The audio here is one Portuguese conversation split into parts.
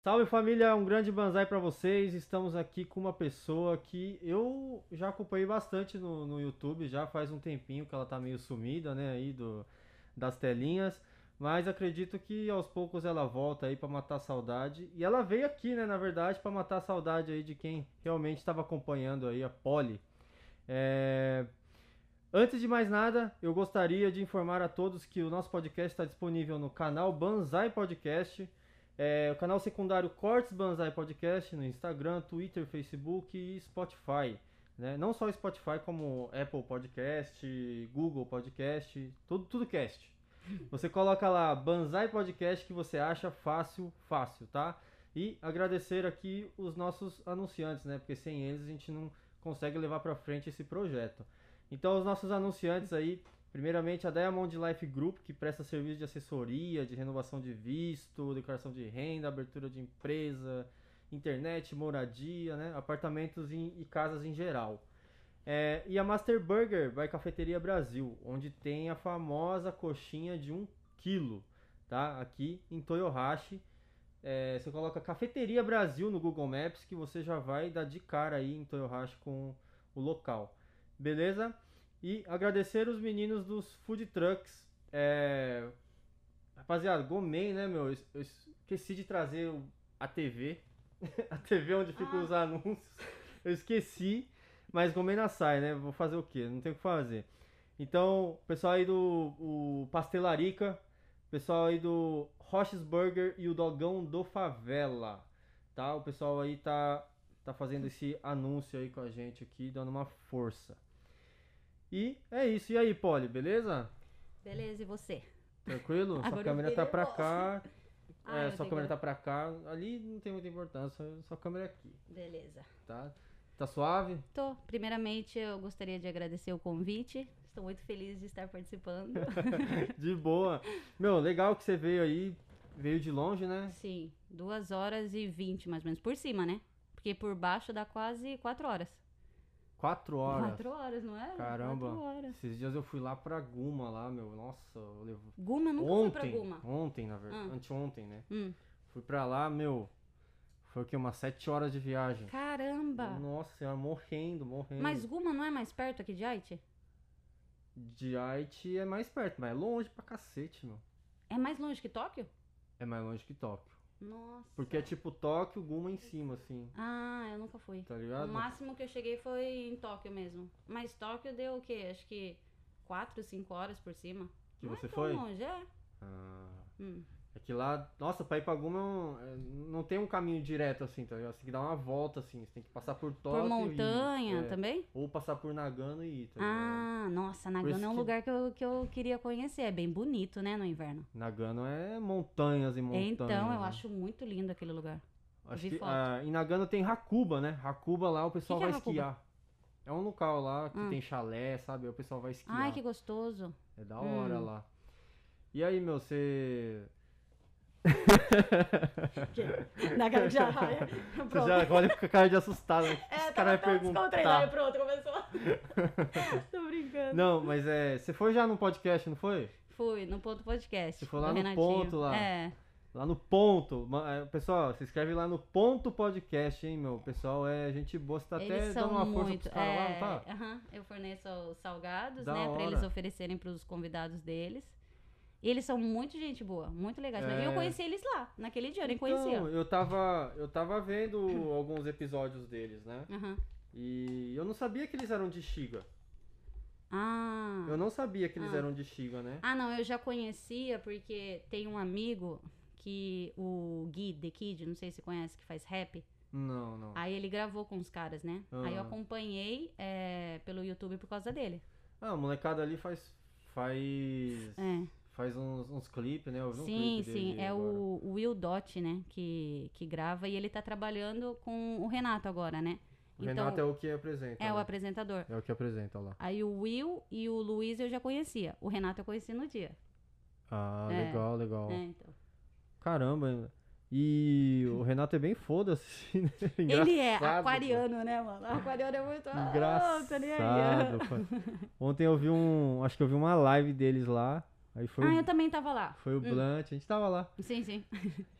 Salve família, um grande banzai pra vocês. Estamos aqui com uma pessoa que eu já acompanhei bastante no, no YouTube, já faz um tempinho que ela tá meio sumida, né, aí do, das telinhas. Mas acredito que aos poucos ela volta aí pra matar a saudade. E ela veio aqui, né, na verdade, pra matar a saudade aí de quem realmente estava acompanhando aí a Polly. É, Antes de mais nada, eu gostaria de informar a todos que o nosso podcast está disponível no canal Banzai Podcast, é, o canal secundário Cortes Banzai Podcast no Instagram, Twitter, Facebook e Spotify. né? Não só Spotify, como Apple Podcast, Google Podcast, tudo, tudo cast. Você coloca lá Banzai Podcast que você acha fácil, fácil, tá? E agradecer aqui os nossos anunciantes, né? Porque sem eles a gente não consegue levar para frente esse projeto. Então, os nossos anunciantes aí, primeiramente a Diamond Life Group, que presta serviço de assessoria, de renovação de visto, declaração de renda, abertura de empresa, internet, moradia, né? apartamentos em- e casas em geral. É, e a Master Burger vai Cafeteria Brasil, onde tem a famosa coxinha de 1 quilo, tá? Aqui em Toyohashi. É, você coloca Cafeteria Brasil no Google Maps que você já vai dar de cara aí em Toyohashi com o local. Beleza? E agradecer os meninos dos food trucks. É... Rapaziada, gomei, né, meu? Es- Eu esqueci de trazer o- a TV. a TV onde ficam Ah. os anúncios. Eu esqueci, mas gomei na sai, né? Vou fazer o quê? Não tem o que fazer. Então, pessoal aí do o Pastelarica, pessoal aí do Roches Burger e o Dogão do Favela, tá? O pessoal aí tá tá fazendo esse anúncio aí com a gente aqui, dando uma força. E é isso. E aí, Polly, beleza? Beleza, e você? É, Tranquilo? sua Agora eu câmera tá fiquei pra nervosa. cá. Ah, é, eu sua tenho câmera que- tá pra cá. Ali não tem muita importância, sua câmera é aqui, Beleza. tá? Tá suave? Tô. Primeiramente, eu gostaria de agradecer o convite. Estou muito feliz de estar participando. De boa. Meu, legal que você veio aí. Veio de longe, né? Sim, duas horas e vinte, mais ou menos, por cima, né? Porque por baixo dá quase quatro horas. Quatro horas. Quatro horas, não é? Caramba. Quatro horas. Esses dias eu fui lá pra Guma lá, meu. Nossa, eu levo... Guma, eu nunca fui pra ontem. Guma. Ontem, na verdade. Ah. Anteontem, né? Hum. Fui pra lá, meu. Foi o quê? Umas sete horas de viagem. Caramba! Nossa senhora, morrendo, morrendo. Mas Guma não é mais perto aqui de Haiti? De Haiti é mais perto, mas é longe pra cacete, meu. É mais longe que Tóquio? É mais longe que Tóquio. Nossa. Porque é tipo Tóquio, Guma em cima, assim, Ah, eu nunca fui. tá O ligado? máximo que eu cheguei foi em Tóquio mesmo. Mas Tóquio deu o quê? Acho que 4, 5 horas por cima. Que Não é você tão foi? longe, é. Ah, Hum. é que lá, nossa, pra ir pra Guma é um- é, não tem um caminho direto, assim, tá ligado? Você tem que dar uma volta, assim, você tem que passar por Tóquio. Por e ir, montanha é. também? Ou passar por Nagano e ir, tá ligado? Ah, nossa, isso Nagano é um que- lugar que eu, que eu queria conhecer. É bem bonito, né, no inverno. Nagano é montanhas e montanhas. então, eu né? acho muito lindo aquele lugar. Acho Vi que, foto. ah, em Nagano tem Hakuba, né? Hakuba lá o pessoal que é vai Hakuba? esquiar. É um local lá que Ah. tem chalé, sabe? Aí O pessoal vai esquiar. Ai, que gostoso. É da hora Hum. lá. E aí, meu, você. Nagano já raia. Você já olha com a cara de assustado. né? O É, que tá, esse cara vai perguntar? pronto, começou. Tô brincando. Não, mas é. Você foi já no podcast, não foi? Fui, no ponto podcast. Você foi do lá no Renatinho. ponto lá. É. Lá no ponto. Ma- é, Pessoal, se inscreve lá no ponto podcast, hein, meu. O pessoal é gente boa. Você tá até Eles dando são uma força muito. pros caras lá, não é, tá? aham, eu forneço os salgados, Da né? Pra eles hora. oferecerem pros convidados deles. E eles são muito gente boa, muito legais. É. E eu conheci eles lá, naquele dia, eu nem conhecia. Então, eu tava. Eu tava vendo alguns episódios deles, né? Aham. E eu não sabia que eles eram de Shiga. Ah. Eu não sabia que eles Ah. eram de Shiga, né? ah, não, eu já conhecia porque tem um amigo que o Gui The Kid, não sei se conhece, que faz rap. Não, não. Aí ele gravou com os caras, né? Aí eu Aham. acompanhei é, pelo YouTube por causa dele. Ah, a molecada ali faz. Faz. É. Faz uns, uns clipes, né? Eu vi um Sim, clipe sim, dele é agora. o o Will Dot, né, que, que grava e ele tá trabalhando com o Renato agora, né? O Renato é o que apresenta. é o né? apresentador. É o que apresenta lá. Aí o Will e o Luiz eu já conhecia. O Renato eu conheci no dia. Ah, É. legal, legal. né, então. Caramba. E o Renato é bem foda-se, né? Engra- Ele é Engraçado, aquariano, né, mano? Aquariano é muito. Ah, tá nem aí. Engraçado. pô. Ontem eu vi um. Acho que eu vi uma live deles lá. Aí foi, Ah, o, eu Hum. também tava lá. foi o Blunt, a gente tava lá. Sim, sim.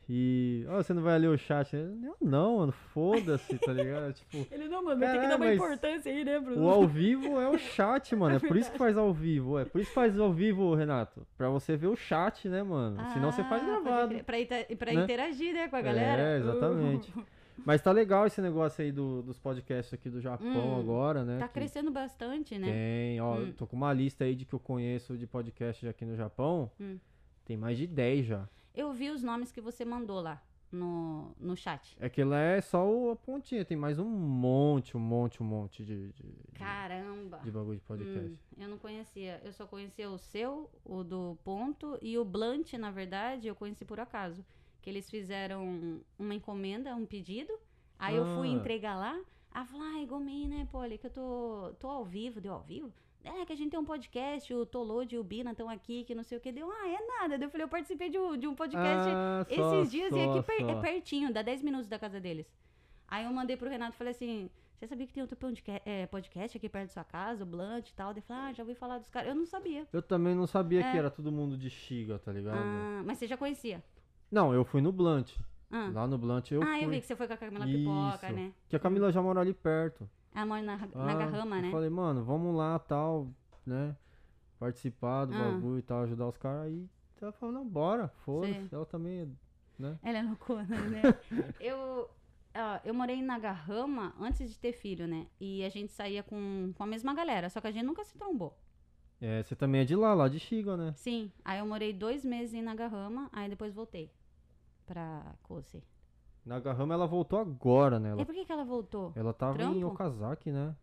E. Ó, você não vai ler o chat? né? Eu, não, mano, foda-se, tá ligado? tipo, Ele não, mano, mas tem que dar uma Caralho, mas importância aí, né, Bruno? o ao vivo é o chat, mano. É, por isso que faz ao vivo. É por isso que faz ao vivo, Renato. Pra você ver o chat, né, mano? Senão você faz Ah, pode gravado. crer. Pra, ita- pra né? interagir, né, com a galera. Uhum. É, exatamente. Mas tá legal esse negócio aí do- dos podcasts aqui do Japão Hum, agora, né? Tá que- crescendo bastante, né? Tem, ó, eu tô com uma lista aí de que eu conheço de podcast aqui no Japão. Hum. Tem mais de 10 já. Eu vi os nomes que você mandou lá no, no chat. É que lá é só o- a pontinha, tem mais um monte, um monte, um monte de, de, de- Caramba! de bagulho de podcast. Hum, eu não conhecia. Eu só conhecia o seu, o do Ponto e o Blunt, na verdade, eu conheci por acaso. Que eles fizeram uma encomenda, um pedido. Aí eu fui Ah. entregar lá. Aí falou, ai, gomei, né, Poli, que eu tô, tô ao vivo. Deu ao vivo? É, que a gente tem um podcast, o Tolode e o Bina estão aqui, que não sei o que. Deu, ah, é nada. Daí Eu falei, eu participei de um, de um podcast Ah, só, esses dias, e só, aqui per- só. é pertinho, dá 10 minutos da casa deles. Aí eu mandei pro Renato e falei assim: você sabia que tem outro podca- é, podcast aqui perto da sua casa, o Blunt e tal? Ele falou: ah, já ouvi falar dos caras. Eu não sabia. Eu também não sabia É. que era todo mundo de Shiga, tá ligado? Ah, mas você já conhecia. Não, eu fui no Blunt. Ah, Lá no Blunt eu Ah, fui. eu vi que você foi com a Camila Pipoca, Isso. né? Que a Camila já mora ali perto. Ela mora na, Ah, na Garrama, eu né? Falei, mano, vamos lá, tal, né? Participar do Ah. bagulho e tal, ajudar os caras. Aí ela falou, não, bora, foda-se. Ela também é- Ela é loucona, né? eu, ó, eu morei na Garrama antes de ter filho, né? E a gente saía com, com a mesma galera, só que a gente nunca se trombou. é. Você também é de lá, lá de Chiga, né? Sim, aí eu morei dois meses em Nagarrama, aí depois voltei pra Kose. Na Garrama ela voltou agora, né? Ela, E por que, que ela voltou? ela tava em É Trampo? Okazaki, né?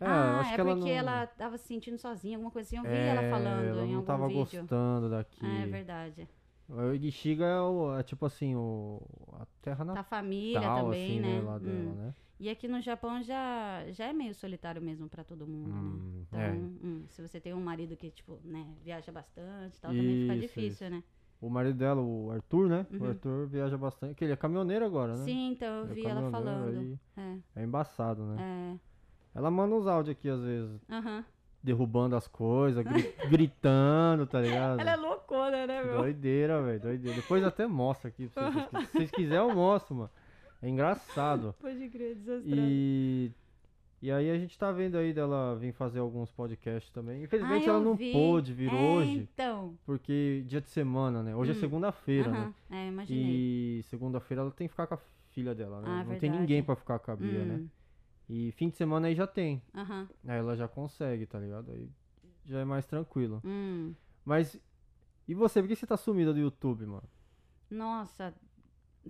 É, eu ah, acho é que ela porque não. ela tava se sentindo sozinha, alguma coisa assim. Eu vi É, ela falando ela em não algum tava vídeo. gostando daqui. É verdade. O Ixiga é, o- é tipo assim, o, a terra Da natal, família Tá assim, também, né? lá dela, Hum. né? E aqui no Japão já, já é meio solitário mesmo pra todo mundo, né? Hum, Então, é. hum, se você tem um marido que, tipo, né, viaja bastante e tal, também fica Isso, difícil, né? O marido dela, o Arthur, né? Uhum. O Arthur viaja bastante. Que ele é caminhoneiro agora, né? Sim, então eu Ele é vi ela caminhoneiro, falando. aí É, É embaçado, né? é. Ela manda uns áudios aqui, às vezes, Aham. derrubando as coisas, gri- gritando, tá ligado? Ela é loucona, né, meu? Doideira, velho, doideira. Depois eu até mostro aqui pra vocês. Se vocês quiserem, eu mostro, mano. É engraçado. Pode crer, desastrado. E. E aí a gente tá vendo aí dela vir fazer alguns podcasts também. Infelizmente Ah, ela eu não vi. pôde vir É, hoje, Então. porque dia de semana, né? Hoje é Hum. segunda-feira, né? Aham, É, imaginei. E segunda-feira ela tem que ficar com a filha dela, né? Ah, não tem verdade. ninguém pra ficar com a Bia, né? Hum, E fim de semana aí já tem. Aham. Aí ela já consegue, tá ligado? Aí já é mais tranquilo. hum. Mas. E você, por que você tá sumida do YouTube, mano? Nossa,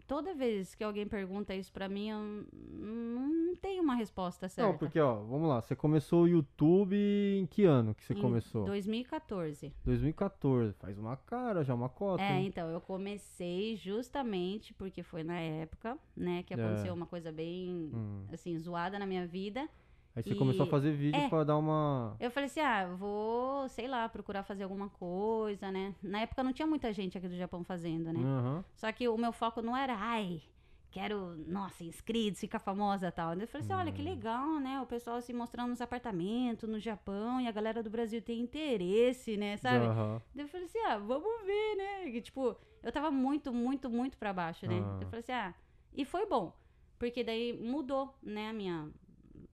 toda vez que alguém pergunta isso pra mim, eu n- n- não tenho uma resposta certa. Não, porque, ó, vamos lá. Você começou o YouTube em que ano que você Em começou? 2014. 2014. Faz uma cara já, uma cota. É, hein? então, eu comecei justamente porque foi na época, né, que É. aconteceu uma coisa bem, Hum. assim, zoada na minha vida. Aí você e- começou a fazer vídeo é. pra dar uma. Eu falei assim, ah, vou, sei lá, procurar fazer alguma coisa, né. Na época não tinha muita gente aqui do Japão fazendo, né. Aham. Só que o meu foco não era, ai, quero, nossa, inscritos, ficar famosa e tal. Eu falei assim, olha, que legal, né? O pessoal se mostrando nos apartamentos no Japão e a galera do Brasil tem interesse, né? Sabe? Aham. Daí eu falei assim, ah, vamos ver, né? E, tipo, eu tava muito, muito, muito pra baixo, né? Ah. Eu falei assim, ah, e foi bom. Porque daí mudou, né, a minha,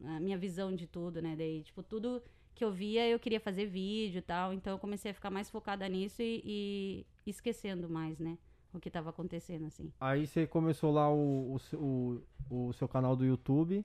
a minha visão de tudo, né? Daí, tipo, tudo que eu via, eu queria fazer vídeo e tal. Então eu comecei a ficar mais focada nisso e, e esquecendo mais, né? O que tava acontecendo, assim. Aí você começou lá o, o, seu- o, o seu canal do YouTube.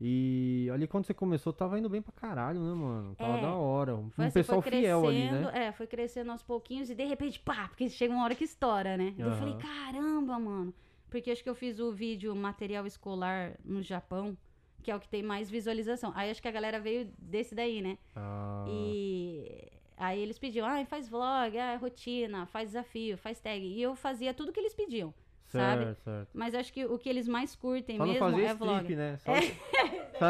E ali quando você começou, tava indo bem pra caralho, né, mano? Tava É. da hora. Um Foi, assim, pessoal foi fiel ali, crescendo, né? É, foi crescendo aos pouquinhos e de repente, pá, porque chega uma hora que estoura, né? Eu Aham. falei, caramba, mano. Porque acho que eu fiz o vídeo material escolar no Japão, que é o que tem mais visualização. Aí acho que a galera veio desse daí, né? Ah, E aí eles pediam, ah, faz vlog, ah, rotina, faz desafio, faz tag. E eu fazia tudo que eles pediam. sabe? certo, certo. Mas acho que o que eles mais curtem Só não mesmo fazer é strip, vlog. É. né? Só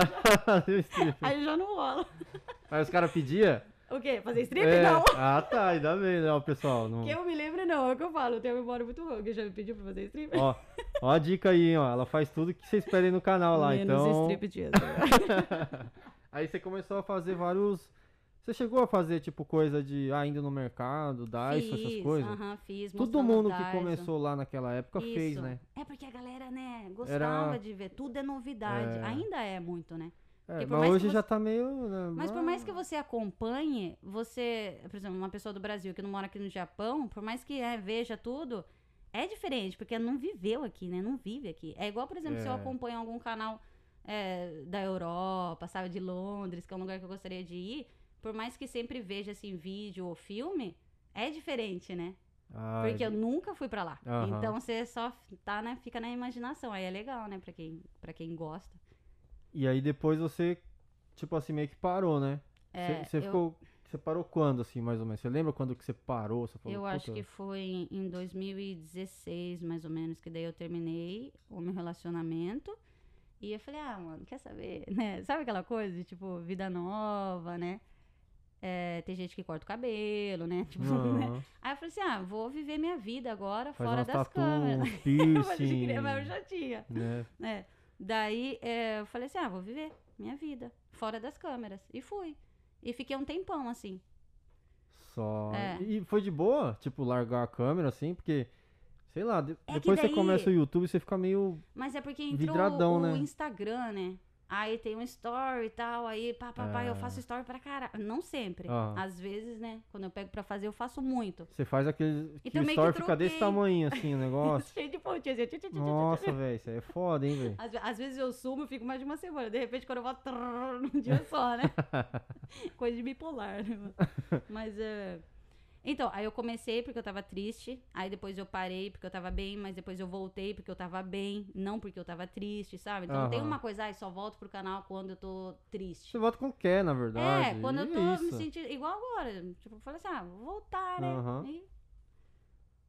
Só fazer strip. Aí já não rola. Aí os caras pediam. O quê? Fazer strip? É. Não. Ah, tá, ainda bem, né, ó, pessoal. Não... Que eu me lembro, não. É o que eu falo. Eu tenho a memória muito ruim. que Já me pediu pra fazer strip? Ó, ó a dica aí, hein, ó. Ela faz tudo que vocês pedem no canal lá, Menos né? então. strip dias. aí você começou a fazer vários Você chegou a fazer, tipo, coisa de ah, indo no mercado, Daiso, essas Fiz, coisas? aham, fiz. Todo mostrando mundo que Dyson. começou lá naquela época fez, Isso. né? É porque a galera, né, gostava de ver. Tudo é novidade. É. Ainda é muito, né? É, Porque mas por mais que hoje você- já tá meio. né, Mas por ah, mais que você acompanhe, você, por exemplo, uma pessoa do Brasil que não mora aqui no Japão, por mais que é, veja tudo, é diferente, porque não viveu aqui, né? Não vive aqui. É igual, por exemplo, se eu É. acompanho algum canal é, da Europa, sabe, de Londres, que é um lugar que eu gostaria de ir, por mais que sempre veja assim vídeo ou filme, é diferente, né? ah, Porque eu nunca fui pra lá. Aham. Então você só tá, né, fica na imaginação. Aí é legal, né, para quem, para quem gosta. E aí depois você, tipo assim, meio que parou, né? É, você eu- ficou. Você parou quando, assim, mais ou menos? Você lembra quando que você parou? Você falou, Eu acho "Puta, que foi em 2016, mais ou menos, que daí eu terminei o meu relacionamento. E eu falei, ah, mano, quer saber, né? Sabe aquela coisa de, tipo, vida nova, né? É, tem gente que corta o cabelo, né? Tipo, né? aham, Aí eu falei assim, ah, vou viver minha vida agora, Faz fora umas das tatu, câmeras. uns Mas eu piercing. queria, mas eu já tinha. né? É. Daí é, eu falei assim: ah, vou viver minha vida, fora das câmeras. E fui. E fiquei um tempão assim. Só. É. E foi de boa, tipo, largar a câmera, assim, porque. Sei lá, de- É que depois você daí- começa o YouTube, você fica meio. Mas é porque entrou Vidradão, o né? Instagram, né? Aí tem um story e tal, aí pá, pá, pá, eu É. faço story pra caralho. Não sempre. Ah. Às vezes, né? Quando eu pego pra fazer, eu faço muito. Você faz aquele. Que Então o meio que story fica desse troquei. tamanho, assim, o negócio. Cheio de pontinha, assim. tchu, tchu, tchu, tchu, tchu. Nossa, velho, isso aí é foda, hein, velho? Às, ve- às vezes eu sumo, eu fico mais de uma semana. De repente, quando eu volto, trrr, num dia só, né? Coisa de bipolar, né? mano? Mas é. Então, aí eu comecei porque eu tava triste. Aí depois eu parei porque eu tava bem, mas depois eu voltei porque eu tava bem, não porque eu tava triste, sabe? Então não tem Aham. uma coisa, ai, só volto pro canal quando eu tô triste. Você volta com o que, na verdade. É, quando eu e tô me isso. sentindo. Igual agora. Tipo, eu falei assim, ah, vou voltar, né? Aham. E-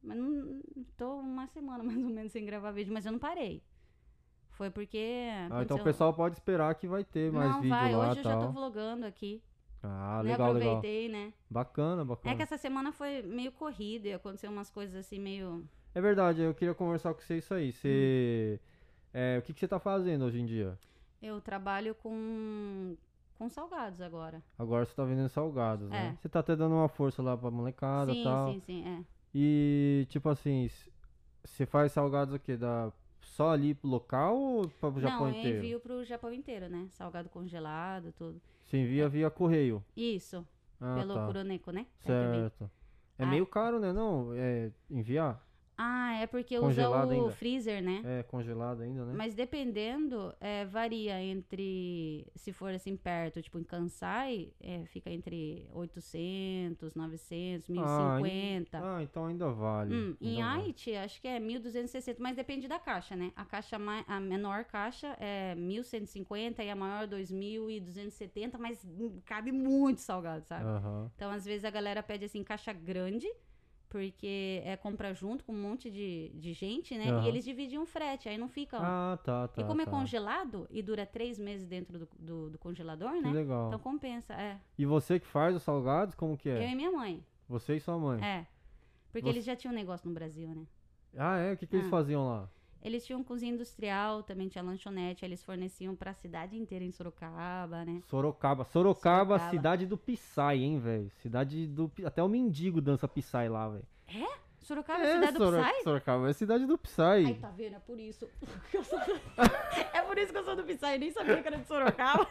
Mas não. Tô uma semana mais ou menos sem gravar vídeo, mas eu não parei. Foi porque. Ah, então o aconteceu- pessoal pode esperar que vai ter mais não, vídeo vai, lá hoje tal. eu já tô vlogando aqui. Ah, né? legal, Ah. legal. Aproveitei, né? Bacana, bacana. É que essa semana foi meio corrida e aconteceu umas coisas assim meio. É verdade, eu queria conversar com você isso aí. Você. é, o que, que você tá fazendo hoje em dia? Eu trabalho com. com salgados agora. Agora você tá vendendo salgados, né? É. Você tá até dando uma força lá pra molecada e sim, tal. sim, sim, é. E, tipo assim, s- você faz salgados o quê? Da... Só ali pro local ou pra- pro Japão não, inteiro? eu envio pro Japão inteiro, né? Salgado congelado, tudo. Você envia via correio. Isso, Ah, pelo tá. Kuroneko, né? É também. Certo. É Ah. meio caro, né? Não, é enviar. Ah, é porque Congelado usa o ainda. freezer, né? É congelado ainda, né? Mas dependendo, é, varia entre. Se for assim perto, tipo em Kansai, é, fica entre 800, 900, 1050. Ah, então ainda vale. tá. Hum, ainda em vale. Haiti, acho que é 1260, mas depende da caixa, né? A caixa mai- a menor caixa é 1150 e a maior 2270, mas hum, cabe muito salgado, sabe? Aham. Então, às vezes, a galera pede assim, caixa grande, porque é comprar junto com um monte de, de gente, né? Aham. E eles dividem o frete, aí não fica. Ah, tá, tá. e como é tá. congelado e dura três meses dentro do, do, do congelador, Que né? legal. Então compensa, é. E você que faz os salgados, como que Eu é? e minha mãe. Você e sua mãe. É. Porque Você- eles já tinham um negócio no Brasil, né? Ah, é? O que, que eles Ah. faziam lá? Eles tinham cozinha industrial, também tinha lanchonete, eles forneciam pra cidade inteira em Sorocaba, né? Sorocaba. Sorocaba, Sorocaba. cidade do Psy, hein, velho? Cidade do. Pi- Até o mendigo dança Psy lá, velho. Sorocaba é cidade do Soro- Psy? Sorocaba é cidade do Ai, Psy. tá vendo? É por isso. que eu sou- é por isso que eu sou do Psy, nem sabia que era de Sorocaba.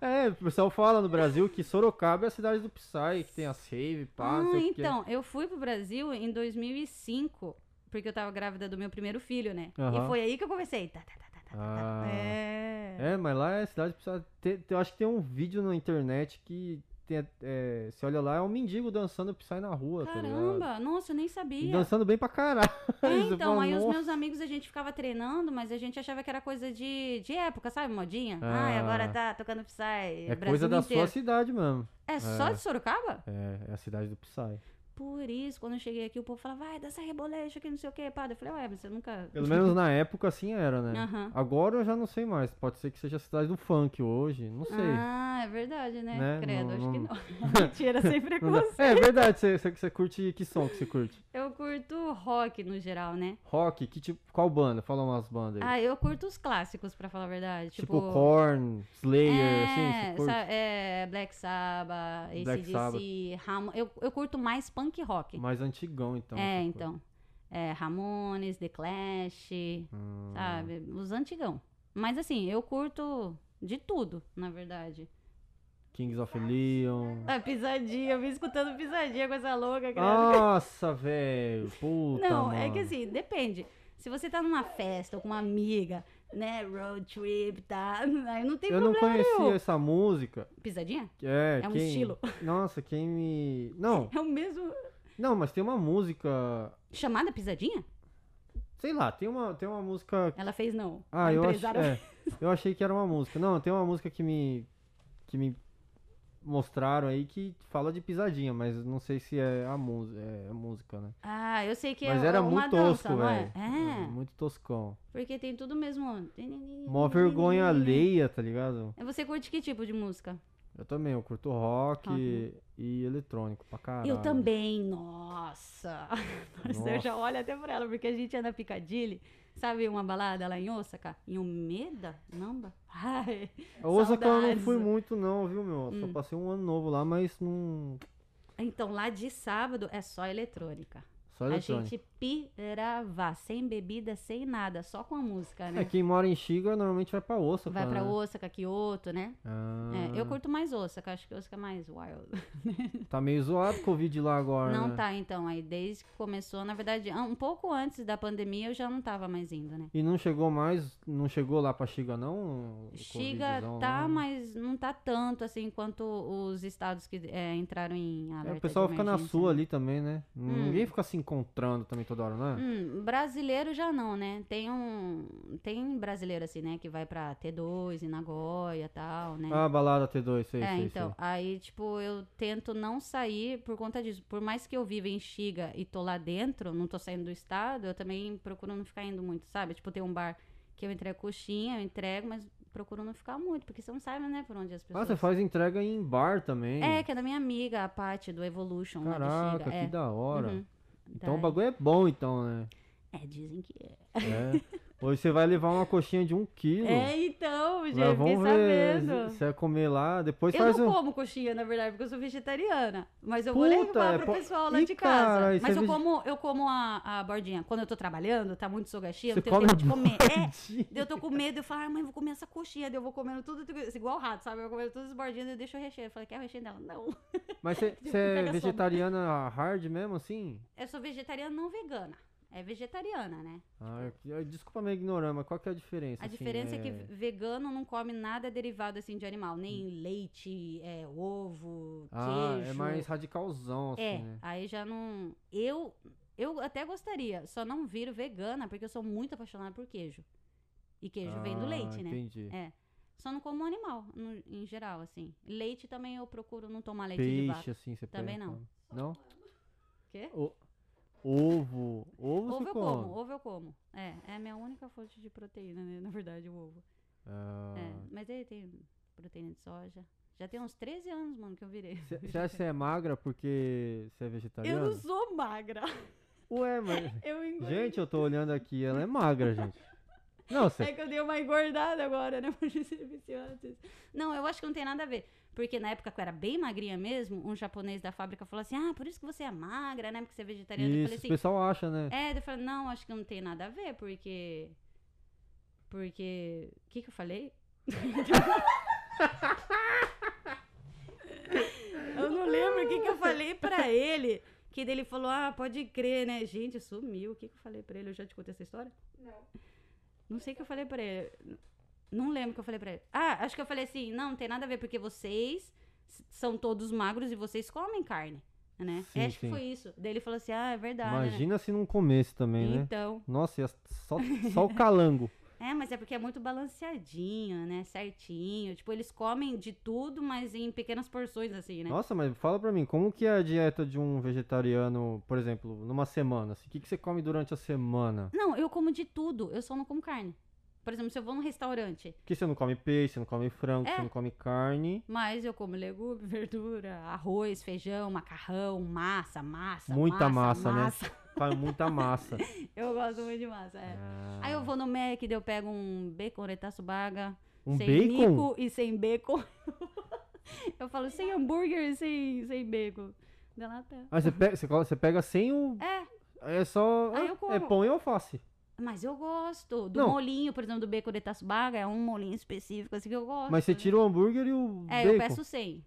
É, o pessoal fala no Brasil que Sorocaba é a cidade do Psy, que tem a save, pá, não ah, sei o quê. então, eu fui pro Brasil em 2005, porque eu tava grávida do meu primeiro filho, né? Aham. E foi aí que eu comecei. Tá, tá, tá, tá, tá, tá, tá. Ah. É. É, mas lá é cidade do Psy. Tem- tem- eu acho que tem um vídeo na internet que tem. É, você olha lá, é um mendigo dançando Psy na rua, tá ligado? Caramba, nossa, eu nem E sabia. dançando bem pra caralho. É, Você então, fala, aí os "Nossa, meus amigos a gente ficava treinando, mas a gente achava que era coisa de, de época, sabe? Modinha. Ah, Ah. agora tá tocando Psy. É Brasil coisa da É. inteiro. sua cidade mesmo. É só de Sorocaba? É, é a cidade do Psy. Por isso, quando eu cheguei aqui, o povo falava, vai, dá essa rebolecha que não sei o que, padre. Eu falei, ué, mas você nunca. Pelo menos na época assim era, né? Aham. Agora eu já não sei mais. Pode ser que seja a cidade do funk hoje. Não sei. Ah, é verdade, né? Né? Credo, Não- acho que não- não. Mentira, sem Não dá- preconceito. É verdade, você, você, você curte que som que você curte? Eu curto rock no geral, né? Rock, que tipo, qual banda? Fala umas bandas aí. Ah, eu curto os clássicos, pra falar a verdade. tipo, Korn, Slayer, assim, você curte? É, sabe, é, Black Sabbath, Black ACDC, Ramon. Eu, eu curto mais punk rock. Mais antigão, então. é, você curte. então. É, Ramones, The Clash, Hum. sabe? Os antigão. Mas assim, eu curto de tudo, na verdade. Kings of Leon. Ah, pisadinha, eu vim escutando pisadinha com essa louca, credo. Nossa, velho. Puta. Não, é mano. que assim, depende. Se você tá numa festa ou com uma amiga, né, road trip, tá? Aí não tem Eu não problema. conhecia nenhum. essa música. Pisadinha? que É, É um quem- estilo. Nossa, quem me. Não, É o mesmo. não, mas tem uma música. Chamada pisadinha? Sei lá, tem uma, tem uma música. Ela fez não. Ah, A eu, ach... empresária- é, eu achei que era uma música. Não, tem uma música que me. que me mostraram aí que fala de pisadinha, mas não sei se é a, mus... é a música, né? Ah, eu sei que mas é era uma muito dança, tosco, não velho. Hum, é? É, Muito toscão. porque tem tudo mesmo. Mó vergonha alheia, tá ligado? Você curte que tipo de música? Eu também, eu curto rock Rock. e eletrônico pra caralho. Eu também, nossa. Nossa, Eu já Nossa. olho até pra ela, porque a gente anda picadilly. Sabe uma balada lá em Osaka? Em Umeda? Namba? Ai, A Osaka eu não Saudades. Hum. fui muito não, viu, meu? Só passei um ano novo lá, mas não... Então, lá de sábado é só eletrônica. Só A eletrônico. gente pirava, sem bebida, sem nada, só com a música, É, né? quem mora em Shiga normalmente vai pra Osaka, Vai pra né? Osaka, Kyoto, né? Ah, É, eu curto mais Osaka, acho que Osaka é mais wild. Tá meio zoado o Covid lá agora, Não né? tá, então. Aí desde que começou, na verdade, ah, um pouco antes da pandemia eu já não tava mais indo, né? E não chegou mais, não chegou lá pra Shiga não? o Xiga covidzão tá, lá? né? mas não tá tanto assim quanto os estados que é, entraram em É, alerta. o pessoal de fica na emergência, sua né? ali também, né? Ninguém fica se encontrando também toda hora, né? Hum, brasileiro já não, né? Tem um. Tem brasileiro assim, né? Que vai pra T2, em Nagoya e tal, né? Ah, balada T2, sei, sei, é, Ah, então. Aí, tipo, eu tento não sair por conta disso. Por mais que eu viva em Xiga e tô lá dentro, não tô saindo do estado, eu também procuro não ficar indo muito, sabe? Tipo, tem um bar que eu entrego coxinha, eu entrego, mas procuro não ficar muito, porque você não sabe, né, por onde as sei. Ah, pessoas. você faz entrega em bar também? É, que é da minha amiga, a Paty, do Evolution, lá de Caraca, Xiga. que é. da hora. Uhum. Então o Daí- bagulho é bom, então, né? É, dizem que é. É. Hoje você vai levar uma coxinha de um quilo. É, então, gente, Lá, eu fiquei vamos ver se- sabendo. se vai comer lá. Depois Eu faz não um. como coxinha, na verdade, porque eu sou vegetariana. Mas eu vou Puta, levar é pro po- pessoal lá Ih, de casa. cara, isso mas é eu vege- como, eu como a, a bordinha. Quando eu tô trabalhando, tá muito sogaxia, eu Você não tenho come tempo de comer. É, É. daí eu tô com medo, eu falo, ai, mãe, eu vou comer essa coxinha. Daí eu vou comendo tudo, tudo isso, igual rato, sabe? Eu vou comendo todas as bordinhas, daí eu deixo o recheio. Eu falei, quer o recheio dela? Não. Mas você você pega é sono. vegetariana hard mesmo, assim? Eu sou vegetariana não vegana. É vegetariana, né? Ah, eu- eu- desculpa minha ignorância, mas qual que é a diferença? A assim, diferença é... que vegano não come nada derivado assim de animal, nem leite, é, ovo, Hum. Ah, queijo. é mais radicalzão, assim, É, né? aí já não. Eu, eu até gostaria, só não viro vegana porque eu sou muito apaixonada por queijo. E queijo vem do Ah, leite, né? Entendi. Só não como animal, no- em geral, assim. Leite também eu procuro não tomar leite de Peixe, vaca. assim, você pega. Também não. come. Não? Quê? O- Ovo. Ovo, Ovo você eu come. como, ovo eu como. É, é a minha única fonte de proteína, né? Na verdade, o ovo. Ah. É, mas aí tem proteína de soja. Já tem uns 13 anos, mano, que eu virei. Você você acha que você é magra porque você é Eu vegetariana? não sou magra. Ué, mas. Eu engordei. Gente, eu tô olhando aqui, ela é magra, gente. Não, você. É que eu dei uma engordada agora, né? Por ser viciante. "Ah, Não, eu acho que não tem nada a ver. Porque na época que eu era bem magrinha mesmo, um japonês da fábrica falou assim: Ah, por isso que você é magra, né? Porque você é vegetariana. eu Isso, falei o assim: pessoal acha, né? É, eu falei: Não, acho que não tem nada a ver, porque. Porque. O que, que eu falei? eu não lembro o que, que eu falei pra ele. Que daí ele falou: Ah, pode crer, né? Gente, sumiu. O que, que eu falei pra ele? Eu já te contei essa história? Não sei o que eu falei pra ele. Não lembro o que eu falei pra ele. Ah, acho que eu falei assim, não, não tem nada a ver, porque vocês s- são todos magros e vocês comem carne, né? Sim, acho sim. que foi isso. Daí ele falou assim, ah, é verdade, né? Imagina se não comesse também, né? Então, Nossa, ia só, só o calango. é, mas é porque é muito balanceadinho, né? Certinho. Tipo, eles comem de tudo, mas em pequenas porções, assim, né? Nossa, mas fala pra mim, como que é a dieta de um vegetariano, por exemplo, numa semana? assim? o que, que você come durante a semana? Não, eu como de tudo, eu só não como carne. Por exemplo, se eu vou num restaurante, Porque você não come peixe, você não come frango, É. você não come carne. mas eu como legume, verdura, arroz, feijão, macarrão, massa, massa. Muita massa, né? massa. Faz muita massa. Eu gosto muito de massa, é. Ah. Aí eu vou no Mac, daí eu pego um bacon retatsubaga, Um sem bacon? nico e sem bacon. eu falo sem hambúrguer e sem, sem bacon. Daí ela tá. Ah, você pega, você, colo- você pega sem o. É, É só. Ah, eu é como. pão e alface. mas eu gosto. Do Não. molinho, por exemplo, do bacon retatsubaga, é um molinho específico, assim, que eu gosto. Mas você né? tira o hambúrguer e o. É, bacon. eu peço 100.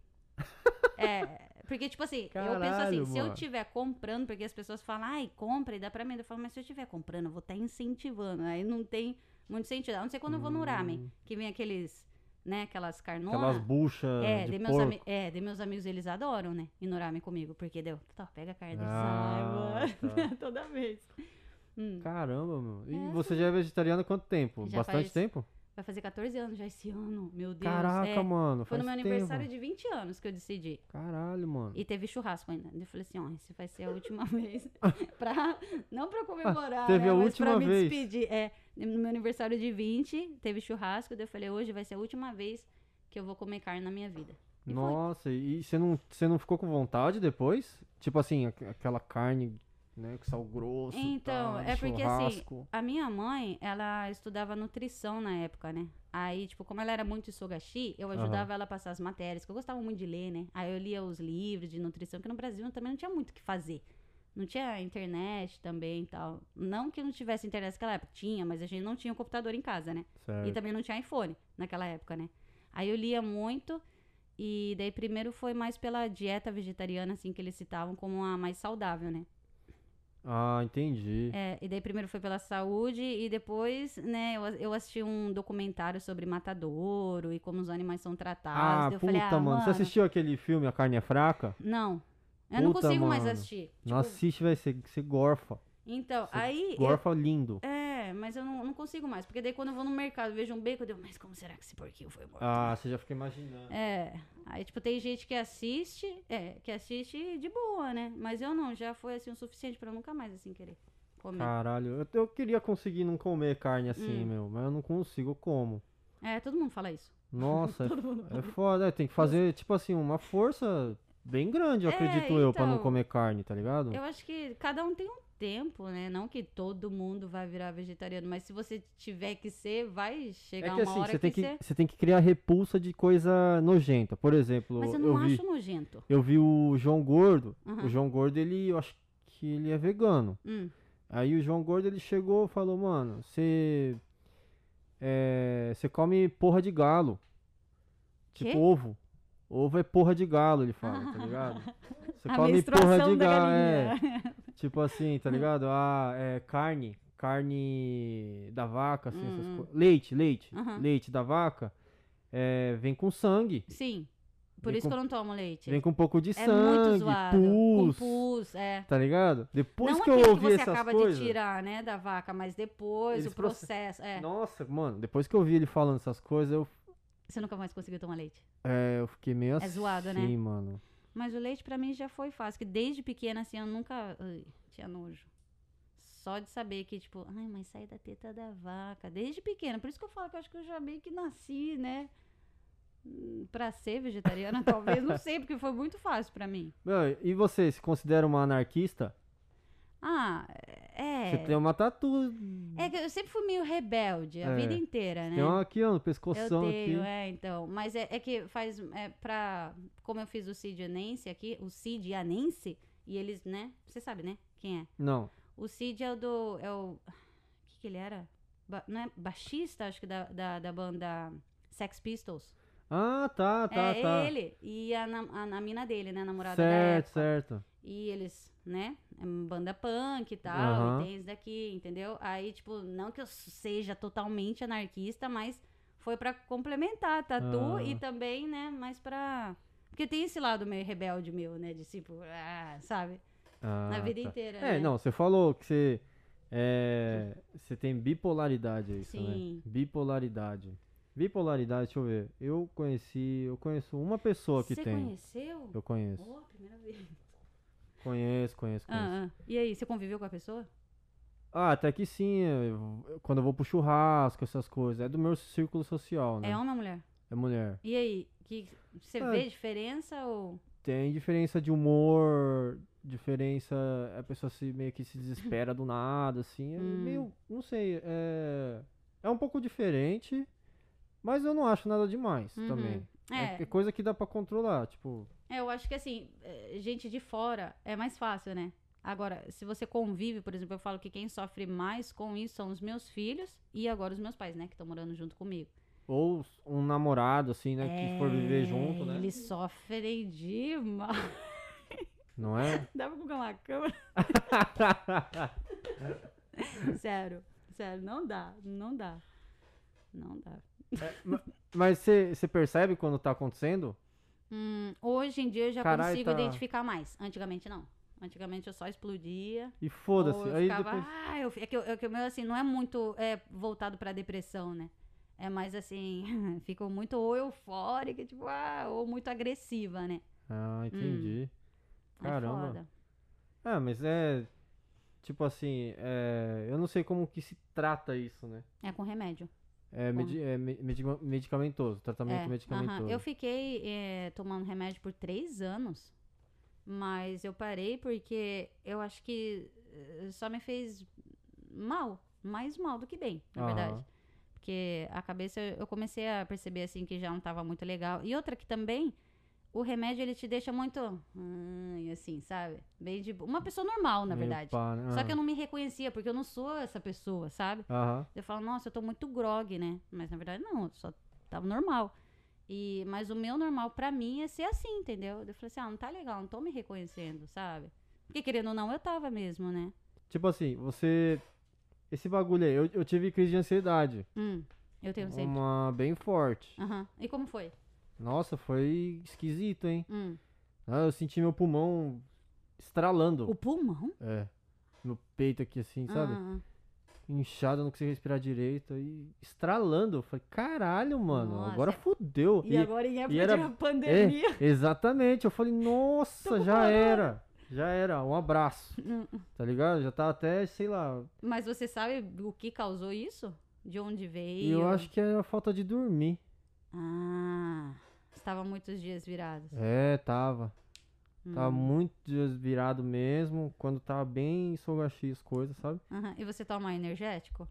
É, porque, tipo assim, eu penso assim, Caralho, se eu mano. tiver comprando, porque as pessoas falam, ai, compra e dá pra mim. Eu falo, mas se eu estiver comprando, eu vou estar incentivando. Aí não tem muito sentido. A não ser quando eu vou no ramen, que vem aqueles, né, aquelas Hum. Aquelas carnonas. buchas. É, de de meus, porco. ami- é, de meus amigos, eles adoram, né, ir no ramen comigo. Porque deu, tá, pega a Ai, carne. Ah, mano. Toda vez. Hum, Caramba, meu. E É. você já é vegetariana há quanto tempo? Já Bastante faz tempo? vai fazer 14 anos já esse ano, meu Deus. Caraca, é. mano. Foi faz no meu tempo. aniversário de 20 anos que eu decidi. Caralho, mano. E teve churrasco ainda. Eu falei assim, ó, esse vai ser a última vez. pra, não pra comemorar, teve né, a mas última pra me vez. despedir. É, no meu aniversário de 20, teve churrasco. Daí eu falei, hoje vai ser a última vez que eu vou comer carne na minha vida. E foi. Nossa, e você não, você não ficou com vontade depois? Tipo assim, aqu- aquela carne, né, com sal grosso, Então, tal, é porque assim, churrasco. a minha mãe, ela estudava nutrição na época, né? Aí, tipo, como ela era muito sogashi, eu Aham. ajudava ela a passar as matérias, que eu gostava muito de ler, né? Aí eu lia os livros de nutrição, que no Brasil também não tinha muito o que fazer. Não tinha internet também e tal. Não que não tivesse internet naquela época, tinha, mas a gente não tinha um computador em casa, né? E Certo. também não tinha iPhone naquela época, né? Aí eu lia muito e daí primeiro foi mais pela dieta vegetariana, assim, que eles citavam como a mais saudável, né? Ah, entendi. É, e daí primeiro foi pela saúde e depois, né, eu, eu assisti um documentário sobre matadouro e como os animais são tratados. ah, Daí eu puta, falei, ah, mano. Você assistiu aquele filme A Carne é Fraca? Não. Eu não Puta, consigo mais mano. assistir. Tipo, Não assiste, velho. Você, você gorfa. Então, Você aí. eu- Gorfa lindo. é, mas eu não, não consigo mais. Porque daí quando eu vou no mercado, eu vejo um bacon, eu digo, mas como será que esse porquinho foi morto? Ah, você já fica imaginando. É. Aí, tipo, tem gente que assiste, é, que assiste de boa, né? Mas eu não, já foi assim o suficiente pra eu nunca mais assim querer comer. Caralho, eu, eu queria conseguir não comer carne assim, Hum. meu, mas eu não consigo, eu como. É, todo mundo fala isso. Nossa, é, é foda. é, Tem que fazer, tipo assim, uma força bem grande, eu É, acredito eu, pra não então. comer carne, tá ligado? Eu acho que cada um tem um tempo, né? Não que todo mundo vai virar vegetariano, mas se você tiver que ser, vai É chegar que uma assim, hora você tem que, você. você tem que criar repulsa de coisa nojenta. Por exemplo, Mas eu eu, não vi, acho nojento. eu vi o João Gordo. Aham. O João Gordo, ele, eu acho que ele é vegano. Hum. Aí o João Gordo, ele chegou e falou, mano, você... é, você come porra de galo. Tipo Quê? ovo. Ovo é porra de galo, ele fala, tá ligado? Você come A porra menstruação de da galo, é. galinha. Tipo assim, Hum. tá ligado? Ah, é carne, carne da vaca, assim, essas Hum, hum. coisas. Leite, leite, Aham. leite da vaca. é, vem com sangue, Sim. Por Vem isso com- que eu não tomo leite. vem com um pouco de é muito sangue, zoado. pus, Com pus, é. tá ligado? Depois não que aquele eu ouvi que você essas acaba coisas, de tirar, né, da vaca, mas depois Eles o processo. É. nossa, mano, depois que eu ouvi ele falando essas coisas, eu, Você nunca mais conseguiu tomar leite. é, eu fiquei meio assim, É zoado, né? mano. Mas o leite pra mim já foi fácil, que desde pequena assim eu nunca ai, tinha nojo. Só de saber que tipo, ai, mas sai da teta da vaca, desde pequena. Por isso que eu falo que eu acho que eu já meio que nasci, né? Hum, Pra ser vegetariana, talvez, não sei, porque foi muito fácil pra mim. Meu, E você, se considera uma anarquista? Ah, Você é. tem uma tatu, É que eu sempre fui meio rebelde a É. vida inteira, né? tem uma aqui, ó, no Eu pescoção tenho, aqui. é, então. Mas é, é que faz. É, pra, como eu fiz o Cid Anense aqui, o Cid Anense, e eles, né? Você sabe, né? Quem é? Não, O Cid é o do. É o. O que, que ele era? Ba- não é baixista, acho que, da, da, da banda Sex Pistols. ah, tá, tá, é tá. ele e a, nam- a, a mina dele, né? A namorada da Certo, época. certo. E eles, né? é uma Banda punk e tal, Aham. e tem isso daqui, entendeu? Aí, tipo, não que eu seja totalmente anarquista, mas foi pra complementar a tatu Ah. e também, né? Mas pra. Porque tem esse lado meio rebelde meu, né? De tipo, ah, sabe? Ah, Na vida tá. inteira. É, né? não, você falou que você É, você tem bipolaridade, é isso, né? Sim. Bipolaridade. Bipolaridade, deixa eu ver. Eu conheci, eu conheço uma pessoa que Você tem. conheceu? Eu conheço. Ó, primeira vez. Conheço, conheço, conheço. Ah, ah. E aí, você conviveu com a pessoa? Ah, até que sim, eu- eu- quando eu vou pro churrasco, essas coisas. É do meu círculo social, né? É homem ou mulher? É mulher. E aí, que você Ah. vê diferença ou. Tem diferença de humor, diferença. A pessoa se meio que se desespera do nada, assim. É Hum. meio. Não sei. É, é um pouco diferente, mas eu não acho nada demais Uhum. também. É, É, é coisa que dá pra controlar, tipo. é, eu acho que assim, eh, gente de fora é mais fácil, né? Agora, se você convive, por exemplo, eu falo que quem sofre mais com isso são os meus filhos e agora os meus pais, né, que estão morando junto comigo. Ou um namorado, assim, né? Que for viver junto, né? É, Eles sofrem demais. Não é? Dá pra colocar uma câmera? Sério, sério, não dá, não dá. Não dá. Mas você você percebe quando tá acontecendo? Hum, hoje em dia eu já Carai, consigo tá- identificar mais. Antigamente não. Antigamente eu só explodia. E ou foda-se. eu Aí ficava, depois. ah, eu, fi-" é que eu, é que o meu assim não é muito é, voltado pra depressão, né? É mais assim, fico muito ou eufórica, tipo, ah, ou muito agressiva, né? Ah, entendi. É Caramba. foda. Ah, mas é. Tipo assim, é, eu não sei como que se trata isso, né? É com remédio. É, medi- é me- medi- medicamentoso, tratamento É, medicamentoso. aham. Eu fiquei é, tomando remédio por três anos, mas eu parei porque eu acho que eh, só me fez mal, mais mal do que bem, na Aham. verdade. Porque a cabeça, eu comecei a perceber assim que já não tava muito legal. E outra que também, o remédio ele te deixa muito, "Ai", assim, sabe? Bem de bo- uma pessoa normal, na Meio verdade. pá, né? Só Ah. que eu não me reconhecia, porque eu não sou essa pessoa, sabe? Aham. Eu falo, nossa, eu tô muito grog, né? Mas na verdade não, eu só tava normal. E, mas o meu normal pra mim é ser assim, entendeu? Eu falei assim, ah, não tá legal, não tô me reconhecendo, sabe? Porque querendo ou não, eu tava mesmo, né? Tipo assim, você. Esse bagulho aí, eu, eu tive crise de ansiedade. Hum, eu Ah. tenho sempre. Uma bem forte. Aham. E como foi? Nossa, foi esquisito, hein? Hum. Ah, eu senti meu pulmão estralando. O pulmão? É. Meu peito aqui assim, sabe? Ah, Inchado, eu não conseguia respirar direito. E estralando. Eu falei, caralho, mano, Nossa. agora fudeu. E agora em época era- é. de pandemia. Exatamente. Eu falei, nossa, já era. Já era. Um abraço. Hum. Tá ligado? Já tá até, sei lá. Mas você sabe o que causou isso? De onde E veio? eu acho que era falta de dormir. Ah, estava muitos dias virados. É, tava. Tava Hum. muito desvirado mesmo. Quando tava bem sogachi as coisas, sabe? Aham. E você toma energético?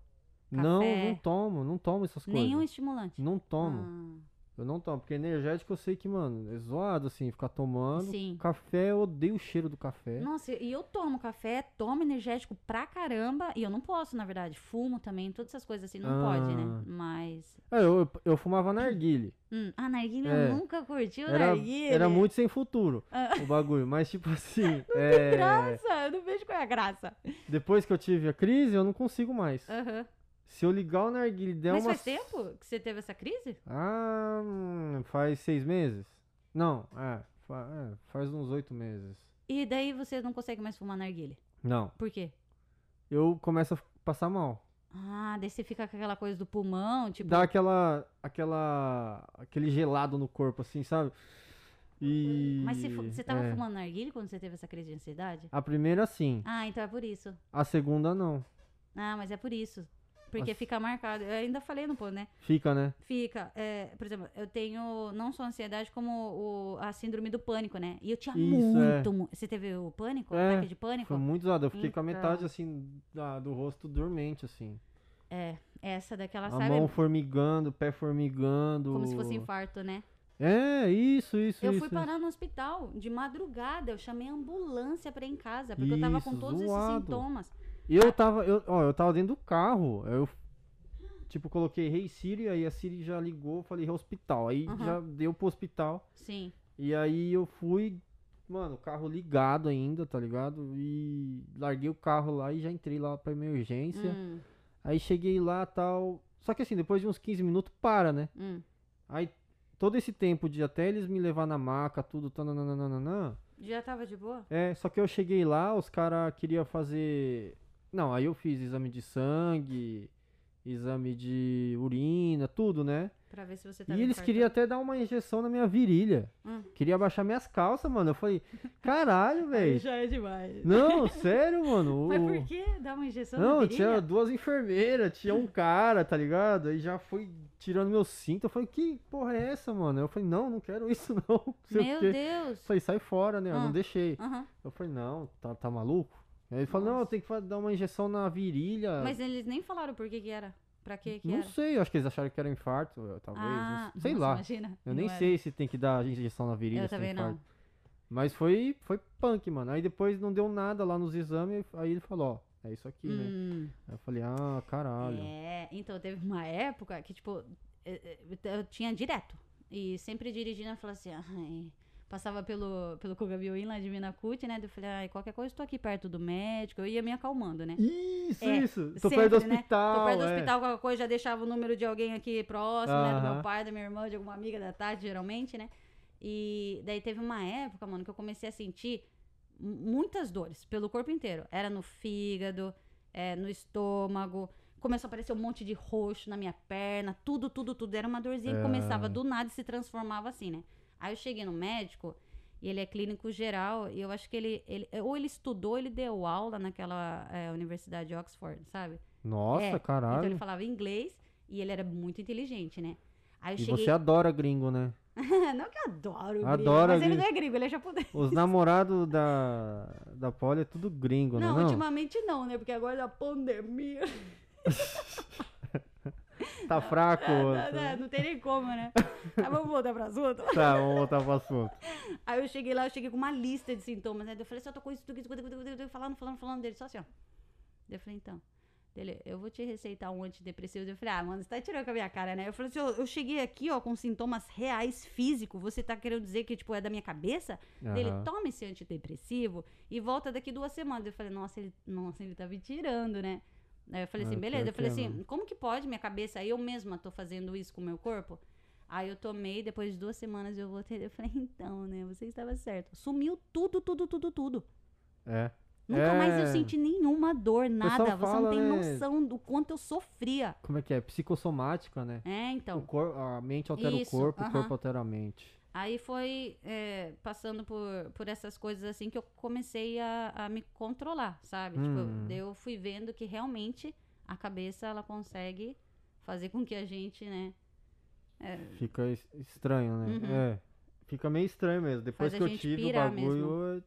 Não, Café. não tomo. Não tomo essas coisas. Nenhum estimulante? Não tomo. Ah, Eu não tomo. Porque energético eu sei que, mano, é zoado assim, ficar tomando. sim. Café, eu odeio o cheiro do café. Nossa, e eu tomo café, tomo energético pra caramba, e eu não posso, na verdade. Fumo também, todas essas coisas assim, não pode, Ah. né? Mas. É, eu, eu fumava narguile. Hum, a narguilha É. eu nunca curti o Era, narguilha. né? era muito sem futuro o bagulho. Mas, tipo assim. é, Ah. Graça, eu não vejo qual é a graça. Depois que eu tive a crise, eu não consigo mais. Aham. Se eu ligar o narguilé e der Ah. Mas uma. faz tempo que você teve essa crise? Ah, hum, faz seis meses? Não, é, fa- é, faz uns oito meses. E daí você não consegue mais fumar narguilha. Não, Por quê? eu começo a f- passar mal. Ah, daí você fica com aquela coisa do pulmão, tipo. Dá aquela, aquela, aquele gelado no corpo, assim, sabe? E. Mas você, fu- você tava é. fumando narguilha quando você teve essa crise de ansiedade? A primeira sim, Ah, então é por isso. a segunda não. Ah, mas é por isso. Porque Nossa. fica marcado. Eu ainda falei no pô, né? Fica, né? Fica, é, por exemplo, eu tenho não só ansiedade como o- a síndrome do pânico, né? E eu tinha Isso, muito, mu- Você teve o pânico? É, ataque de pânico? Foi muito zoado. Eu fiquei com a Então. metade, assim, da- do rosto dormente, assim. Essa daquela, a sabe? mão formigando, o pé formigando. Como se fosse infarto, né? É, isso, isso. eu isso, fui parar no hospital de madrugada, eu chamei a ambulância pra ir em casa, porque eu tava com Isso, todos esses zoado. sintomas. E eu tava, eu, ó, eu tava dentro do carro. Eu, tipo, coloquei Rei hey Siri, aí a Siri já ligou, eu falei, "Hey, hospital. Aí Aham. já deu pro hospital. Sim. E aí eu fui, mano, o carro ligado ainda, tá ligado? E larguei o carro lá e já entrei lá pra emergência. Hum, Aí cheguei lá tal. Só que assim, depois de uns 15 minutos, para, né? hum. Aí todo esse tempo de até eles me levar na maca, tudo, tananana. Já tava de boa? É, só que eu cheguei lá, os caras queriam fazer Não, aí eu fiz exame de sangue, exame de urina, tudo, né? Pra ver se você tá E eles queriam até dar uma injeção na minha virilha. Hum. Queria abaixar minhas calças, mano. Eu falei, caralho, Aí velho. já é demais. Não, sério, mano. Mas o- por que dar uma injeção Não, na tinha virilha? duas enfermeiras, tinha um cara, tá ligado? Aí já foi tirando meu cinto. Eu falei, que porra é essa, mano? Eu falei, não, não quero isso, não. Não sei o Meu quê. Deus. Eu falei, sai fora, né? Eu Ah. não deixei. Aham. Eu falei, não, tá, tá maluco? Aí ele falou, não, eu Nossa. tenho que fa- dar uma injeção na virilha. Mas eles nem falaram por que que era. Pra que que não era. sei, eu acho que eles acharam que era um infarto, eu- talvez. Ah, não sei nossa, lá. Imagina. Eu nem Não era. sei se tem que dar injeção na virilha. Eu se tem também infarto. não. Mas foi, foi punk, mano. Aí depois não deu nada lá nos exames, aí ele falou, ó, é isso aqui, né? Hum. Aí eu falei, ah, caralho. É, então teve uma época que, tipo, eh, eh, eu tinha direto. E sempre dirigindo, eu falava assim, ai. Passava pelo, pelo Cogabioim lá de Minacuti, né? Daí Eu falei, ai, qualquer coisa, eu tô aqui perto do médico. Eu ia me acalmando, né? Isso, É, isso. Tô sempre, perto do né? hospital. Tô perto do é. hospital, qualquer coisa, já deixava o número de alguém aqui próximo, né? Do Aham. meu pai, da minha irmã, de alguma amiga da tarde, geralmente, né? E daí teve uma época, mano, que eu comecei a sentir mu- muitas dores pelo corpo inteiro. Era no fígado, é, no estômago. Começou a aparecer um monte de roxo na minha perna, tudo, tudo, tudo. Era uma dorzinha É. que começava do nada e se transformava assim, né? Aí eu cheguei no médico e ele é clínico geral e eu acho que ele, ele ou ele estudou, ele deu aula naquela é, universidade de Oxford, sabe? Nossa, É, Então caralho. ele falava inglês e ele era muito inteligente, né? Aí eu e cheguei. você adora gringo, né? não que eu adoro o gringo, Adora mas ele gringo. não é gringo, ele é japonês. Os namorados da, da Polly é tudo gringo, né? Não, Não, ultimamente não, né? Porque agora da pandemia. tá fraco. né, é- né, não tem nem como, né? Mas vamos voltar pro assunto. Tá, vamos voltar pro assunto. Aí eu cheguei lá, eu cheguei com uma lista de sintomas, né? Daí Eu falei, só tô com isso, tô com isso, tô com isso, tô com isso, tô com isso, falando, falando, falando dele, só assim, ó. Daí Eu falei, então. Daí Ele, eu vou te receitar um antidepressivo. Daí Eu falei, ah, mano, você tá tirando com a minha cara, né? Eu falei assim, eu, eu cheguei aqui, ó, com sintomas reais, físico. Você tá querendo dizer que, tipo, é da minha cabeça? Daí Ele Aham. toma esse antidepressivo e volta daqui duas semanas. Eu falei, nossa, ele, nossa, ele tá me tirando, né? Aí eu falei assim, Ah, beleza. pior Eu falei que é, assim, mano. como que pode minha cabeça? Eu mesma tô fazendo isso com o meu corpo? Aí eu tomei, depois de duas semanas eu voltei. Eu falei, então, né? Você estava certo. Sumiu tudo, tudo, tudo, tudo. É. Nunca mais eu É. senti nenhuma dor, nada. Você fala, não tem né? noção do quanto eu sofria. Como é que é? Psicossomática, né? É, O então. cor- a mente altera Isso, o corpo, o aham. corpo altera a mente. Aí foi é, passando por, por essas coisas assim que eu comecei a, a me controlar, sabe? Hum. Tipo, daí eu fui vendo que realmente a cabeça ela consegue fazer com que a gente, né? Fica es- estranho, né? Uhum. É. Fica meio estranho mesmo. Depois Faz a que eu gente tive o pirar bagulho, é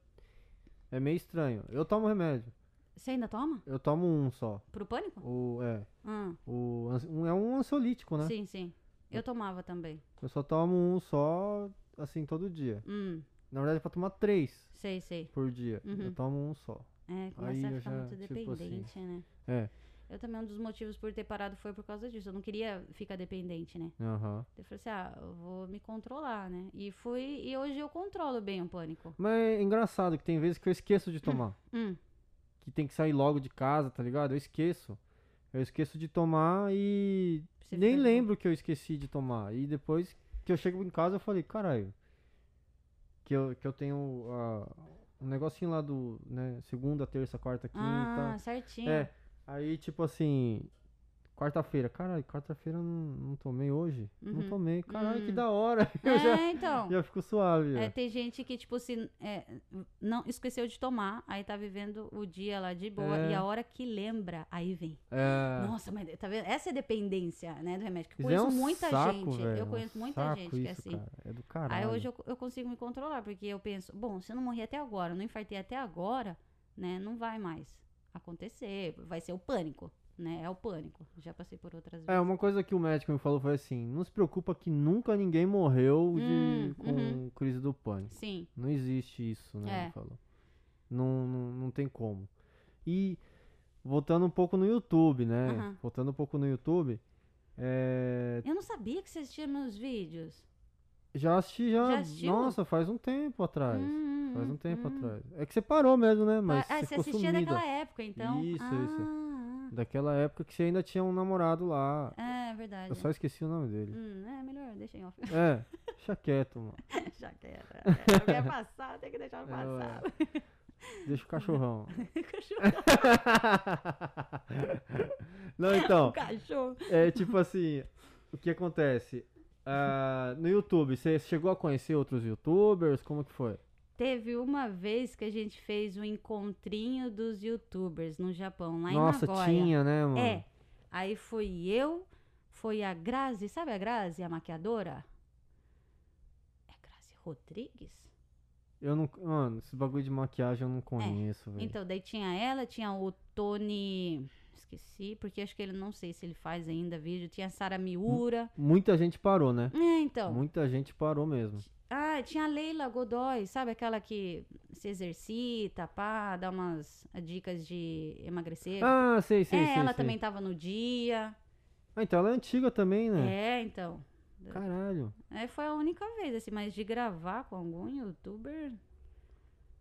é meio estranho. Eu tomo remédio. Você ainda toma? Eu tomo um só. Pro pânico? O, é, Ah, o, ans- um- é um ansiolítico, né? Sim, sim. Eu tomava também. Eu só tomo um só, assim, todo dia. Hum, Na verdade, é pra tomar três sei, sei. por dia. Eu Uhum. tomo um só. É, começa eu a ficar já, muito tipo assim, dependente, né? é. Eu também, um dos motivos por ter parado foi por causa disso. Eu não queria ficar dependente, né? Aham. Eu falei assim, ah, eu vou me controlar, né? E fui, e hoje eu controlo bem o pânico. Mas é engraçado que tem vezes que eu esqueço de tomar. Hum, que tem que sair logo de casa, tá ligado? Eu esqueço. Eu esqueço de tomar e você nem fica de lembro que eu esqueci de tomar. E depois que eu chego em casa, eu falei, caralho, que eu, que eu tenho ah, um negocinho lá do, né, segunda, terça, quarta, quinta. Ah, certinho. É, aí tipo assim, quarta-feira, caralho, quarta-feira eu não, não tomei hoje? Não Uhum. tomei, caralho, que Uhum. da hora. Eu É, já, então. já fico suave. É, É. tem gente que, tipo, se é, não esqueceu de tomar, aí tá vivendo o dia lá de boa, É. e a hora que lembra, aí vem. É, Nossa, mas tá vendo? Essa é dependência, né, do remédio. Que eu Mas é conheço um muita saco, gente. velho, é eu um conheço muita saco gente que é isso, assim. cara, É do caralho. Aí hoje eu, eu consigo me controlar, porque eu penso, bom, se eu não morri até agora, eu não infartei até agora, né, não vai mais acontecer, vai ser o pânico, né, é o pânico. Já passei por outras vezes. É, uma coisa que o médico me falou foi assim: não se preocupa que nunca ninguém morreu de, Hum, com uhum. crise do pânico. Sim, Não existe isso, né? É. Ele falou. Não, não, não tem como. E voltando um pouco no YouTube, né? Aham. Voltando um pouco no YouTube, é, eu não sabia que você assistia meus vídeos. já assisti já. Já assistiu? nossa, faz um tempo atrás. Hum, Faz um hum, tempo hum. atrás. É que você parou mesmo, né? Mas ah, você você ficou assistia sumida. naquela época, então? Isso, ah, Daquela época que você ainda tinha um namorado lá. ah, É verdade. Eu só esqueci o nome dele. Hum, é melhor, deixa em off. É, deixa quieto, mano. Já que era. Já que é passado, tem que deixar no É, ué. passado. Deixa o cachorrão. Cachorro. Não, então. Cachorro. É tipo assim, o que acontece? Ah, no YouTube, você chegou a conhecer outros youtubers? Como que foi? Teve uma vez que a gente fez um encontrinho dos youtubers no Japão, lá Nossa, em Nagoya. tinha, né, mano? É. Aí fui eu, foi a Grazi, sabe a Grazi, a maquiadora? É Grazi Rodrigues? Eu não. Mano, esse bagulho de maquiagem eu não conheço, velho. É, Então, daí tinha ela, tinha o Tony. Esqueci, porque acho que ele não sei se ele faz ainda vídeo. Tinha a Sara Miura. Muita gente parou, né? É, então. Muita gente parou mesmo. Ah, tinha a Leila Godoy, sabe? Aquela que se exercita, pá, dá umas dicas de emagrecer. Ah, sei, sei, é, sei. ela sei. também tava no dia. Ah, então ela é antiga também, né? É, então. Caralho. É, foi a única vez, assim, mas de gravar com algum youtuber.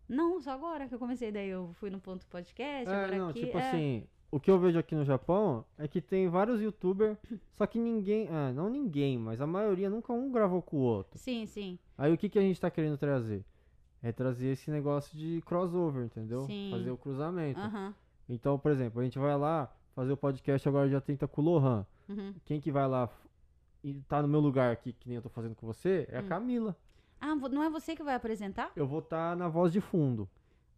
Não, só agora que eu comecei, daí eu fui no ponto podcast, É, agora não, aqui. tipo é. assim, o que eu vejo aqui no Japão é que tem vários youtubers, só que ninguém, ah, não ninguém, mas a maioria nunca um gravou com o outro. Sim, sim. Aí o que, que a gente tá querendo trazer? É trazer esse negócio de crossover, entendeu? Sim. Fazer o cruzamento. Aham. Então, por exemplo, a gente vai lá fazer o podcast agora já tenta com o Lohan. uhum. Quem que vai lá f- e tá no meu lugar aqui, que nem eu tô fazendo com você, Hum. é a Camila. Ah, vo- não é você que vai apresentar? Eu vou estar na voz de fundo.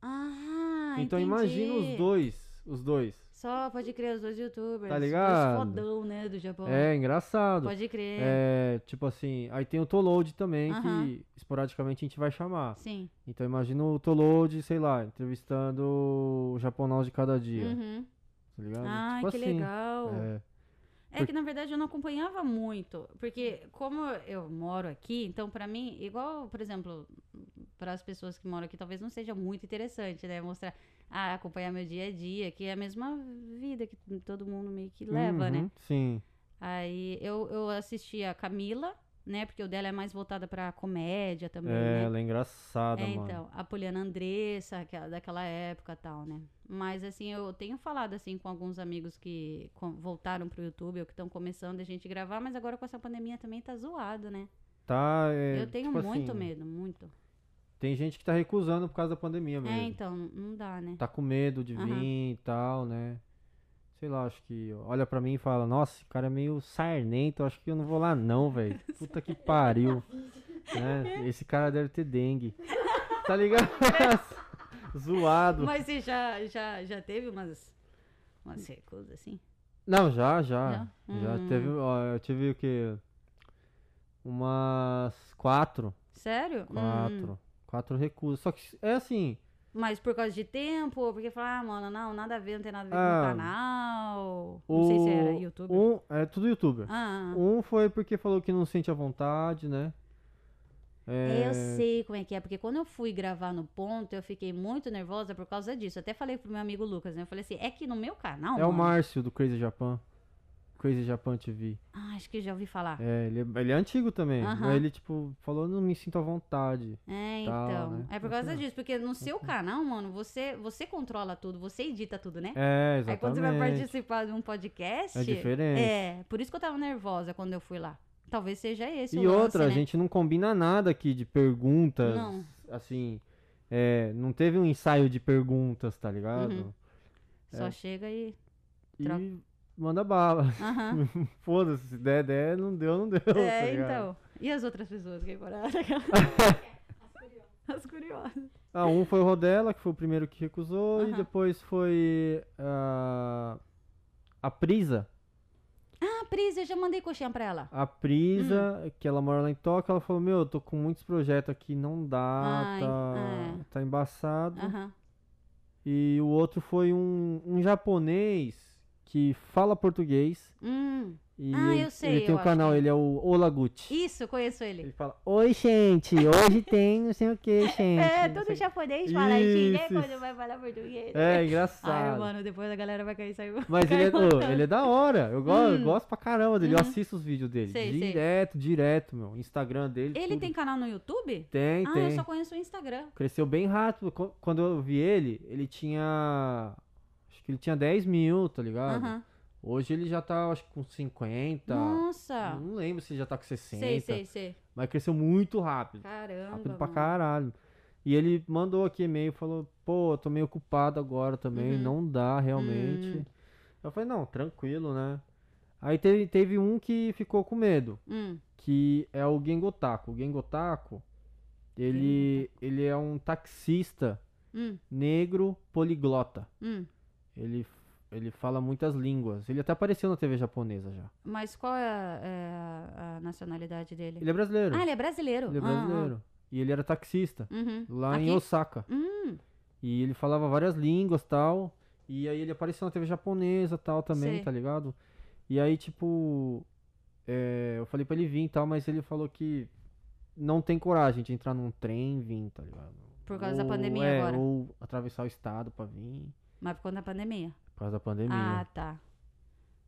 Ah, então imagina os entendi. dois, os dois. Só pode crer os dois youtubers. Tá ligado? Os fodão, né, do Japão. É engraçado. Pode crer. É, tipo assim, aí tem o Toload também, Aham. que esporadicamente a gente vai chamar. Sim. Então imagina o Toload, sei lá, entrevistando o japonal de cada dia, Uhum. tá ligado? Ah, é. tipo que assim. legal. É, É que na verdade eu não acompanhava muito, porque como eu moro aqui, então pra mim, igual, por exemplo, para as pessoas que moram aqui, talvez não seja muito interessante, né, mostrar, ah, acompanhar meu dia a dia, que é a mesma vida que todo mundo meio que leva, né? Uhum, Sim. Aí eu, eu assisti a Camila, né, porque o dela é mais voltada pra comédia também, É, né? ela é engraçada, É, mano. então, a Poliana Andressa, aquela- daquela época e tal, né? Mas, assim, eu tenho falado, assim, com alguns amigos que com- voltaram pro YouTube ou que estão começando a gente gravar, mas agora com essa pandemia também tá zoado, né? Tá, é, eu tenho tipo muito assim, medo, muito. Tem gente que tá recusando por causa da pandemia mesmo. É, então, não dá, né? Tá com medo de Aham. vir e tal, né? Sei lá, acho que olha pra mim e fala, nossa, o cara é meio sarnento, acho que eu não vou lá não, velho. Puta que pariu. né? Esse cara deve ter dengue. Tá ligado? Zoado. Mas você já, já, já teve umas, umas recusas, assim? Não, já, já. Já? Ah, Já Hum. teve, ó, eu tive o quê? Umas quatro. Sério? Hum. Quatro. Quatro recusas. Só que é assim, Mas por causa de tempo, ou porque falar, ah, mano, não, nada a ver, não tem nada a ver Ah, com o canal. o, Não sei se era YouTube. Um, é tudo youtuber. Ah, ah, ah. Um foi porque falou que não sente a vontade, né? É, Eu sei como é que é, porque quando eu fui gravar no ponto, eu fiquei muito nervosa por causa disso. Eu Até falei pro meu amigo Lucas, né? Eu falei assim, é que no meu canal, é o mano- Márcio do Crazy Japan. Crazy Japan TV. Ah, acho que já ouvi falar. É, É, ele é, ele é antigo também. Aham. Mas ele, tipo, falou, não me sinto à vontade. tal, então. né? É por Mas causa não. disso, porque no seu canal, mano, você, você controla tudo, você edita tudo, né? É, exatamente. Aí quando você vai participar de um podcast... É diferente. É, por isso que eu tava nervosa quando eu fui lá. Talvez seja esse o E lance, outra, a né? gente não combina nada aqui de perguntas. Não. Assim, é, não teve um ensaio de perguntas, tá ligado? Uhum. é. Só chega e... Tro- E manda bala. Aham. Foda-se, se der, der, não deu, não deu. tá É, ligado? então. E as outras pessoas que moraram? As curiosas. Ah, um foi o Rodella, que foi o primeiro que recusou, e Aham. depois foi ah, a Prisa. Ah, Pris, eu já mandei coxinha pra ela. A Prisa, Hum. que ela mora lá em Tóquio, ela falou, meu, eu tô com muitos projetos aqui, não dá, Ai, tá, é. tá embaçado. Aham. E o outro foi um, um japonês que fala português. Hum. E Ah, ele, eu sei, Ele tem eu um acho canal, que- ele é o Olaguchi. Isso, conheço ele. Ele fala, oi, gente, hoje tem não sei o que, gente. É, não todo sei o japonês fala assim, né? Isso, Quando isso. vai falar português. que." É, Ai, engraçado. mano, depois a galera vai cair e sair. Mas ele é, cai ô, matando. ele é da hora. Eu, go- eu gosto pra caramba dele. Eu Hum. Uhum. assisto os vídeos dele. Sei, sei. direto, direto, meu. Instagram dele. Ele tudo. tem canal no YouTube? Tem, ah, tem. eu só conheço o Instagram. Cresceu bem rápido. Qu- Quando eu vi ele, ele tinha. Acho que ele tinha 10 mil, tá ligado? Aham. Hoje ele já tá, acho que com 50. Nossa. Não lembro se ele já Hum, tá com 60. Sei, sei, sei. Mas cresceu muito rápido. Caramba. rápido pra mano. caralho. E ele mandou aqui e-mail, falou, pô, tô meio ocupado agora também, Uhum. Hum. não dá realmente. Eu falei, não, tranquilo, né? Aí teve, teve um que ficou com medo, Hum, que é o Gengotaku. O Gengotaku, ele, ele é um taxista hum, negro poliglota. hum. Ele, ele fala muitas línguas. Ele até apareceu na TV japonesa já. Mas qual é, a- é a, a nacionalidade dele? Ele é brasileiro. Ah, ele é brasileiro. Ele é Ah, ah. brasileiro. E ele era taxista, Uhum. lá em Aqui? Osaka. Hum, E ele falava várias línguas tal. E aí ele apareceu na TV japonesa tal também, Sei. tá ligado? E aí, tipo. é, eu falei pra ele vir e tal, mas ele falou que não tem coragem de entrar num trem e vir, tá ligado? por causa Ou, da pandemia é, agora. Ou atravessar o estado pra vir. Mas por conta da pandemia. Por causa da pandemia. Ah, tá.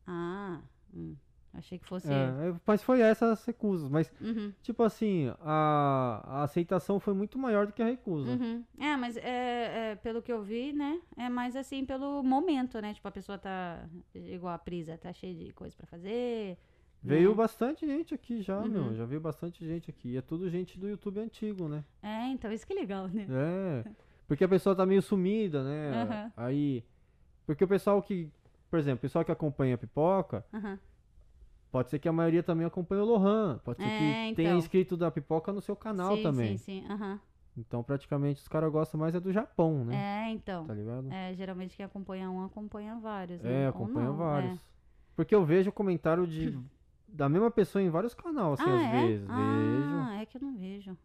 Ah, hum. achei que fosse. É, é, mas foi essas as recusas. Mas, Uhum, tipo assim, a, a aceitação foi muito maior do que a recusa. uhum. É, mas é, é, pelo que eu vi, né? É mais assim pelo momento, né? Tipo, a pessoa tá igual a Prisa, tá cheia de coisa pra fazer. Veio né? bastante gente aqui já, meu. Uhum. Já veio bastante gente aqui. E é tudo gente do YouTube antigo, né? É, então isso que é legal, né? É. Porque a pessoa tá meio sumida, né? Aham. Aí. Porque o pessoal que. Por exemplo, o pessoal que acompanha a pipoca, Aham. pode ser que a maioria também acompanhe o Lohan. Pode ser que É, tenha então. inscrito da pipoca no seu canal sim, também. Sim, sim, aham. Então, praticamente, os caras gostam mais é do Japão, né? É, então. Tá ligado? É, geralmente quem acompanha um acompanha vários, É, né? Ou acompanha não, vários. é. Porque eu vejo comentário de da mesma pessoa em vários canais, assim, ah, às é? vezes. Ah, é que eu não vejo. Vejo.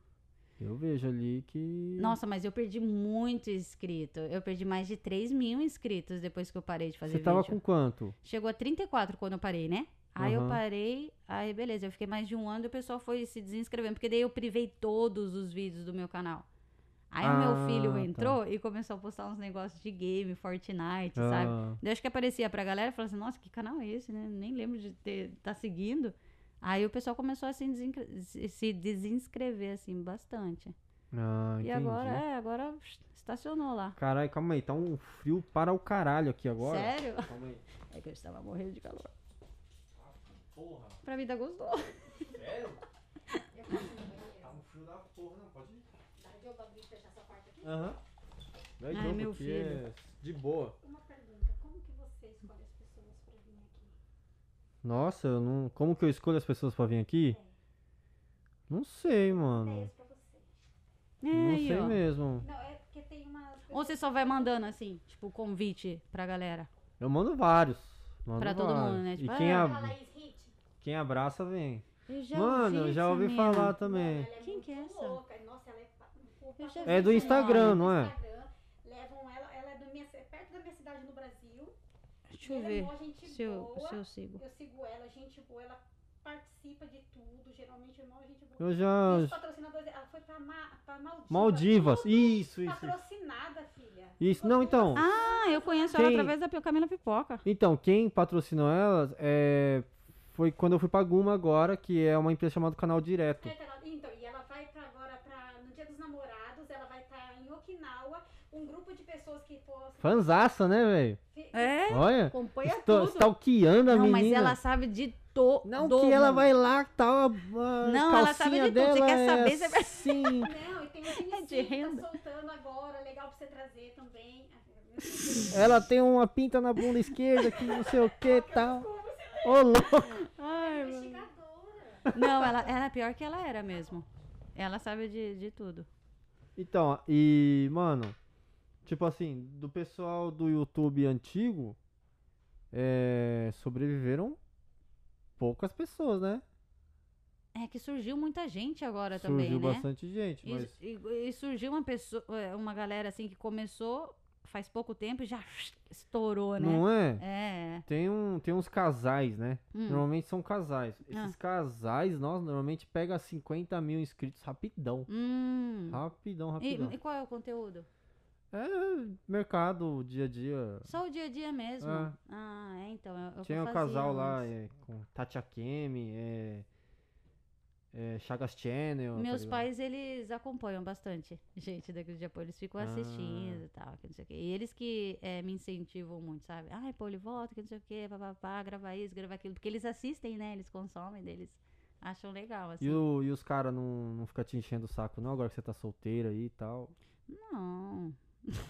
Eu vejo ali que. Nossa, mas eu perdi muito inscrito. Eu perdi mais de 3 mil inscritos depois que eu parei de fazer Você tava vídeo. com quanto? Chegou a 34 quando eu parei, né? Aí Aham. eu parei, aí beleza, eu fiquei mais de um ano e o pessoal foi se desinscrevendo, porque daí eu privei todos os vídeos do meu canal. Aí o Ah, meu filho tá. entrou e começou a postar uns negócios de game, Fortnite, sabe? Ah, Daí acho que aparecia pra galera e falava assim, nossa, que canal é esse, né? Nem lembro de ter, tá seguindo. Aí o pessoal começou a se, desincre- se- se desinscrever, assim, bastante. ah, entendi. E agora, é, agora estacionou lá. Caralho, calma aí, tá um frio para o caralho aqui agora. Sério? Calma aí. É que eu estava morrendo de calor. Porra, Pra mim tá gostoso. sério? tá um frio da porra, não, pode ir. Aham. Não é Ai, jogo, meu aqui filho. é de boa. Uma pergunta, como que você escolhe as pessoas para vir aqui? Nossa, eu não. Como que eu escolho as pessoas pra vir aqui? Não sei, mano. Ideias pra você. É, não aí, sei ó. mesmo. Não, é porque tem umas pessoas... Ou você só vai mandando, assim, tipo, convite pra galera. Eu mando vários. Mando Pra todo vários. mundo, né? e Tipo, quem, Sabe é a- aquela Laís Hit? quem abraça vem. Eu já mano, ouvi eu já essa ouvi mina. falar também. Ela é Quem muito que é essa? louca. Nossa, ela é... pa- o Eu já papo vi É do dela, Instagram, do não é? Instagram, Levam ela, ela é, do minha, é perto da minha cidade no Brasil. Deixa eu Ela é ver mó gente se eu, boa. se eu sigo. Eu sigo ela, gente boa, ela participa de tudo, geralmente é mó gente boa. Eu E já. os patrocinadores, ela foi pra, Ma, pra Maldivas. Maldivas. Isso, tudo isso. isso. Patrocinada, filha. Isso. Não, então. Ah, eu conheço ela Quem- através da Camila Pipoca. Então, quem patrocinou elas é, foi quando eu fui pra Guma agora, que é uma empresa chamada Canal Direto. É, ela- Então, e ela vai pra agora, pra, no Dia dos Namorados, ela vai estar em Okinawa, um grupo de pessoas que fosse. Fanzaça, né, velho? É? Olha, Acompanha estou, stalkeando a Não, menina. mas ela sabe de todo. Não que ela vai lá, tal, a, a Não, ela sabe calcinha de tudo, você dela quer é saber, você vai- assim. Não, e tem um É de tênis que renda. tá soltando agora, legal pra você trazer também. Ela tem uma pinta na bunda esquerda que não sei o que Então, Ah, é tal. Ô, louco. Ai, mano. Investigadora. Não, ela era pior que ela era mesmo. Ela sabe de, de tudo. Então, e, mano, tipo assim, do pessoal do YouTube antigo, é, sobreviveram poucas pessoas, né? É que surgiu muita gente agora Surgiu também, né? bastante gente, E, mas e- e surgiu uma pessoa, é, uma galera assim que começou faz pouco tempo e já estourou, né? não é? É. é. Tem, um, tem uns casais, né? Hum. Normalmente são casais. Ah. Esses casais, nós normalmente pega 50 mil inscritos rapidão. Hum. Rapidão, E, rapidão. e qual é o conteúdo? É mercado, dia a dia. Só o dia a dia mesmo. É. Ah, é, então. É, é o que Tinha eu um fazia casal lá antes. é, com Tati Akemi, é, é Chagas Channel. tá Meus ligado? pais, eles acompanham bastante gente daqui do Japão. Eles ficam Ah. assistindo e tal, que não sei o quê. E eles que eh, me incentivam muito, sabe? Ai, Pauli, volta, que não sei o quê, papapá, gravar isso, gravar aquilo. Porque eles assistem, né? Eles consomem deles. Acham legal, assim. E, o- e os caras não, não ficam te enchendo o saco, não, agora que você tá solteira aí e tal. Não.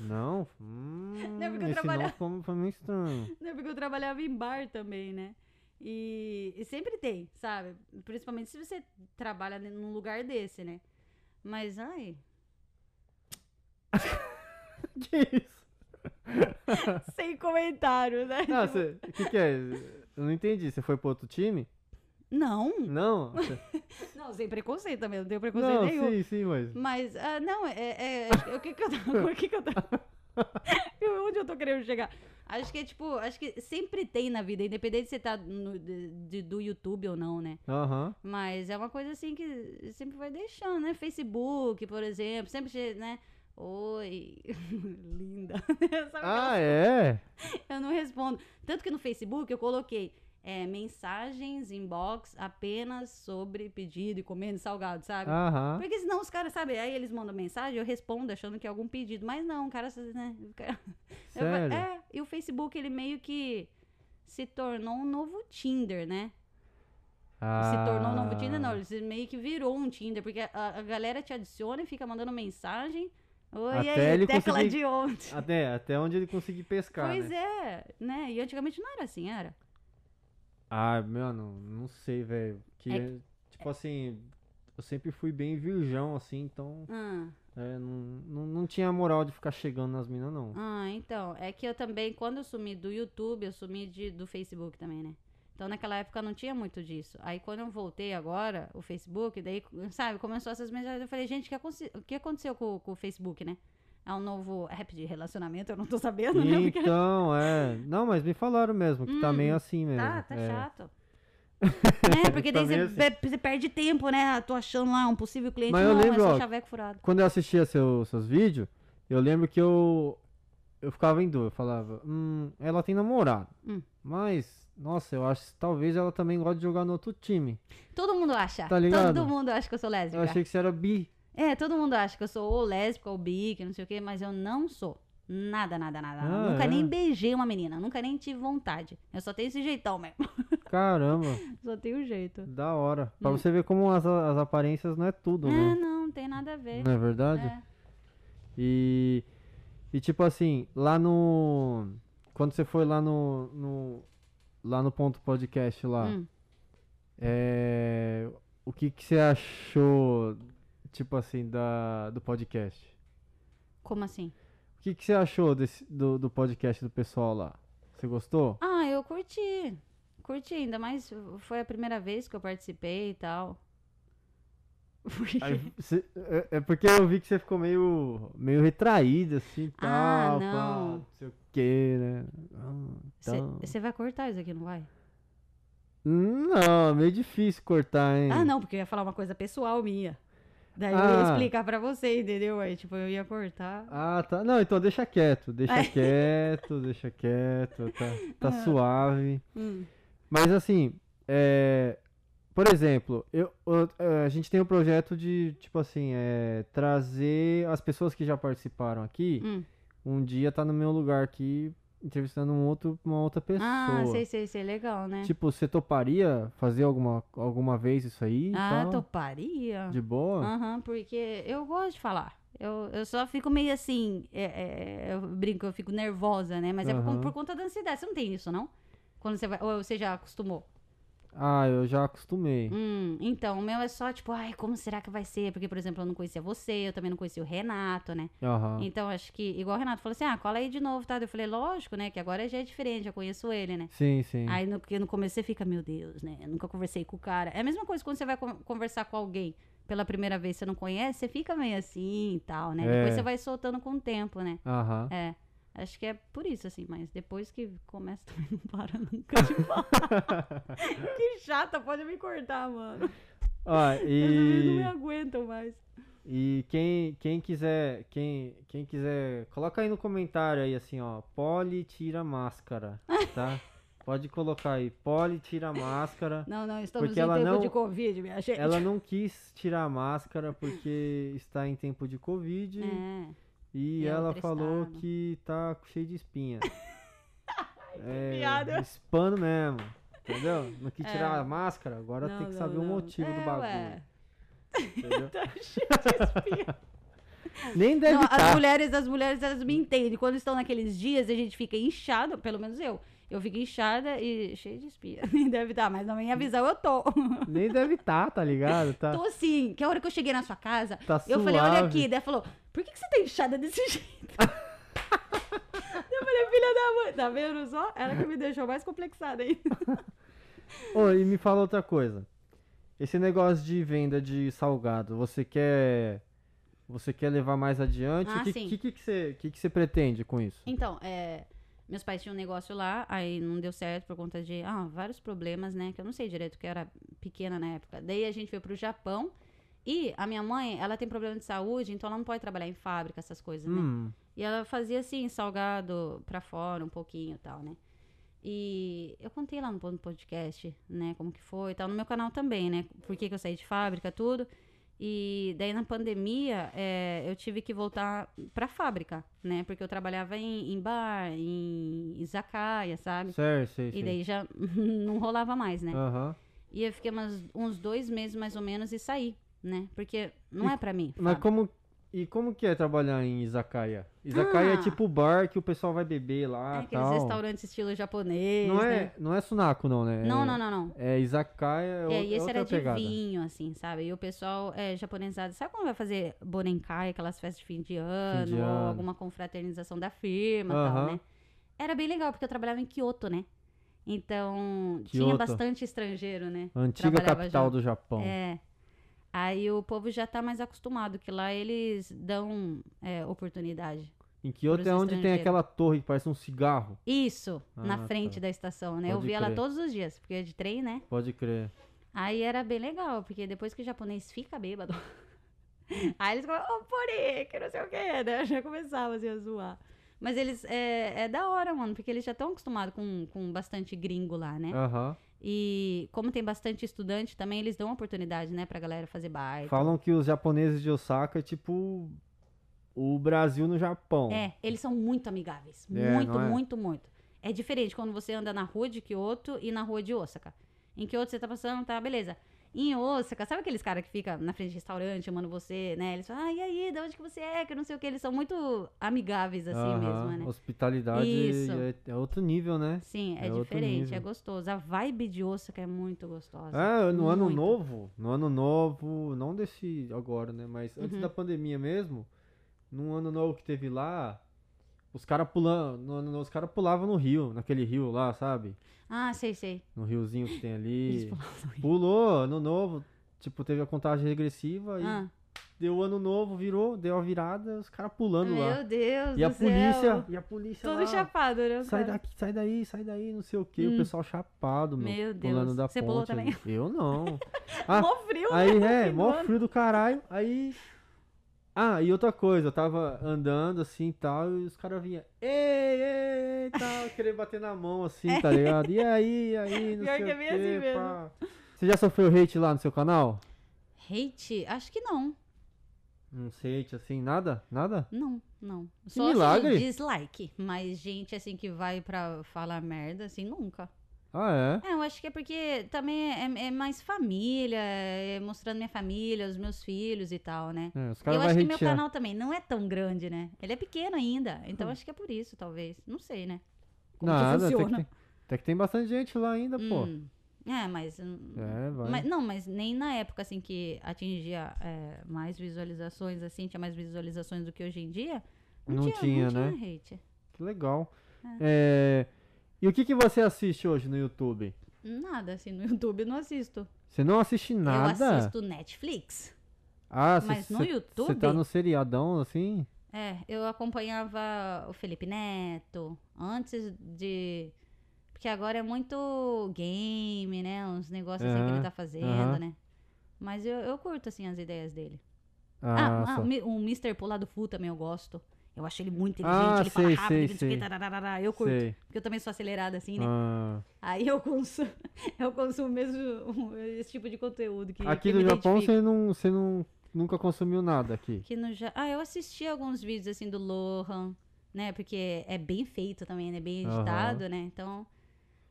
Não? Hum, Não, porque eu esse trabalho- não ficou- foi meio estranho. Não, porque eu trabalhava em bar também, né? E, e sempre tem, sabe? Principalmente se você trabalha ne- num lugar desse, né? Mas, ai, é que isso? Sem comentário, né? Não, você. O que, que é? Eu não entendi. Você foi pro outro time? não! Não? Você- Não, sem preconceito também, não tenho preconceito Não, nenhum. sim, sim, mas. Mas, ah, não, é, é- é- o que que eu tava, por que que eu tava, Eu- onde eu tô querendo chegar? Acho que é tipo, acho que sempre tem na vida, independente se você tá no- de- de- do YouTube ou não, né? Aham. Mas é uma coisa assim que sempre vai deixando, né? Facebook, por exemplo, sempre, che- né? Oi, linda. Sabe aquela- Ah, é? Eu não respondo. Tanto que no Facebook eu coloquei é, mensagens, inbox, apenas sobre pedido e comendo salgado, sabe? Aham. Porque senão os caras, sabe, aí eles mandam mensagem, eu respondo achando que é algum pedido. Mas não, o cara, né? o cara- eu fa- Sério? é, e o Facebook, ele meio que se tornou um novo Tinder, né? Ah. Se tornou um novo Tinder, não. Ele se- meio que virou um Tinder, porque a, a galera te adiciona e fica mandando mensagem. Oi, e Até aí, ele tecla conseguir- Ah, de ontem. Até, até onde ele conseguir pescar, pois né? é, né? E antigamente não era assim, era. Ah, mano, não sei, velho. Que, É tipo assim, eu sempre fui bem virgão, assim, então Ah, é, não, não, não tinha moral de ficar chegando nas minas, não. ah, então. É que eu também, quando eu sumi do YouTube, eu sumi de, do Facebook também, né? Então naquela época não tinha muito disso. Aí quando eu voltei agora, o Facebook, daí, sabe, começou essas mensagens. Eu falei, gente, o que, aconte- o que aconteceu com, com o Facebook, né? É um novo app de relacionamento, eu não tô sabendo, né? Porque- Então, é. Não, mas me falaram mesmo, que tá Hum, meio assim mesmo. Tá, tá é. chato. É, porque daí Também você, assim. pe- você perde tempo, né? Tô achando lá um possível cliente, Mas eu não, lembro, é só ó, chaveco furado. Quando eu assistia seu- seus vídeos, eu lembro que eu. Eu ficava em dúvida, eu falava, hum, ela tem namorado. Hum. Mas, nossa, eu acho que talvez ela também goste de jogar no outro time. Todo mundo acha. Tá ligado? Todo mundo acha que eu sou lésbica. Eu achei que você era bi. É, todo mundo acha que eu sou ou lésbica ou bi, que não sei o quê, mas eu não sou. Nada, nada, nada. Ah, nunca é? nem beijei uma menina, nunca nem tive vontade. Eu só tenho esse jeitão mesmo. Caramba. Só tenho jeito. Da hora. Pra você ver como as, as aparências não é tudo, É, né? não, não tem nada a ver. Não é verdade? É. E. E tipo assim, lá no. Quando você foi lá no. no- lá no ponto podcast lá. Hum. é, o que, que você achou, tipo assim, da, do podcast? Como assim? O que, que você achou desse, do, do podcast do pessoal lá? Você gostou? Ah, eu curti. Curti, ainda mais foi a primeira vez que eu participei e tal. Porque- Aí você- é- é, porque eu vi que você ficou meio, meio retraída, assim, tal, pá, Ah, não. não sei o que, né? Ah, então- Você vai cortar isso aqui, não vai? Não, é meio difícil cortar, hein? Ah, não, porque eu ia falar uma coisa pessoal minha. Daí eu ia Ah. explicar pra você, entendeu? Aí, tipo, eu ia cortar. Ah, tá. Não, então deixa quieto, deixa quieto, deixa quieto, tá, tá Ah. suave. Hum. Mas assim, é, por exemplo, eu, eu- é, a gente tem um projeto de, tipo assim, é, trazer as pessoas que já participaram aqui, Hum. um dia tá no meu lugar aqui, entrevistando um outro, uma outra pessoa. Ah, sei, sei, sei. Legal, né? Tipo, você toparia fazer alguma, alguma vez isso aí? e ah, tal? toparia. então, De boa? Aham, porque eu gosto de falar. Eu, eu só fico meio assim, é, é, é, eu brinco, eu fico nervosa, né? Mas é por, Aham. por conta da ansiedade. Você não tem isso, não? Quando você vai. Ou você já acostumou? Ah, eu já acostumei. Hum, então, o meu é só tipo, ai, como será que vai ser? Porque, por exemplo, eu não conhecia você, eu também não conhecia o Renato, né? Aham. Então, acho que, igual o Renato falou assim, ah, cola aí de novo, tá? Eu falei, lógico, né? Que agora já é diferente, já conheço ele, né? Sim, sim. Aí no, porque no começo você fica, meu Deus, né? Eu nunca conversei com o cara. É a mesma coisa quando você vai con- conversar com alguém pela primeira vez, você não conhece, você fica meio assim e tal, né? É. Depois você vai soltando com o tempo, né? Aham. É. Acho que é por isso, assim, mas depois que começa também não para nunca de falar. Que chata, pode me cortar, mano. Ó, As meninas não me Ah, e, aguentam mais. e quem, quem quiser, quem, quem quiser, coloca aí no comentário aí assim, ó, Poli tira a máscara, tá? Pode colocar aí, Poli tira a máscara. Não, não, estamos Porque em ela tempo não- de Covid, minha gente. Ela não quis tirar a máscara porque está em tempo de Covid É. e é ela outro falou estado. que tá cheio de espinha. é, piada. Espano mesmo. Entendeu? Não quis tirar a máscara, agora tem É. Não, que não, saber o não. motivo É, do bagulho. ué. Entendeu? Tá cheio de espinha. Nem deve Não, as estar. mulheres, as mulheres, elas me entendem. Quando estão naqueles dias, a gente fica inchada, pelo menos eu. Eu fico inchada e cheia de espinha. Nem deve estar, mas na minha visão eu tô. Nem deve estar, tá ligado? Tá, Tô sim. Que a hora que eu cheguei na sua casa, tá eu suave. falei, olha aqui. Daí ela falou, por que, que você tá inchada desse jeito? Eu falei, filha da mãe. Tá vendo só? Ela que me deixou mais complexada aí. Ô, e me fala outra coisa. Esse negócio de venda de salgado, você quer. Você quer levar mais adiante? O Ah, que, sim. que, que, que você, que, que você pretende com isso? Então, é, meus pais tinham um negócio lá, aí não deu certo por conta de ah, vários problemas, né? Que eu não sei direito, que eu era pequena na época. Daí a gente veio pro Japão. E a minha mãe, ela tem problema de saúde, então ela não pode trabalhar em fábrica, essas coisas, né? Hum, E ela fazia assim, salgado pra fora um pouquinho e tal, né? E eu contei lá no pod- podcast, né, como que foi e tal, no meu canal também, né? Por que, que eu saí de fábrica, tudo. E daí na pandemia é, eu tive que voltar pra fábrica, né? Porque eu trabalhava em, em bar, em izakaya, sabe? certo, sei, E sei. daí já não rolava mais, né? Aham. E eu fiquei umas- uns dois meses mais ou menos e saí, né? Porque não é pra mim. Mas fábrica. como. E como que é trabalhar em izakaya? Izakaya é Ah. tipo bar que o pessoal vai beber É lá e aqueles Ah, tal. restaurantes estilo japonês, Não né? é, não é sunaco, não, né? Não, É- não, não, não. É izakaya, é, É, o- e é esse outra era de pegada. vinho, assim, sabe? E o pessoal é, japonesado, sabe como vai fazer Bonenkai, aquelas festas de fim de ano, ou ano. alguma confraternização da firma tal, Aham. né? Era bem legal, porque eu trabalhava em Kyoto, né? Então, tinha Kyoto. bastante estrangeiro, né? Antiga Trabalhava capital já. do Japão. É. Aí o povo já tá mais acostumado, que lá eles dão é, oportunidade. Em Kyoto Pros é onde tem estrangeiros. aquela torre que parece um cigarro. Isso, Ah, tá. na frente da estação, né? eu Pode via ela crer. todos os dias, porque é de trem, né? Pode crer. Aí era bem legal, porque depois que o japonês fica bêbado, aí eles falam, ô pori, que não sei o quê, né? Eu já começava assim a zoar. Mas eles, é, é da hora, mano, porque eles já estão acostumados com, com bastante gringo lá, né? Aham. E como tem bastante estudante, também eles dão oportunidade, né, pra galera fazer baile. Falam que os japoneses de Osaka é tipo o Brasil no Japão. É, eles são muito amigáveis. É, muito, não é? muito, muito. É diferente quando você anda na rua de Kyoto e na rua de Osaka. Em Kyoto você tá passando, tá, beleza. Em Osaka, sabe aqueles caras que ficam na frente de restaurante chamando você, né? Eles falam, ah, e aí, de onde que você é? Que não sei o que. Eles são muito amigáveis assim Aham. mesmo, né? Hospitalidade Isso. é, é outro nível, né? Sim, é, É outro diferente, nível. é gostoso. A vibe de Osaka é muito gostosa. Ah, no ano muito. novo, no ano novo, não desse agora, né? Mas Uhum. antes da pandemia mesmo, num ano novo que teve lá, os caras pulando, no ano novo, os caras pulavam no rio, naquele rio lá, sabe? Ah, sei, sei. No riozinho que tem Eles ali. falavam isso. Pulou, ano novo, tipo, teve a contagem regressiva e Ah, deu ano novo, virou, deu a virada, os caras pulando lá. meu Deus E do a céu. polícia, e a polícia Todo lá, chapado, né? sai cara? daqui, sai daí, sai daí, não sei o que, o pessoal chapado, meu, Hum. Meu Deus. pulando da Você ponte. pulou também? Eu não. Ah, Mó frio, né? Aí, é, fim do mó ano. frio do caralho. Aí. Ah, e outra coisa, eu tava andando assim e tal, e os caras vinham, ei, ei, ei, tal, querer bater na mão assim, É. tá ligado? E aí, e aí, não Pior sei que é o bem quê, assim mesmo. pá. Você já sofreu hate lá no seu canal? Hate? Acho que não. Não sei, hate assim, nada? Nada? Não, não. Só milagre. assim, dislike. Mas gente assim que vai pra falar merda, assim, nunca. Ah, É, eu acho que é porque também é, é mais família, é mostrando minha família, os meus filhos e tal, né? é? é os Eu caras acho vão que meu hatear. canal também não é tão grande, né? Ele é pequeno ainda. Então acho que é por isso, talvez. Não sei, né? Como que Hum. Nada, até que, funciona? tem, até que tem bastante gente lá ainda, pô. Hum. É, mas. hum, É, vai. Mas- não, mas nem na época assim que atingia é, mais visualizações, assim, tinha mais visualizações do que hoje em dia. Não tinha, não né? tinha hate. Que legal. É, E o que, que você assiste hoje no YouTube? Nada, assim, no YouTube não assisto. Você não assiste nada? Eu assisto Netflix. Ah, Mas no Você YouTube? tá no seriadão, assim? É, eu acompanhava o Felipe Neto antes de. Porque agora é muito game, né? Uns negócios assim que Aham, ele tá fazendo, aham. né? Mas eu, eu curto, assim, as ideias dele. Ah, Ah, ah, só- o Mi- o Mr. Polado Fu também eu gosto. Eu acho ele muito inteligente, Ah, ele fala sei, rápido, sei, não sei o sei. que, tararara, eu curto. sei. Porque eu também sou acelerada, assim, né? Ah. Aí eu consumo, eu consumo mesmo esse tipo de conteúdo que Aqui que me do Japão identifica. você não, você não, nunca consumiu nada aqui. Que no Ja- Ah, eu assisti alguns vídeos assim do Lohan, né? Porque é bem feito também, né? Bem editado, né? Então.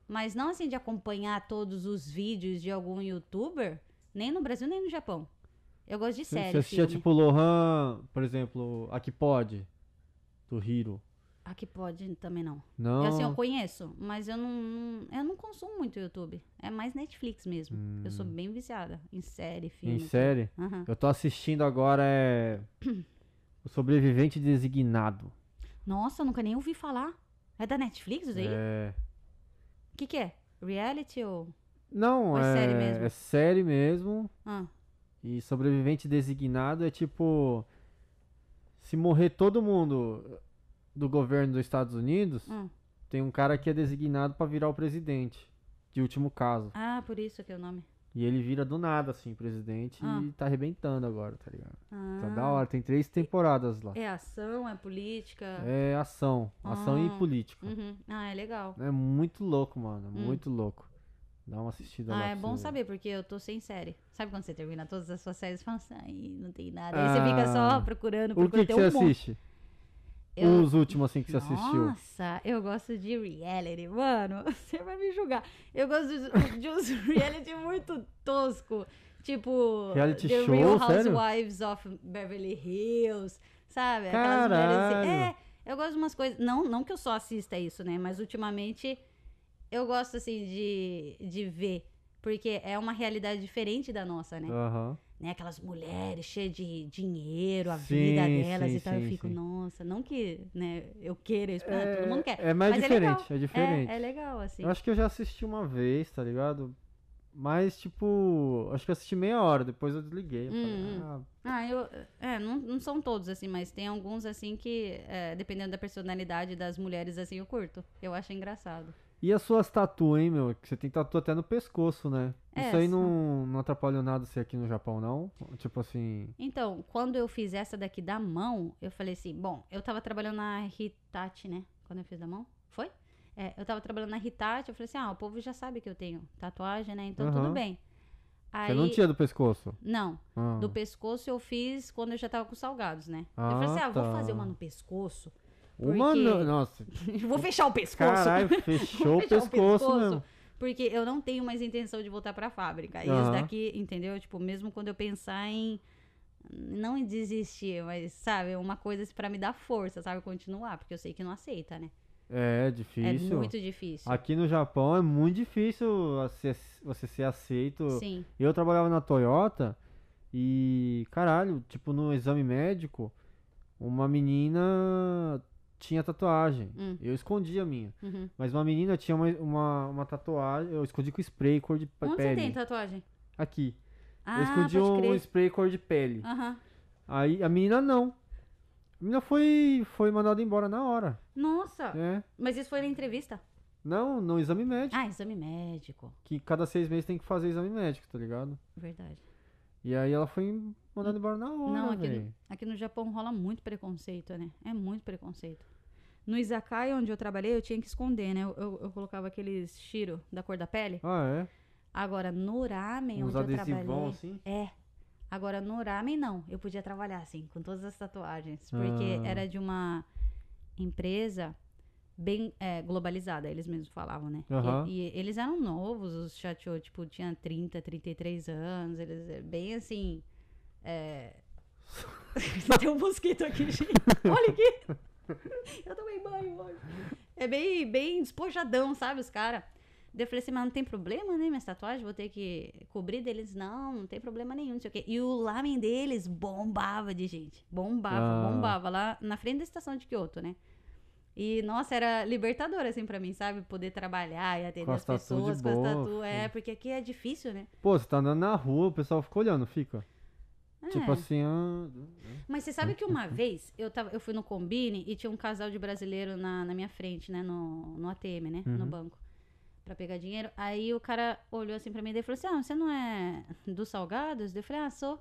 Mas não assim de acompanhar todos os vídeos de algum youtuber, nem no Brasil, nem no Japão. Eu gosto de Você série, assistia, filme. tipo, Lohan, por exemplo, a que pode, do Hiro. Ah, que pode também não. Não. Eu, assim, eu conheço, mas eu não, não- eu não consumo muito YouTube. É mais Netflix mesmo. Eu sou bem viciada em série, filme. Hum. Em tudo. série? Aham. Eu tô assistindo agora é. O Sobrevivente Designado. Nossa, eu nunca nem ouvi falar. É da Netflix isso aí? O É. que que é? Reality ou... Não, Ou é. é série mesmo? É série mesmo. Ah, E sobrevivente designado é tipo. Se morrer todo mundo do governo dos Estados Unidos, Hum. tem um cara que é designado pra virar o presidente. De último caso. ah, por isso que é o nome. E ele vira do nada, assim, presidente Ah. e tá arrebentando agora, tá ligado? Tá da Ah. hora, tem três temporadas lá. É ação, é política. É ação. Ação Ah. e política. Uhum. Ah, é legal. É muito louco, mano. Muito louco. Dá uma assistida lá. Hum. Ah, é pra bom você ver. saber, porque eu tô sem série. Sabe quando você termina todas as suas séries e fala assim, "Ai, não tem nada. Aí você fica Ah. só procurando, O que, procurando. que tem você um monte. assiste? Eu- Os últimos, assim, que você assistiu. Nossa, né? eu gosto de reality, mano. Você vai me julgar. Eu gosto de, de uns reality muito tosco. Tipo, Reality The show, Real sério? Housewives of Beverly Hills, sabe? Aquelas mulheres assim. Caralho. É, eu gosto de umas coisas. Não, não que eu só assista isso, né? Mas ultimamente eu gosto, assim, de, de ver. Porque é uma realidade diferente da nossa, né? Aham. né? Aquelas mulheres cheias de dinheiro, a Sim, vida delas sim, e tal. sim, eu fico, sim. nossa, não que né, eu queira isso, ah, todo mundo quer. É mais Mas é legal. diferente, é, diferente. É, é legal, assim. Eu acho que eu já assisti uma vez, tá ligado? Mas, tipo, acho que eu assisti meia hora, depois eu desliguei. Eu falei, Hum, ah, Ah, eu. É, não, não são todos, assim, mas tem alguns, assim, que, é, dependendo da personalidade das mulheres, assim, eu curto. Eu acho engraçado. E as suas tatu, hein, meu? Que você tem tatu até no pescoço, né? É, Isso aí são- não, não atrapalhou nada ser aqui no Japão, não? Tipo assim. Então, quando eu fiz essa daqui da mão, eu falei assim, bom, eu tava trabalhando na Hitachi, né? Quando eu fiz da mão, foi? É, eu tava trabalhando na Hitachi, eu falei assim, ah, o povo já sabe que eu tenho tatuagem, né? Então tudo Aham. bem. Aí, Você não tinha do pescoço? Não, Ah, do pescoço eu fiz quando eu já tava com salgados, né? Ah, eu falei assim, ah, vou tá. fazer uma no pescoço. Uma porque- não. Nossa. vou fechar o pescoço. um Caralho, fechou o Fechar pescoço, mesmo. Porque eu não tenho mais intenção de voltar pra fábrica. E Aham. isso daqui, entendeu? Tipo, mesmo quando eu pensar em. Não em desistir, mas, sabe, uma coisa assim pra me dar força, sabe? Continuar, porque eu sei que não aceita, né? É É difícil. muito difícil. Aqui no Japão é muito difícil você, você ser aceito. Sim. Eu trabalhava na Toyota e, caralho, tipo, no exame médico, uma menina tinha tatuagem. Hum. Eu escondi a minha. Uhum. Mas uma menina tinha uma, uma, uma tatuagem. Eu escondi com spray cor de pe- Onde você pele. tem tatuagem? Aqui. Ah, eu escondi pode um, um crer. spray cor de pele. Aham. Aí a menina não. A menina foi, foi mandada embora na hora. Nossa! É. Mas isso foi na entrevista? Não, no exame médico. Ah, exame médico. Que cada seis meses tem que fazer exame médico, tá ligado? Verdade. E aí ela foi mandada embora na hora. Não, aqui velho. no, aqui no Japão rola muito preconceito, né? É muito preconceito. No izakaya, onde eu trabalhei, eu tinha que esconder, né? Eu, eu- eu colocava aqueles shiro da cor da pele. Ah, Agora, no ramen, é? Uns onde eu adesivão trabalhei... assim. É. Agora, no ramen, não. Eu podia trabalhar, assim, com todas as tatuagens. Porque Ah. era de uma empresa bem é, globalizada, eles mesmos falavam, né? E- Aham. E, eles eram novos, os chateou, tipo, tinha 30, 33 anos. Eles, é, bem assim... é, Tem um mosquito aqui, gente. Olha aqui. Eu tomei banho hoje. É bem, bem despojadão, sabe, os caras. Daí eu falei assim, mas não tem problema, né? Minhas tatuagens, vou ter que cobrir deles. Não, não tem problema nenhum, não sei o quê. E o lamen deles bombava de gente. Bombava, Ah. bombava. Lá na frente da estação de Kyoto, né? E, nossa, era libertador, assim, pra mim, sabe? Poder trabalhar e atender Com as as tatu de pessoas com boa, as tatu. É, filho. porque aqui é difícil, né? Pô, você tá andando na rua, o pessoal fica olhando, fica. Tipo É. assim, ah, Mas você sabe que uma vez eu, tava, eu fui no Combine e tinha um casal de brasileiro na, na minha frente, né? No, no ATM, né? No Uhum. banco. Pra pegar dinheiro. Aí o cara olhou assim pra mim e falou assim: Ah, você não é dos salgados? Daí Eu falei, ah, sou.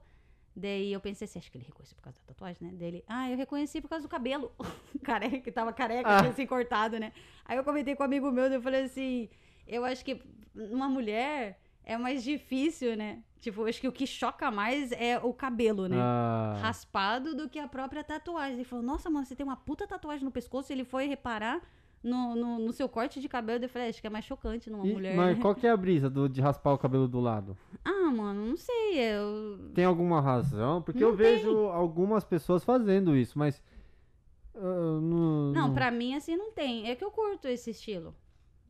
Daí eu pensei assim, acho que ele reconheceu por causa da tatuagem, né? Dele, ah, eu reconheci por causa do cabelo. careca, que tava careca, Ah. tinha assim cortado, né? Aí eu comentei com um amigo meu, daí eu falei assim, eu acho que uma mulher é mais difícil, né? Tipo, eu acho que o que choca mais é o cabelo, né? ah, raspado do que a própria tatuagem. Ele falou, nossa, mano, você tem uma puta tatuagem no pescoço. Ele foi reparar no, no, no seu corte de cabelo. Eu falei, "Ah, acho que é mais chocante numa E- mulher. mas né?" qual que é a brisa do- de raspar o cabelo do lado? Ah, mano, não sei. Eu, Tem alguma razão? Porque eu Não tem. vejo algumas pessoas fazendo isso, mas. ah, não, Não, pra mim, assim, não tem. É que eu curto esse estilo.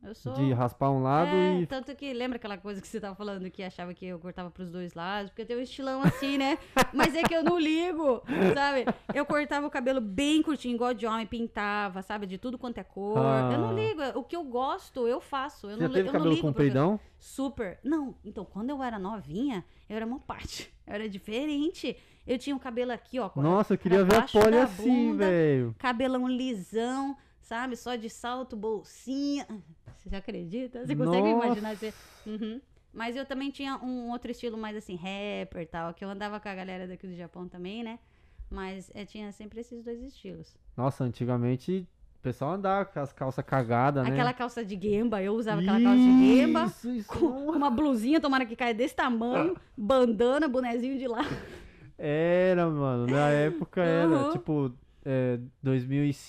Eu sou. De raspar um lado É, e. tanto que lembra aquela coisa que você tava falando que achava que eu cortava pros dois lados, porque eu tenho um estilão assim, né? Mas é que eu não ligo, sabe? Eu cortava o cabelo bem curtinho, igual de homem, pintava, sabe? De tudo quanto é cor. Eu não Ah. ligo. O que eu gosto, eu faço. Você Eu já não, li- teve eu não cabelo ligo. pro- compridão? Super. Não, então, quando eu era novinha, eu era uma parte. Eu era diferente. Eu tinha um cabelo aqui, ó. Nossa, eu queria ver a abaixo pole da assim, bunda. velho. cabelão lisão, sabe? Só de salto, bolsinha. Você já acredita? Você consegue Nossa. imaginar você? Uhum. Mas eu também tinha um outro estilo mais assim, rapper e tal, que eu andava com a galera daqui do Japão também, né? Mas é, tinha sempre esses dois estilos. Nossa, antigamente o pessoal andava com as calças Tá, cagadas, né? Aquela calça de gemba, eu usava aquela calça de gemba. Isso, isso. Com uma blusinha, tomara que caia desse tamanho, Ah. bandana, bonezinho de lá. Era, mano. Na época era, Uhum. tipo, é,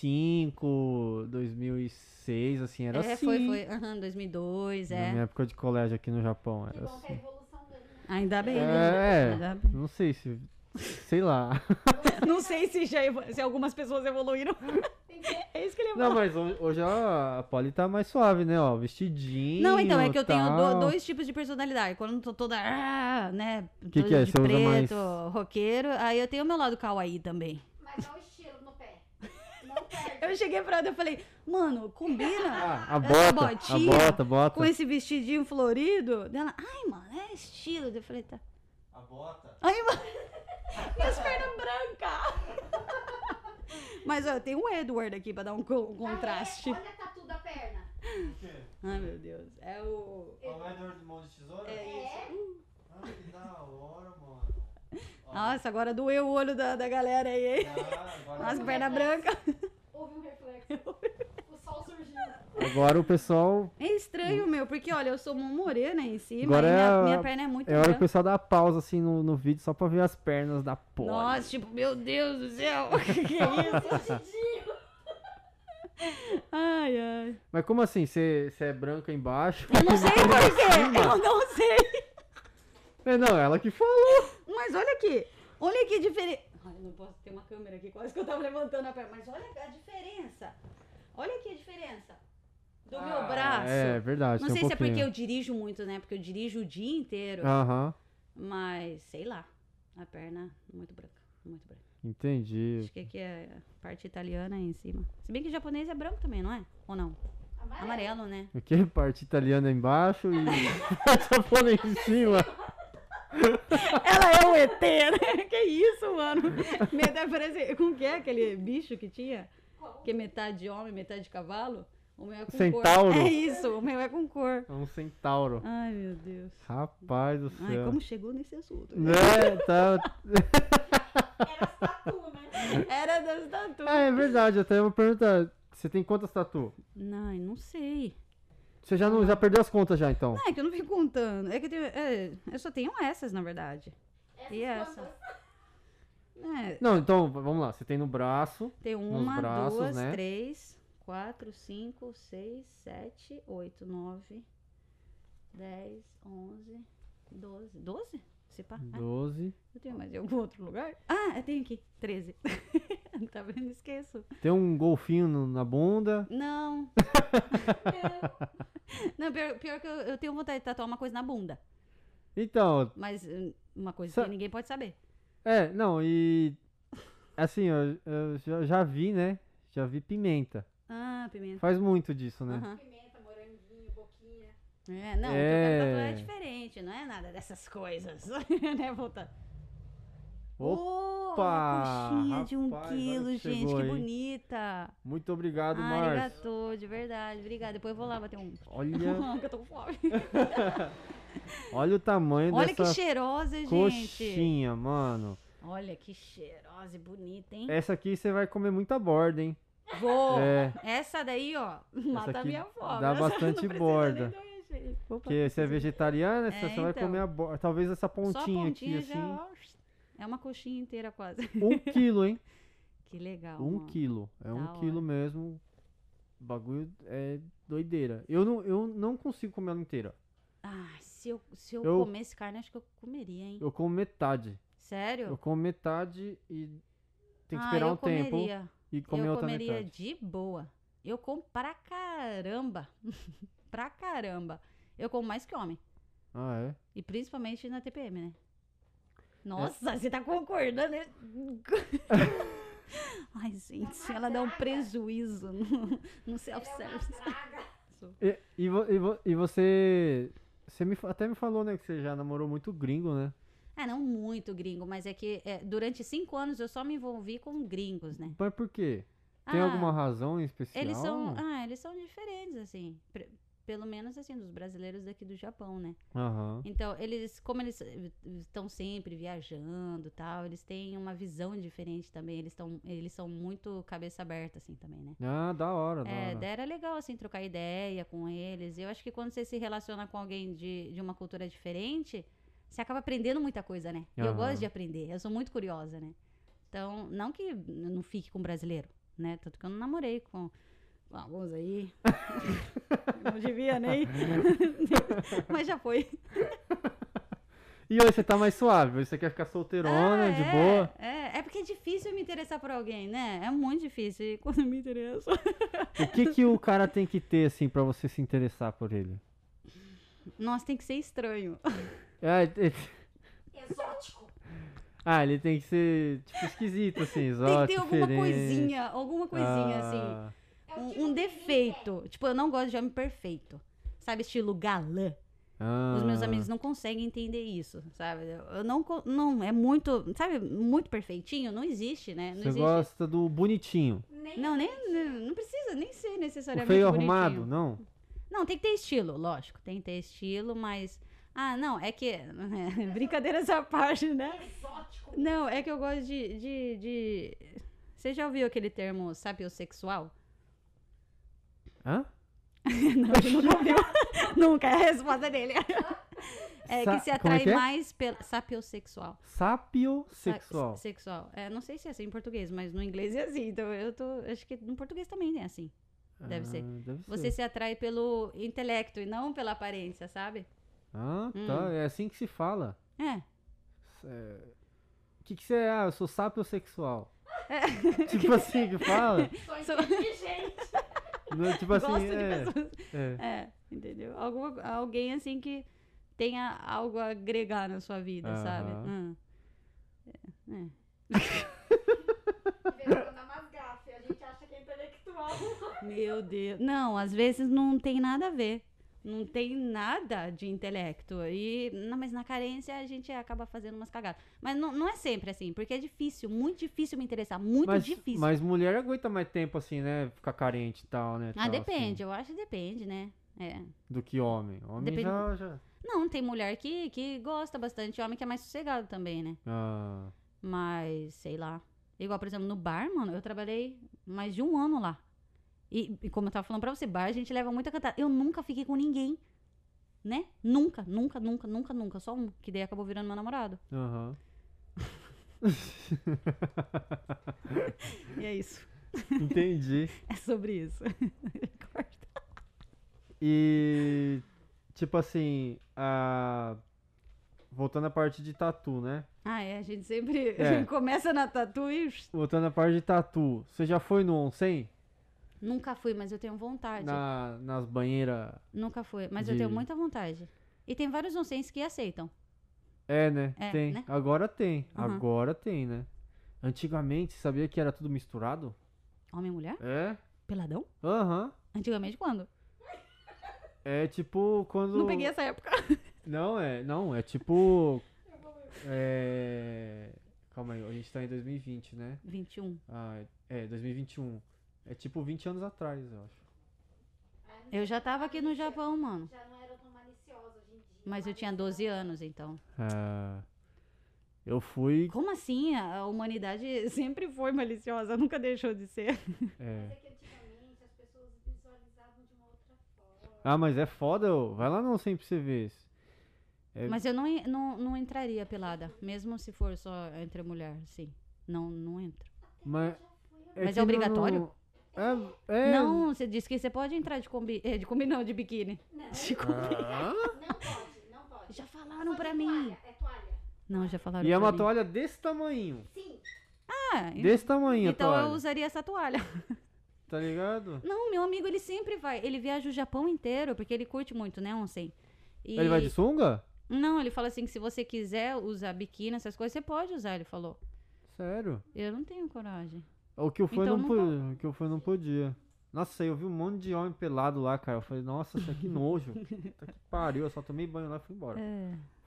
2005, 2006, assim, era é, assim. foi, foi. Aham, 2002, Na minha é. época de colégio aqui no Japão, Que era bom que a assim. evolução dele. né? Ainda bem, né? É, Ainda bem. não sei se... Sei lá. Não sei se, já, evo- se algumas pessoas evoluíram. É isso que ele evoluiu. Não, mas hoje, hoje a, a Polly tá mais suave, né? Ó, vestidinho, Não, então, é que eu tenho do- tal. dois tipos de personalidade. Quando eu tô toda, ah, né, Que toda que é? de Você usa mais- preto, roqueiro, aí eu tenho o meu lado kawaii também. Mas dá o estilo no pé. Não perde. Eu cheguei pra ela e falei, mano, combina Ah, tá. a Essa bota, a botinha bota, bota. com esse vestidinho florido? Dela, ai, mano, é estilo. Eu falei, tá. A bota. Ai, mano. Minhas pernas brancas. Mas, ó, tem o Edward aqui pra dar um co- um contraste. Olha tá a tatu da perna. O quê? Ai, meu Deus. É o... O Edward de mão de tesoura? É. Ah, que da hora, mano. Nossa, agora doeu o olho da, da galera aí, hein? As pernas brancas. Houve um reflexo. O sol surgiu. Agora o pessoal. É estranho, meu, porque olha, eu sou uma morena em cima Hum. Agora e é minha, a- minha perna é muito É hora que o branca. pessoal dá pausa assim no, no vídeo só pra ver as pernas da porra. Nossa, tipo, meu Deus do céu, o que, que é isso? ai, ai. Mas como assim? Você você é branca embaixo? Eu não sei por quê, eu não sei. É, não, ela que falou. Mas olha aqui, olha que diferença. Ai, eu não posso ter uma câmera aqui, quase que eu tava levantando a perna. Mas olha a diferença, olha aqui a diferença do meu braço. É, verdade. não tem sei um se é porque pouquinho. eu dirijo muito, né? Porque eu dirijo o dia inteiro, Aham, mas sei lá, a perna muito branca, muito branca. entendi. Acho que aqui é a parte italiana aí em cima. Se bem que japonês é branco também, não é? Ou não? Amarelo. Amarelo, né? Aqui é parte italiana embaixo e. Japão em cima. Ela é um o ET, né? Que isso, mano? Metade parece. Como que é aquele bicho que tinha? Qual? Que é metade homem, metade cavalo. O meu é com Centauro. cor. É isso, o meu é com cor. É um centauro. Ai, meu Deus. Rapaz do céu. Ai, como chegou nesse assunto? Né? Tá... Era as tatu, né? Era das tatuas. É, é verdade, até uma pergunta. Você tem quantas tatu? Ai, não sei. Você já, não, já perdeu as contas já, então? Não, é que eu não fico contando. É que eu, tenho, é, eu só tenho essas, na verdade. Essas E essa? plantas. É, Não, então, v- vamos lá. Você tem no braço. tem uma, braços, duas, né? três, quatro, cinco, seis, sete, oito, nove, dez, onze, doze. Doze? Se pá. Ah, 12. eu tenho mais em algum outro lugar? Ah, eu tenho aqui. Treze. tá vendo? Esqueço. Tem um golfinho no- na bunda. Não. Não, pior, pior que eu, eu tenho vontade de tatuar uma coisa na bunda. Então, Mas eh, uma coisa Sa- que ninguém pode saber. é, não, e. Assim, eu, eu já, já vi, né? Já vi pimenta. Ah, pimenta. Faz muito disso, né? Aham. Pimenta, moranguinho, boquinha. É, não, o que eu quero tatuar É. é diferente, não é nada dessas coisas. né, voltar. Ô, Opa, uma coxinha de um rapaz, olha quilo, que gente, chegou, que hein? bonita. Muito obrigado, Ah, Márcio. arigatô, de verdade, obrigada. Depois eu vou lá bater um... Olha, que eu tô com fome. olha o tamanho Olha que dessa cheirosa, gente. coxinha, mano. Olha que cheirosa e bonita, hein? Essa aqui você vai comer muita borda, hein? Vou. É. Essa daí, ó, mata a aqui minha fome. dá Essa não bastante precisa nem borda. doer, gente. Opa. Porque você é vegetariana, você É, só vai então. comer a borda. Talvez essa pontinha, Só a pontinha aqui, já, ó, É uma coxinha inteira quase. assim. Um quilo, hein? Que legal. Um mano. quilo. É Da um hora. quilo mesmo. bagulho é doideira. Eu não, eu não consigo comer ela inteira. Ah, se eu, se eu, Eu- comesse carne, acho que eu comeria, hein? Eu como metade. Sério? Eu como metade e tem que ah, esperar eu um tempo comeria. e comer eu outra comeria metade. de boa. Eu como pra caramba. pra caramba. Eu como mais que homem. Ah, é? E principalmente na TPM, né? É. Nossa, você tá concordando? né? Ai, gente, se ela dá um prejuízo no, no é self-service. E, e, vo- e, vo- e você. Você me, fa- até me falou, né, que você já namorou muito gringo, né? Ah, não muito gringo, mas é que é, durante cinco anos eu só me envolvi com gringos, né? Mas por quê? Tem ah, alguma razão em especial? Eles são, ah, eles são diferentes, assim. Pre- pelo menos, assim, dos brasileiros daqui do Japão, né? Aham. Então, eles, como eles eh, estão sempre viajando e tal, eles têm uma visão diferente também. Eles, tão, eles são muito cabeça aberta, assim, também, né? Ah, da hora, da É, hora. daí era legal, assim, trocar ideia com eles. Eu acho que quando você se relaciona com alguém de, de uma cultura diferente, você acaba aprendendo muita coisa, né? E eu Aham. gosto de aprender, eu sou muito curiosa, né? Então, não que eu não fique com um brasileiro, né? Tanto que eu não namorei com com alguns aí. Não devia nem. Mas já foi. E hoje você tá mais suave, hoje você quer ficar solteirona, Ah, de é, boa. É, é porque é difícil eu me interessar por alguém, né? É muito difícil. E quando eu me interesso. O que que o cara tem que ter, assim, pra você se interessar por ele? Nossa, tem que ser estranho. É, ele- Exótico. ah, ele tem que ser, tipo, esquisito, assim, tem exótico, que ter alguma diferente. coisinha, alguma coisinha, assim. Ah, É o tipo Um, um que ninguém defeito. Tipo, eu não gosto de homem perfeito. Sabe, estilo galã. Os meus ah. amigos não conseguem entender isso, sabe? Eu eu não, co- não, é muito, sabe, muito perfeitinho, não existe, né? Não Você existe. gosta do bonitinho. quer. Nem Não, nem, não não precisa nem ser O necessariamente feio bonitinho. arrumado, não? Não, tem que ter estilo, lógico, tem que ter estilo, mas. Ah, não, é que. Brincadeira essa parte, né? exótico. Não, é que eu gosto de. de, de... Você já ouviu aquele termo sapiosexual? Hã? Não, ele nunca ouviu. nunca, é a resposta dele. É Sa- que se como é atrai que é? mais pela. sapiosexual. Sápio Sa- sexual. Sexual. É, não sei se é assim em português, mas no inglês é assim. Então eu tô. Acho que no português também é assim. Deve ser. Ah, deve Você ser. se atrai pelo intelecto e não pela aparência, sabe? Ah, Hum. tá. É assim que se fala. É. Tipo É, O que, que você é? Ah, eu sou sápio sexual. É. tipo assim que fala? Só inteligente. Não, Tipo assim, Gosto é, de pessoas. é. É, entendeu? Alguma, alguém assim que tenha algo a agregar na sua vida, sabe? Aham. Hum. É, é. Inventando umas gafas. A gente acha que é intelectual. Meu Deus. Não, às vezes não tem nada a ver. Não tem nada de intelecto. E, não, mas na carência a gente acaba fazendo umas cagadas. Mas não, não é sempre assim, porque é difícil, muito difícil me interessar. Muito mas, difícil. mas mulher aguenta mais tempo assim, né? Ficar carente e tal, né? ah, tal, depende, eu acho que depende, né? É. assim, do que homem. Homem Depende- já. já... Não, tem mulher que, que gosta bastante, homem que é mais sossegado também, né? Ah, Mas, sei lá. Igual, por exemplo, no bar, mano, eu trabalhei mais de um ano lá. E, e como eu tava falando pra você, bar a gente leva muita cantada. Eu nunca fiquei com ninguém. Né? Nunca, nunca, nunca, nunca, nunca. Só um, que daí acabou virando meu namorado. aham. E é isso. Entendi. É sobre isso. Corta. E tipo assim, a... voltando à parte de tatu, né? ah, é. A gente sempre É. começa na tatu e. Voltando à parte de tatu, você já foi no onsen? Nunca fui, mas eu tenho vontade. Na, nas banheiras. Nunca fui, mas eu De- tenho muita vontade. E tem vários nonsens que aceitam. É, né? É, tem. né? Agora tem. Aham. Agora tem, né? Antigamente, sabia que era tudo misturado? Homem e mulher? É? Peladão? Aham. Antigamente quando? É tipo quando. Não peguei essa época. Não, é. Não, é tipo. É. Calma aí, a gente tá em 2020, né? 21. Ah, é, 2021. É tipo 20 anos atrás, eu acho. Eu já tava aqui no Japão, mano. Já não era tão maliciosa hoje em dia. Mas eu tinha 12 anos, então. Ah, eu fui. Como assim? A humanidade sempre foi maliciosa, nunca deixou de ser. é. Mas é que antigamente as pessoas visualizavam de uma outra forma. Ah, mas é foda, ô. vai lá não sem pra você ver. É. Mas eu não, en- não, não entraria pelada, mesmo se for só entre mulher, sim. Não, não entro. Mas, Mas é que não- obrigatório? não- É, é... Não, você disse que você pode entrar de combi. eh, De combi não, de biquíni. Não, De combi. Ah. não pode, não pode. Já Só falaram de pra toalha, mim. É toalha. Não, já falaram E é pra uma mim. toalha desse tamanho. Sim, Ah, Desse tamanho a então toalha. eu usaria essa toalha. Tá ligado? Não, meu amigo, ele sempre vai. Ele viaja o Japão inteiro, porque ele curte muito, né, Onsen? E... Ele vai de sunga? Não, ele fala assim que se você quiser usar biquíni, essas coisas, você pode usar, ele falou. Sério? Eu não tenho coragem. O que eu fui Então não, não po- o que eu fui não podia. Nossa, eu vi um monte de homem pelado lá, cara. Eu falei, nossa, isso aqui é nojo. Puta que pariu, eu só tomei banho lá e fui É. embora.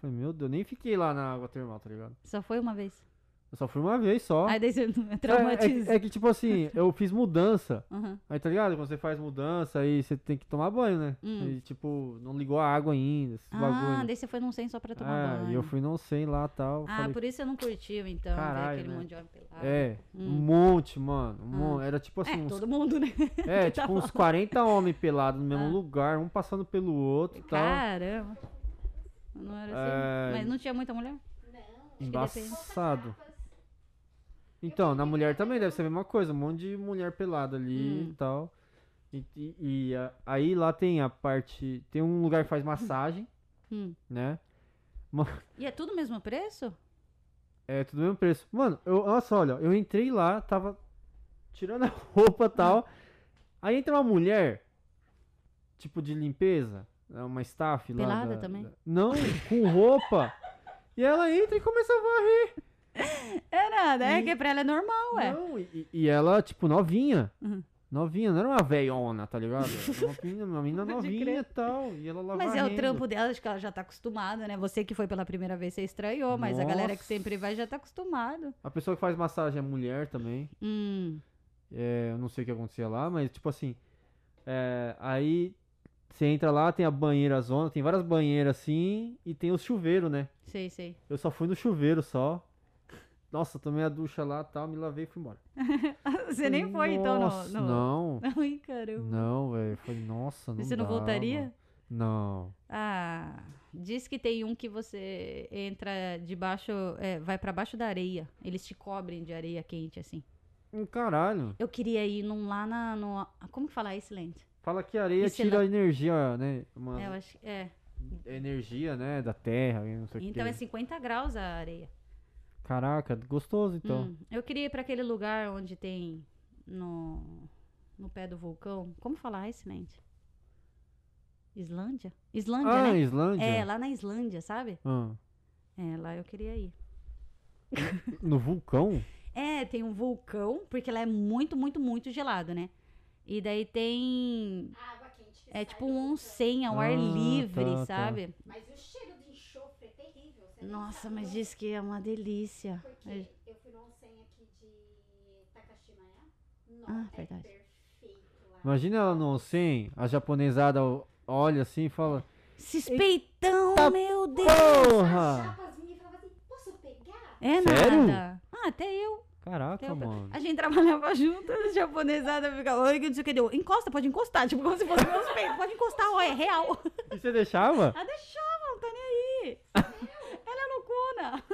Falei, meu Deus, nem fiquei lá na água termal, tá ligado? Só foi uma vez. Eu só fui uma vez só. Aí daí você não é É- é- traumatizado. É, que, tipo assim, eu fiz mudança. Aham. Aí, tá ligado? Quando você faz mudança, aí você tem que tomar banho, né? Hum. E, tipo, não ligou a água ainda, esses Ah, bagulho. daí você foi num sem só pra tomar é, banho. e eu fui não sei lá tal. Ah, falei, por isso você não curtiu, então, ver Caralho, aquele né? monte de homem pelado. É, um Hum. monte, mano. Um monte. Era tipo assim, É, uns, todo mundo, né? é, tá tipo uns 40 homens pelados no mesmo Ah. lugar, um passando pelo outro e então tal. Caramba. Não era assim. É. Mas não tinha muita mulher? não. Embaçado. Então, na mulher também deve ser a mesma coisa, um monte de mulher pelada ali Hum. e tal. E, e- e a- aí lá tem a parte. Tem um lugar que faz massagem, Hum. né? E é tudo o mesmo preço? É tudo o mesmo preço. Mano, eu, nossa, olha, eu entrei lá, tava tirando a roupa e tal. Aí entra uma mulher, tipo de limpeza, é uma staff lá. Pelada da- também? da- não, com roupa. e ela entra e começa a varrer. É nada, é E- que pra ela é normal, ué. Não, e, e ela, tipo, novinha. Uhum. Novinha, não era uma velhona, tá ligado? Era uma menina, uma menina Pode novinha crer. e tal. E ela lá Mas é o varrendo. trampo dela, acho que ela já tá acostumada, né? Você que foi pela primeira vez, você estranhou, mas a galera que Nossa. sempre vai já tá acostumado. A pessoa que faz massagem é mulher também. Hum. É, eu não sei o que acontecia lá, mas, tipo assim. é, aí você entra lá, tem a banheira zona, tem várias banheiras assim. E tem os chuveiros, né? Sei, sei. Eu só fui no chuveiro só. Nossa, tomei a ducha lá e tal, me lavei e fui embora. Você nem foi, então, no. Nossa, no... Não, Ai, caramba. não, velho. Eu Falei, nossa, não Você não dá, voltaria? mano. Não. Ah, diz que tem um que você entra debaixo, é, vai pra baixo da areia. Eles te cobrem de areia quente, assim. Hum, Caralho. Eu queria ir num lá na. No, como que fala Iceland? Fala que a areia Isso tira a energia, né? Uma É, eu acho que. É. energia, né? Da terra, e não sei o Então quê. é 50 graus a areia. Caraca, gostoso então. Hum, eu queria ir pra aquele lugar onde tem no, no pé do vulcão. Como falar Iceland? Islândia? Islândia, ah, né? Islândia? É, lá na Islândia, sabe? Ah, É, lá eu queria ir. no vulcão? É, tem um vulcão, porque ela é muito, muito, muito gelado, né? E daí tem. Água quente. que É sai tipo do um vulcão. onsen ao ar Ah, livre, tá, tá. sabe? Mas o cheiro de enxofre é terrível. você nem Nossa, sabe mas é- onde- diz que é uma delícia. Porque eu fui num onsen aqui de Takashimaya. Nossa, Ah, é verdade. perfeito lá. Imagina ela no onsen, a japonesada o- olha assim e fala... Esses peitão, meu Deus! As Porra! chapas vinham e falavam assim, posso pegar? É Sério? nada. Ah, até eu. até Caraca, eu. mano. A gente trabalhava junto, a japonesada ficava, oi, que não sei o que deu. Encosta, pode encostar. Tipo, como se fosse meus peitos. Pode encostar, ó, é real. E você deixava? Ah, deixava, não tá nem aí. Ela é loucona.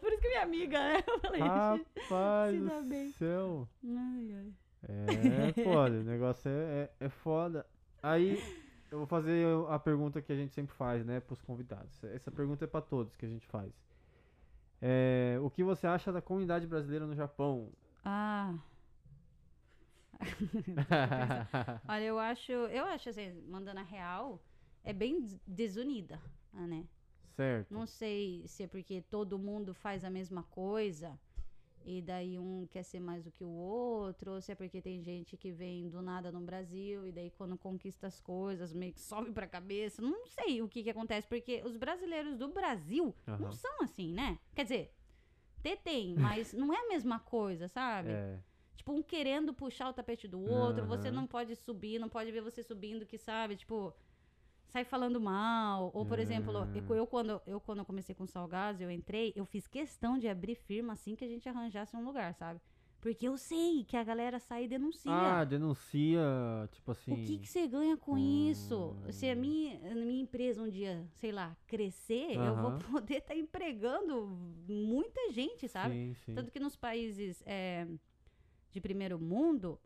Por isso que minha amiga é. Eu falei, Ah. "Gente, Rapaz Se do dá bem. céu. ai, ai. É, foda. o negócio é, é, é foda. Aí, eu vou fazer a pergunta que a gente sempre faz, né, pros convidados. Essa pergunta é pra todos que a gente faz. É, o que você acha da comunidade brasileira no Japão? Ah, olha, eu acho, eu acho assim, mandando a real, é bem des- desunida, né? certo. Não sei se é porque todo mundo faz a mesma coisa e daí um quer ser mais do que o outro, ou se é porque tem gente que vem do nada no Brasil e daí quando conquista as coisas meio que sobe pra cabeça. Não sei o que que acontece, porque os brasileiros do Brasil Aham. não são assim, né? Quer dizer, até tem, mas não é a mesma coisa, sabe? É. Tipo, um querendo puxar o tapete do outro, você Aham. não pode subir, não pode ver você subindo, que sabe, tipo, sai falando mal. Ou, por exemplo, Hum. eu, eu quando, eu quando eu comecei com salgás, eu entrei, eu fiz questão de abrir firma assim que a gente arranjasse um lugar, sabe? Porque eu sei que a galera sai e denuncia. Ah, denuncia, tipo assim. o que que você ganha com isso? Se Hum. a minha, a minha empresa um dia, sei lá, crescer, eu vou Aham. poder estar empregando muita gente, sabe? Tá Sim, sim. Tanto que nos países é, de eh, primeiro mundo,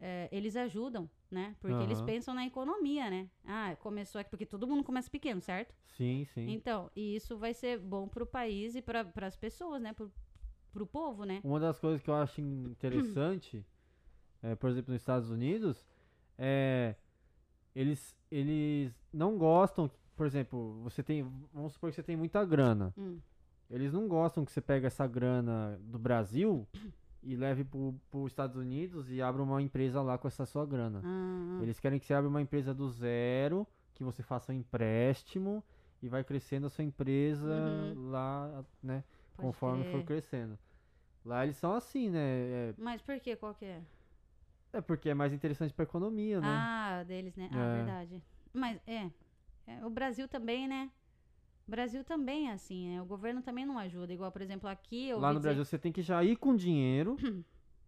é, eles ajudam, né? Porque eles Aham. pensam na economia, né? Ah, começou aqui, porque todo mundo começa pequeno, certo? Sim, sim. Então, e isso vai ser bom pro país e para as pessoas, né? Pro, pro povo, né? Uma das coisas que eu acho interessante, é, por exemplo, nos Estados Unidos, é eles, eles não gostam, por exemplo, você tem, vamos supor que você tem muita grana. Hum. Eles não gostam que você pegue essa grana do Brasil e leve para os Estados Unidos e abra uma empresa lá com essa sua grana. Ah, Eles querem que você abra uma empresa do zero, que você faça um empréstimo e vai crescendo a sua empresa Uhum. lá, né? pode conforme crer. for crescendo. Lá eles são assim, né? É, Mas por que? Qual que é? é porque é mais interessante pra economia, né? Ah, deles, né? Ah, É. verdade. Mas é, é, O Brasil também, né? O Brasil também é assim, né? O governo também não ajuda. Igual, por exemplo, aqui eu. Lá ouvi no dizer- Brasil você tem que já ir com dinheiro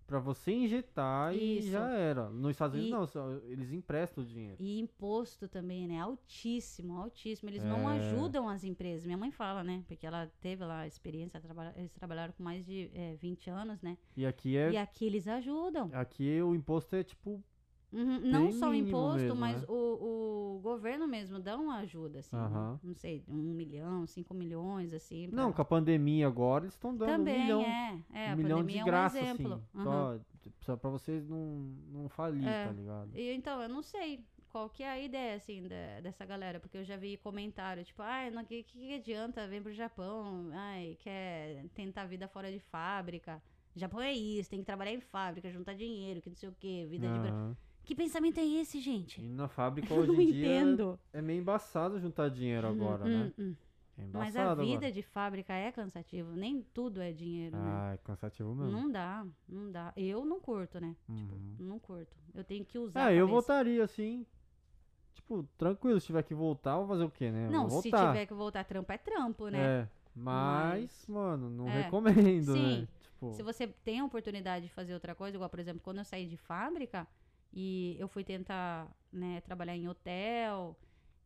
pra você injetar Isso. e já era. Nos Estados Unidos E- não, só- eles emprestam o dinheiro. E imposto também, né? Altíssimo, altíssimo. Eles não É. ajudam as empresas. Minha mãe fala, né? Porque ela teve lá a experiência, trabalha- eles trabalharam com mais de eh, 20 anos, né? E aqui é E aqui eles ajudam. aqui o imposto é tipo, Uhum, Não Bem só o mínimo imposto, mesmo, mas né? o, o governo mesmo dá uma ajuda, assim. né? Aham. Não sei, um milhão, cinco milhões, assim. pra- não, com a pandemia agora eles estão dando Também um milhão, é. É, um a milhão de pandemia graça é um assim. exemplo. Aham. Só, só pra vocês não não falir, É. tá ligado? E, então, eu não sei qual que é a ideia, assim, da- dessa galera, porque eu já vi comentário, tipo, ai, o que, que adianta vir pro Japão? Ai, quer tentar vida fora de fábrica. Japão é isso, tem que trabalhar em fábrica, juntar dinheiro, que não sei o quê, vida de... bra- Aham. Que pensamento é esse, gente? E na fábrica Eu Ah. hoje não em dia entendo. é meio embaçado juntar dinheiro agora, Hum, né? hum, hum. É Mas a embaçado vida agora. de fábrica é cansativa, nem tudo é dinheiro, né? Ah, é cansativo mesmo. Não dá, não dá. Eu não curto, né? Uhum. Não curto. Eu tenho que usar. Ah, a eu cabeça. voltaria, assim. Tipo, tranquilo, se tiver que voltar, eu vou fazer o quê, né? Eu Não, vou se voltar. tiver que voltar trampo, é trampo, né? É, mas, Mas- mano, não É. recomendo, Sim. né? Tipo, Se você tem a oportunidade de fazer outra coisa, igual, por exemplo, quando eu saí de fábrica e eu fui tentar né, trabalhar em hotel,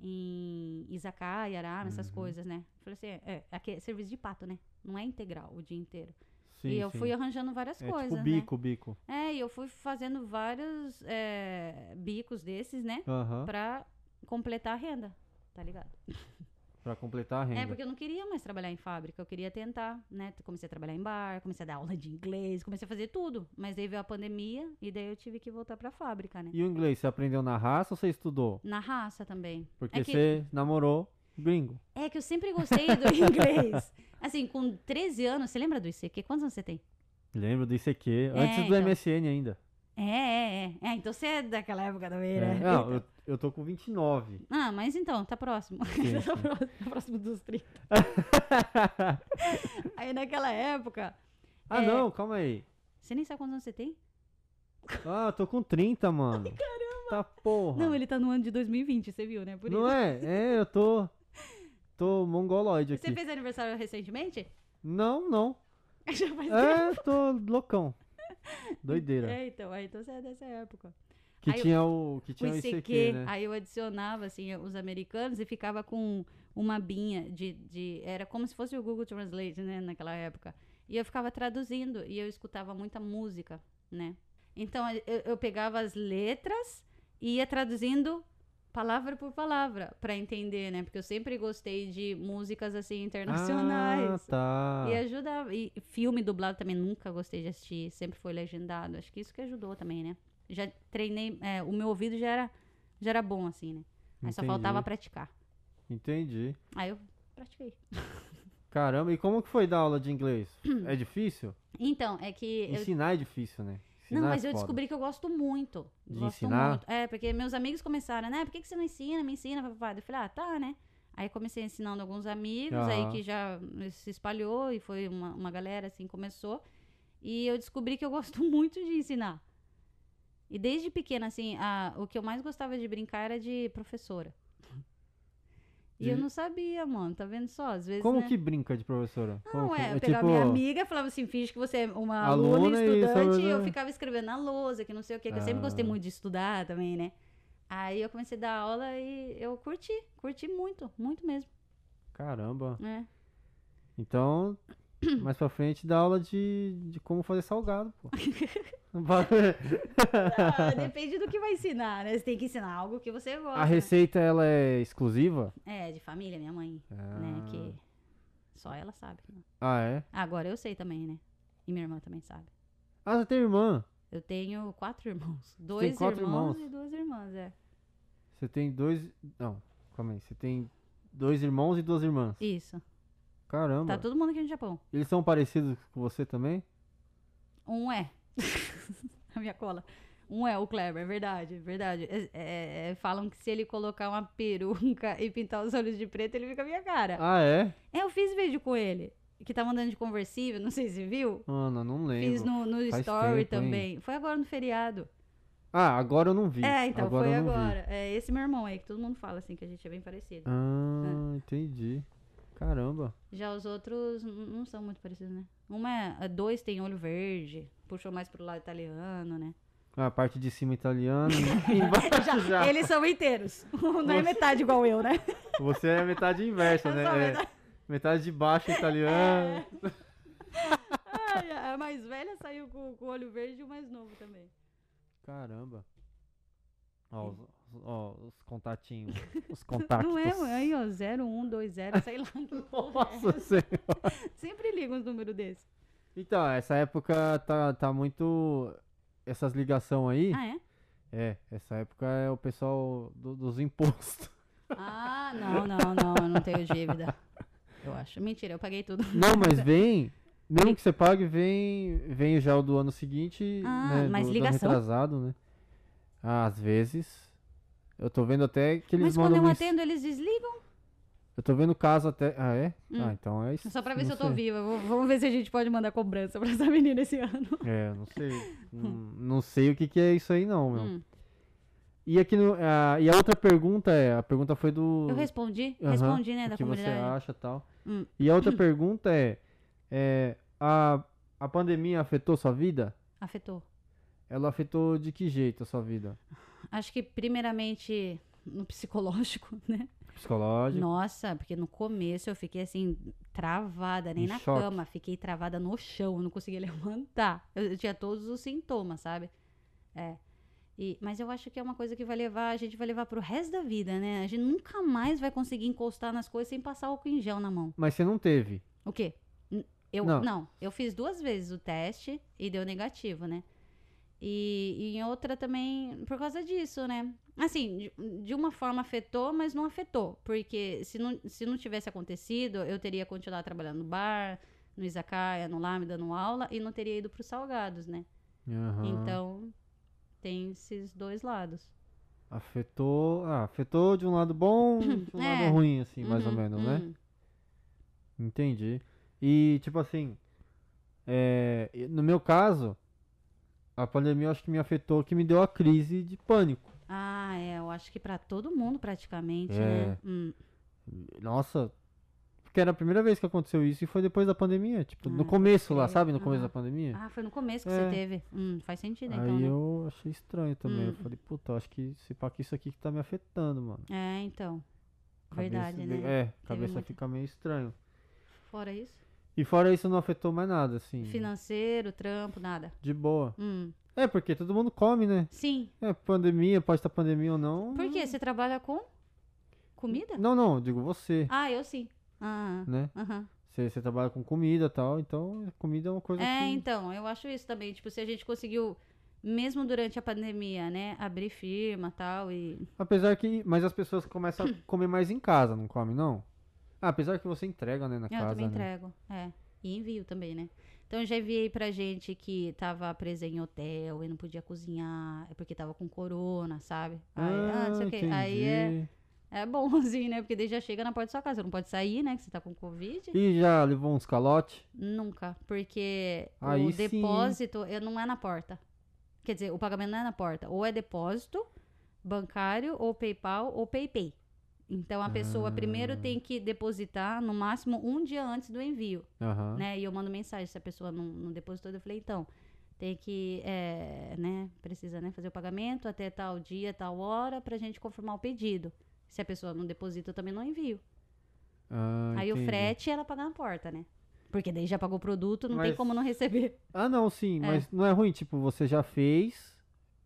em izakaya, arame, essas Uhum. coisas, né? Eu Falei assim, é, aqui é serviço de pato, né? Não é integral o dia inteiro. sim, e eu sim. fui arranjando várias é, coisas, tipo bico, bico. né? É, e eu fui fazendo vários é, bicos desses, né? Aham, Pra completar a renda, tá ligado? pra completar a renda. É, porque eu não queria mais trabalhar em fábrica, eu queria tentar, né? Comecei a trabalhar em bar, comecei a dar aula de inglês, comecei a fazer tudo. Mas daí veio a pandemia e daí eu tive que voltar pra fábrica, né? E o inglês, você aprendeu na raça ou você estudou? Na raça também. Porque é, que, você namorou gringo. é que eu sempre gostei do inglês. Assim, com 13 anos, você lembra do ICQ? Quantos anos você tem? Lembro do ICQ, antes do então. MSN ainda. É, é, é. É, então você é daquela época também, É, né? Não, eu, eu tô com 29. Ah, mas então, tá Sim, próximo. tá sim. pró- tá próximo dos 30. Aí naquela época. ah, É. não, calma aí. Você nem sabe quantos anos você tem? Ah, eu tô com 30, mano. caramba. Tá porra. Não, ele tá no ano de 2020, você viu, né? Por isso. Não é? É, eu tô. Tô mongoloide Você aqui. fez aniversário recentemente? Não, não. Já faz tempo. É, tô loucão. Doideira. É, então, aí então você é dessa época. que aí eu- tinha o. Que O tinha o ICQ, ICQ, né? aí eu adicionava, assim, os americanos e ficava com uma binha de, de... Era como se fosse o Google Translate, né, naquela época. E eu ficava traduzindo e eu escutava muita música, né? Então, eu, eu pegava as letras e ia traduzindo palavra por palavra pra entender, né? Porque eu sempre gostei de músicas, assim, internacionais. Ah, tá. E ajudava. E filme dublado também nunca gostei de assistir, sempre foi legendado. Acho que isso que ajudou também, né? Já treinei, é, o meu ouvido já era, já era bom, assim, né? Aí só Entendi, faltava praticar. Entendi. Aí eu pratiquei. Caramba, e como que foi dar aula de inglês? é difícil? Então, é que. eu- Ensinar é difícil, né? Ensinar Não, é mas eu foda. descobri que eu gosto muito. De gosto ensinar? muito. É, porque meus amigos começaram, né? Por que, que você não ensina? Me ensina, papai. Eu falei, ah, tá, né? Aí comecei ensinando alguns amigos, aí Aham. que já se espalhou e foi uma, uma galera, assim, começou. E eu descobri que eu gosto muito de ensinar. E desde pequena, assim, a- o que eu mais gostava de brincar era de professora. E eu De- não sabia, mano, tá vendo só? Às vezes, Como né? que brinca de professora? Como Não, que- tipo é, eu pegava minha amiga, falava assim, finge que você é uma aluna, Aluna e estudante, sabe- e eu ficava escrevendo na lousa, que não sei o quê, que eu sempre gostei Ah. muito de estudar também, né? Aí eu comecei a dar aula e eu curti, curti muito, muito mesmo, Caramba. né? Então, mais pra frente dá aula de, de como fazer salgado, pô. Ah, depende do que vai ensinar, né? Você tem que ensinar algo que você gosta. A receita, ela é exclusiva? É, de família, minha mãe, né? Que só ela sabe. né? Ah, é? Agora eu sei também, né? E minha irmã também sabe. Ah, você tem irmã. Eu tenho quatro irmãos. Dois quatro irmãos, irmãos? e duas irmãs, é. Você tem dois... Não, calma aí. Você tem dois irmãos e duas irmãs. Isso. Caramba. Tá todo mundo aqui no Japão. Eles são parecidos com você também? Um é. a minha cola. Um é o Kleber, é verdade, é verdade. É- é- é, falam que se ele colocar uma peruca e pintar os olhos de preto, ele fica a minha cara. Ah, é? É, eu fiz vídeo com ele, que tava andando de conversível, não sei se viu. Ana, não lembro. Fiz no, no Faz story tempo, também. Foi agora no feriado. Ah, agora eu não vi. É, então agora foi eu não vi. agora. É esse meu irmão aí, que todo mundo fala assim, que a gente é bem parecido. É. Ah, entendi. Caramba. Já os outros n- não são muito parecidos, né? Uma é. Dois tem olho verde, puxou mais pro lado italiano, né? Ah, a parte de cima italiana e embaixo já. Eles são inteiros. Não é metade igual eu, né? Você é a metade inversa, Eu né? sou a É, metade... de baixo É. italiano. Ai, a mais velha saiu com, com o olho verde e o mais novo também. Caramba. Ó, os, ó, os contatinhos. Os contatos. Não é, mãe? aí, ó, 0120, sei lá. Nossa Senhora. Sempre liga uns números desses. Então, essa época tá, tá muito. Essas ligações aí. Ah, é? É, essa época é o pessoal do- dos impostos. Ah, não, não, não, eu não tenho dívida. Eu acho. Mentira, eu paguei tudo. Não, mas vem. Mesmo que você pague, vem, vem já o do ano seguinte. Ah, né, mas do, do ligação? retrasado, né? Ah, às vezes. Eu tô vendo até que eles Mas quando mandam. um eu mens- atendo, eles desligam. Eu tô vendo caso até. Ah, é? Hum. Ah, então é isso. Só pra ver não se eu tô sei. viva. Vou- Vamos ver se a gente pode mandar cobrança pra essa menina esse ano. É, eu não sei. não, não sei o que, que é isso aí, não, meu. Hum. E aqui no. ah, e a outra pergunta é. A pergunta foi do. Eu respondi? Aham, Respondi, né, o da que você comunidade. acha e tal. Hum. E a outra pergunta é, é, a, a pandemia afetou sua vida? Afetou. Ela afetou de que jeito a sua vida? Acho que primeiramente no psicológico, né? Psicológico? Nossa, porque no começo eu fiquei assim, travada, nem Em na choque. cama, fiquei travada no chão, não conseguia levantar. Eu, eu tinha todos os sintomas, sabe? É. E- mas eu acho que é uma coisa que vai levar, a gente vai levar pro resto da vida, né? A gente nunca mais vai conseguir encostar nas coisas sem passar álcool em gel na mão. Mas você não teve. O quê? N- Eu, Não. não. eu fiz duas vezes o teste e deu negativo, né? E, e em outra também por causa disso, né? Assim, de, de uma forma afetou, mas não afetou. Porque se não, se não tivesse acontecido, eu teria continuado trabalhando no bar, no Izakaya, no Lá, me dando aula, e não teria ido pros salgados, né? Aham. Então, tem esses dois lados. Afetou. Ah, afetou de um lado bom, de um É. lado ruim, assim, mais ou Uhum, menos, né? uhum. Entendi. E, tipo assim, é, e no meu caso, a pandemia eu acho que me afetou, que me deu a crise de pânico. Ah, é, eu acho que pra todo mundo praticamente, É. né? Hum. Nossa, porque era a primeira vez que aconteceu isso e foi depois da pandemia, tipo, no Ah, começo lá, creio. sabe? No começo Aham. da pandemia. Ah, foi no começo que É. você teve. Hum, faz sentido, então, Aí né? eu achei estranho também. Eu Hum. falei, puta, eu acho que se pá que isso aqui que tá me afetando, mano. É, então. Cabeça Verdade, de- né? É, cabeça muita- fica meio estranho. Fora isso. E fora isso, não afetou mais nada, assim. Financeiro, trampo, nada. De boa. Hum. É, porque todo mundo come, né? Sim. É, pandemia, pode estar pandemia ou não. Por quê? Você trabalha com comida? Não, não, digo você, Ah, eu sim. Ah, né? aham. Você, você trabalha com comida e tal, então comida é uma coisa É, que... então, eu acho isso também. Tipo, se a gente conseguiu, mesmo durante a pandemia, né, abrir firma tal e. Apesar que. Mas as pessoas começam a comer mais em casa, não come, não? Ah, apesar que você entrega, né, na eu casa. também né? entrego. É. E envio também, né? Então eu já enviei pra gente que tava presa em hotel e não podia cozinhar, é porque tava com corona, sabe? Aí, ah, não sei o quê. Aí é. entendi. É bonzinho, né? Porque daí já chega na porta da sua casa. Você não pode sair, né? Que você tá com Covid. E já levou uns calote? Nunca. Porque Aí o sim, hein? depósito eh, não é na porta. Quer dizer, o pagamento não é na porta. Ou é depósito bancário, ou PayPal, ou PayPay. Então a pessoa Ah. primeiro tem que depositar no máximo um dia antes do envio, Aham. né? E eu mando mensagem se a pessoa não, não depositou. Eu falei, então, tem que, eh, né? Precisa né, fazer o pagamento até tal dia, tal hora, pra gente confirmar o pedido. Se a pessoa não deposita, eu também não envio. Ah, Aí o entendi. frete ela paga na porta, né? Porque daí já pagou o produto, não tem Mas- como não receber. Ah, não, sim, mas não é ruim, tipo, você já fez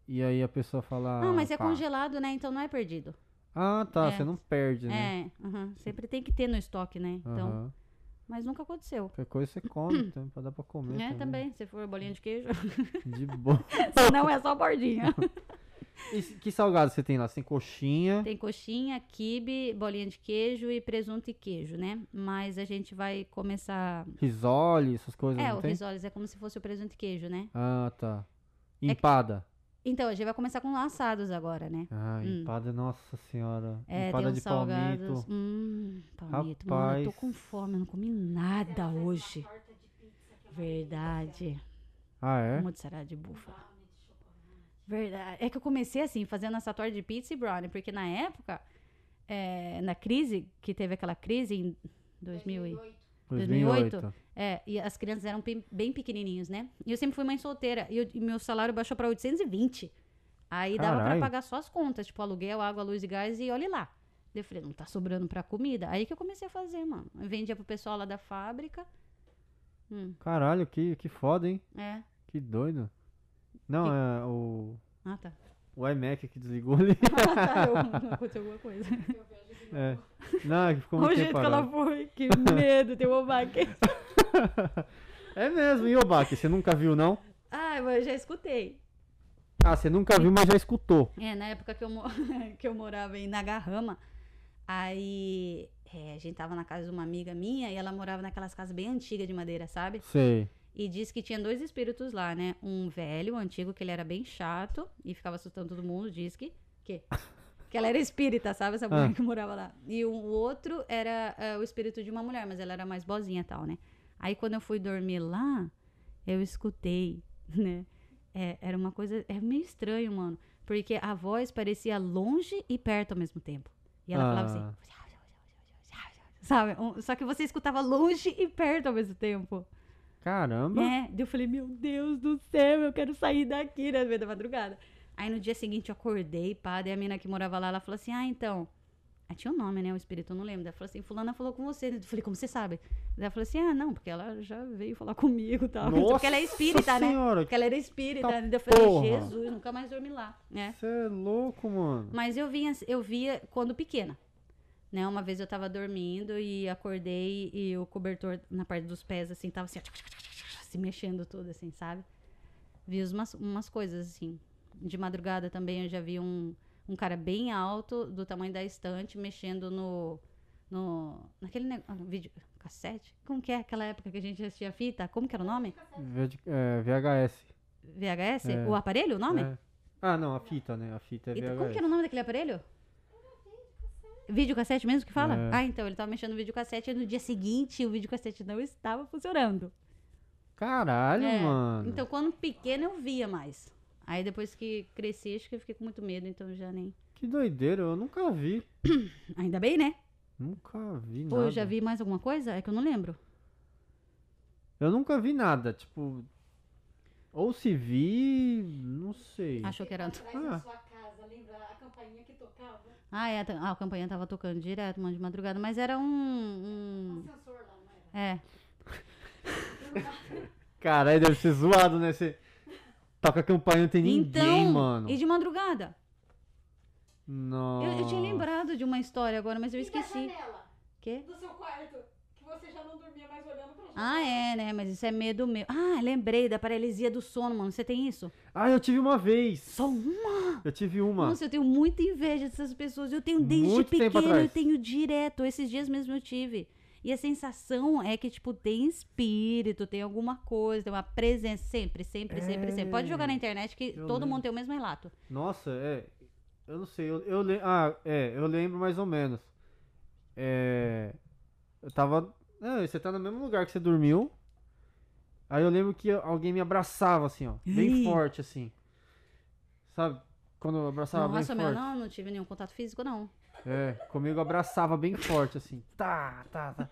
e aí a pessoa fala. não, mas é "Pá". congelado, né? Então não é perdido. Ah, tá, É. você não perde, né? É, aham, sempre tem que ter no estoque, né? Então, Aham. mas nunca aconteceu. Qualquer coisa você come, também, pra dar pra comer. É, também, se for bolinha de queijo, De boa. senão é só bordinha. E s- que salgado você tem lá? Você tem coxinha. Tem coxinha, quibe, bolinha de queijo e presunto e queijo, né? Mas a gente vai começar. Risole, essas coisas, É, não o tem? risoles é como se fosse o presunto e queijo, né? Ah, tá. É que- Empada. Então, a gente vai começar com laçados agora, né? Ah, Hum. empada, nossa senhora. É, empada tem uns de salgados. palmito. Hum, palmito. Mano, eu tô Rapaz. com fome, eu não comi nada hoje. Verdade. Ah, é? Mozzarella de búfala. Verdade. É que eu comecei assim, fazendo essa torta de pizza e brownie, porque na época, é, na crise, que teve aquela crise em 2000 e... 2008. 2008. É, e as crianças eram pe- bem pequenininhos, né? E eu sempre fui mãe solteira. E, eu- e meu salário baixou pra 820. Aí dava pra Caralho. pagar só as contas, tipo aluguel, água, luz e gás, e olhe lá. Daí Eu falei, não tá sobrando pra comida. Aí que eu comecei a fazer, mano. Eu vendia pro pessoal lá da fábrica. Hum, Caralho, que, que foda, hein? é. Que doido. Não, Que- é o. Ah, tá. O iMac que desligou ali. Ah, tá. Eu, aconteceu alguma coisa. É. Não, é que ficou Olha muito o jeito tempo que ela parado. foi, que medo, tem um baque. É mesmo, e o Baque? Você nunca viu, não? Ah, eu já escutei. Ah, você nunca viu, mas já escutou. É, na época que eu, mo- que eu morava em Nagarrama, aí é, a gente tava na casa de uma amiga minha e ela morava naquelas casas bem antigas de madeira, sabe? Sei. E disse que tinha dois espíritos lá, né? Um velho, um antigo, que ele era bem chato e ficava assustando todo mundo, disse que. Que, que ela era espírita, sabe? Essa mulher Ah. que morava lá. E o outro era eh, o espírito de uma mulher, mas ela era mais bozinha e tal, né? Aí quando eu fui dormir lá, eu escutei, né? É, era uma coisa. É meio estranho, mano. Porque a voz parecia longe e perto ao mesmo tempo. E ela falava Ah. assim. Sabe? Um- Só que você escutava longe e perto ao mesmo tempo. Caramba. É, daí eu falei, meu Deus do céu, eu quero sair daqui, né, no meio da madrugada. Aí no dia seguinte eu acordei, pá, daí a mina que morava lá, ela falou assim, ah, então... Aí tinha um nome, né, o espírito, eu não lembro. Ela falou assim, fulana falou com você. Eu falei, como você sabe? Daí ela falou assim, ah, não, porque ela já veio falar comigo e tal. Porque ela é espírita, né? senhora, Porque ela era espírita. né? Tá Daí eu falei, porra. Jesus, nunca mais dormi lá, né? Você é louco, mano. Mas eu vinha, eu via quando pequena. Né? Uma vez eu tava dormindo e acordei e o cobertor na parte dos pés, assim, tava assim, ó, tchac, tchac, tchac, tchac, tchac, se mexendo todo, assim, sabe? Vi os- umas, umas coisas, assim. De madrugada também eu já vi um, um cara bem alto, do tamanho da estante, mexendo no. no naquele negócio. Vídeo. Cassete? Como que é aquela época que a gente assistia fita? Como que era o nome? V- é, VHS. VHS? É. O aparelho? O nome? É. Ah, não, a fita, né? A fita é Então, VHS. como que era o nome daquele aparelho? Videocassete mesmo que fala? É. Ah, então, ele tava mexendo no videocassete e no dia seguinte o videocassete não estava funcionando. Caralho, É, mano. Então, quando pequena eu via mais. Aí depois que cresci, acho que eu fiquei com muito medo, então já nem. Que doideira, eu nunca vi. Ainda bem, né? Nunca vi nada. Ou eu já vi mais alguma coisa? É que eu não lembro. Eu nunca vi nada, tipo. Ou se vi, não sei. Achou que era. Atrás da Ah. sua casa, lembra a campainha que tocava? Ah, é, tá- ah, a campanha tava tocando direto, mano, de madrugada, mas era um. um- Um sensor lá, não É. era? Caralho, deve ser zoado, né? Você toca a campainha não tem ninguém, então, mano. E de madrugada? Eu, Nossa. eu tinha lembrado de uma história agora, mas eu E da esqueci. janela Quê? do seu quarto, que você já não dormia mais olhando pra janela. Ah, é, né? Mas isso é medo meu. Ah, lembrei da paralisia do sono, mano. Você tem isso? Ah, eu tive uma vez. Só uma? Eu tive uma. Nossa, eu tenho muita inveja dessas pessoas. Eu tenho desde Muito tempo pequeno, eu atrás. tenho direto. Esses dias mesmo eu tive. E a sensação é que, tipo, tem espírito, tem alguma coisa, tem uma presença. Sempre, sempre, sempre, sempre. Pode jogar na internet que É. eu todo lembro. mundo tem o mesmo relato. Nossa, é. Eu não sei, eu, eu lembro. Ah, é, eu lembro mais ou menos. É. Eu tava. Não, você tá no mesmo lugar que você dormiu. Aí eu lembro que alguém me abraçava assim, ó. Bem Ih. forte, assim. Sabe? Quando eu abraçava Nossa, bem meu, forte. não, não tive nenhum contato físico, não. É, comigo abraçava bem forte, assim. Tá, tá, tá.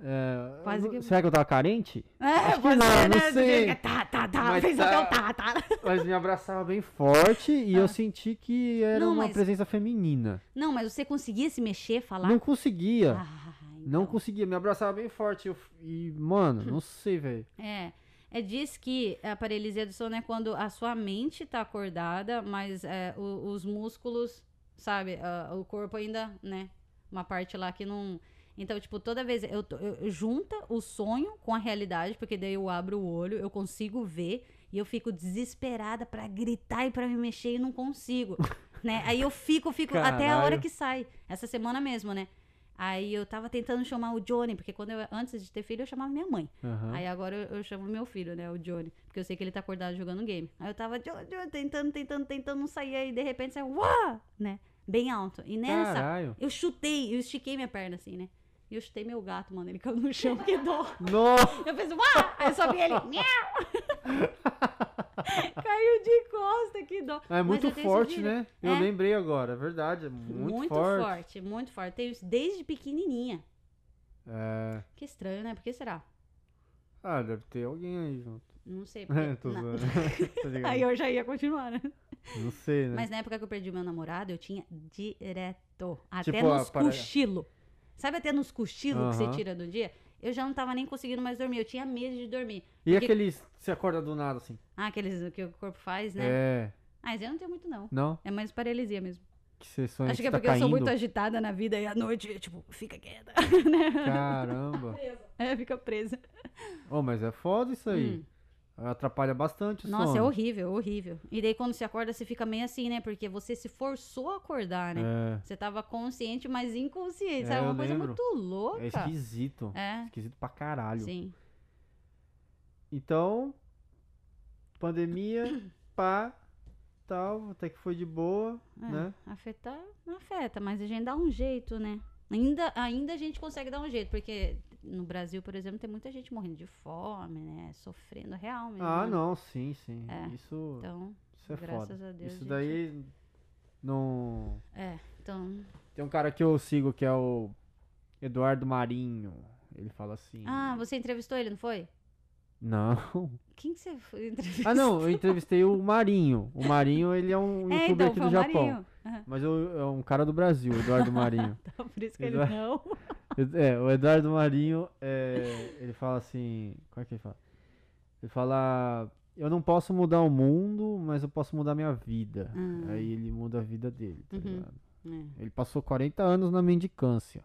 É, Quase eu não- que- Será que eu tava carente? É, Ah, que não, não Do jeito sei. que Tá, tá, tá. Mas fez tá. até o tá, tá. Mas me abraçava bem forte e eu senti que era Ah. Não, uma mas- presença feminina. Não, mas você conseguia se mexer, falar? Não conseguia. Ah, Não conseguia, me abraçava bem forte. eu f- e, mano, não sei, velho. É. É, diz que a paralisia do sono é quando a sua mente tá acordada, mas é, o- os músculos, sabe, ah, o corpo ainda, né? Uma parte lá que não. Então, tipo, toda vez eu, tô- eu- eu junta o sonho com a realidade, porque daí eu abro o olho, eu consigo ver e eu fico desesperada pra gritar e pra me mexer e não consigo, né? Aí eu fico, fico até a hora Caralho. que sai. Essa semana mesmo, né? Aí eu tava tentando chamar o Johnny, porque quando eu antes de ter filho eu chamava minha mãe. Aham. Aí agora eu, eu chamo meu filho, né? O Johnny. Porque eu sei que ele tá acordado jogando game. Aí eu tava "Johnny, Johnny", tentando, tentando, tentando, não saía. E de repente saiu, uá! Né? Bem alto. E nessa, Caralho. eu chutei, eu estiquei minha perna assim, né? E eu chutei meu gato, mano. Ele caiu no chão, que dó. Nossa! Eu fiz, uá! Aí eu só vi ele, miau! caiu de costa, que dó. É Mas muito eu tenho esse forte, vídeo. né? Eu É. lembrei agora, é verdade. É muito, forte. muito forte. Tenho isso desde pequenininha. É. Que estranho, né? Por que será? Ah, deve ter alguém aí junto. Não sei. É, Porque, tô na- zoando. Tô ligado. Aí eu já ia continuar, né? Não sei, né? Mas na época que eu perdi meu namorado, eu tinha direto. Até Tipo, nos a parada- cochilos. Sabe até nos cochilos que você Aham. tira do dia? Eu já não tava nem conseguindo mais dormir. Eu tinha medo de dormir. E porque- aqueles que você acorda do nada, assim? Ah, aqueles que o corpo faz, né? É. Ah, mas eu não tenho muito, não. Não? É mais paralisia mesmo. Que você sonha Acho que é tá porque eu caindo. sou muito agitada na vida e à noite, tipo, fica quieta. Caramba. Presa. É, fica presa. Oh, mas é foda isso aí. Atrapalha bastante o Hum. Nossa, é sono. horrível, horrível. E daí quando você acorda, você fica meio assim, né? Porque você se forçou a acordar, né? É. Você tava consciente, mas inconsciente. É, Sabe? É uma eu coisa lembro. muito louca. É esquisito. É, Esquisito pra caralho. sim. Então, pandemia, pá, tal, até que foi de boa, É, né? Afetar não afeta, mas a gente dá um jeito, né? Ainda, ainda a gente consegue dar um jeito, porque no Brasil, por exemplo, tem muita gente morrendo de fome, né? Sofrendo real mesmo. Ah, né? não, sim, sim. É. Isso, Então, isso é graças foda. a Deus. isso gente- daí não. É, então. Tem um cara que eu sigo que é o Eduardo Marinho. Ele fala assim. Ah, você entrevistou ele, não foi? Não. Quem que você foi entrevistou? Ah, não, eu entrevistei o Marinho. O Marinho, ele é um É, youtuber então, aqui foi do o Japão. Marinho. Aham, Mas eu- é um cara do Brasil, Eduardo Marinho. Então, por isso que ele Exato. não. Ed- É, o Eduardo Marinho, é, ele fala assim. Como é que ele fala? Ele fala: Eu não posso mudar o mundo, mas eu posso mudar minha vida. Ah. Aí ele muda a vida dele, tá Uhum. ligado? é. Ele passou 40 anos na mendicância.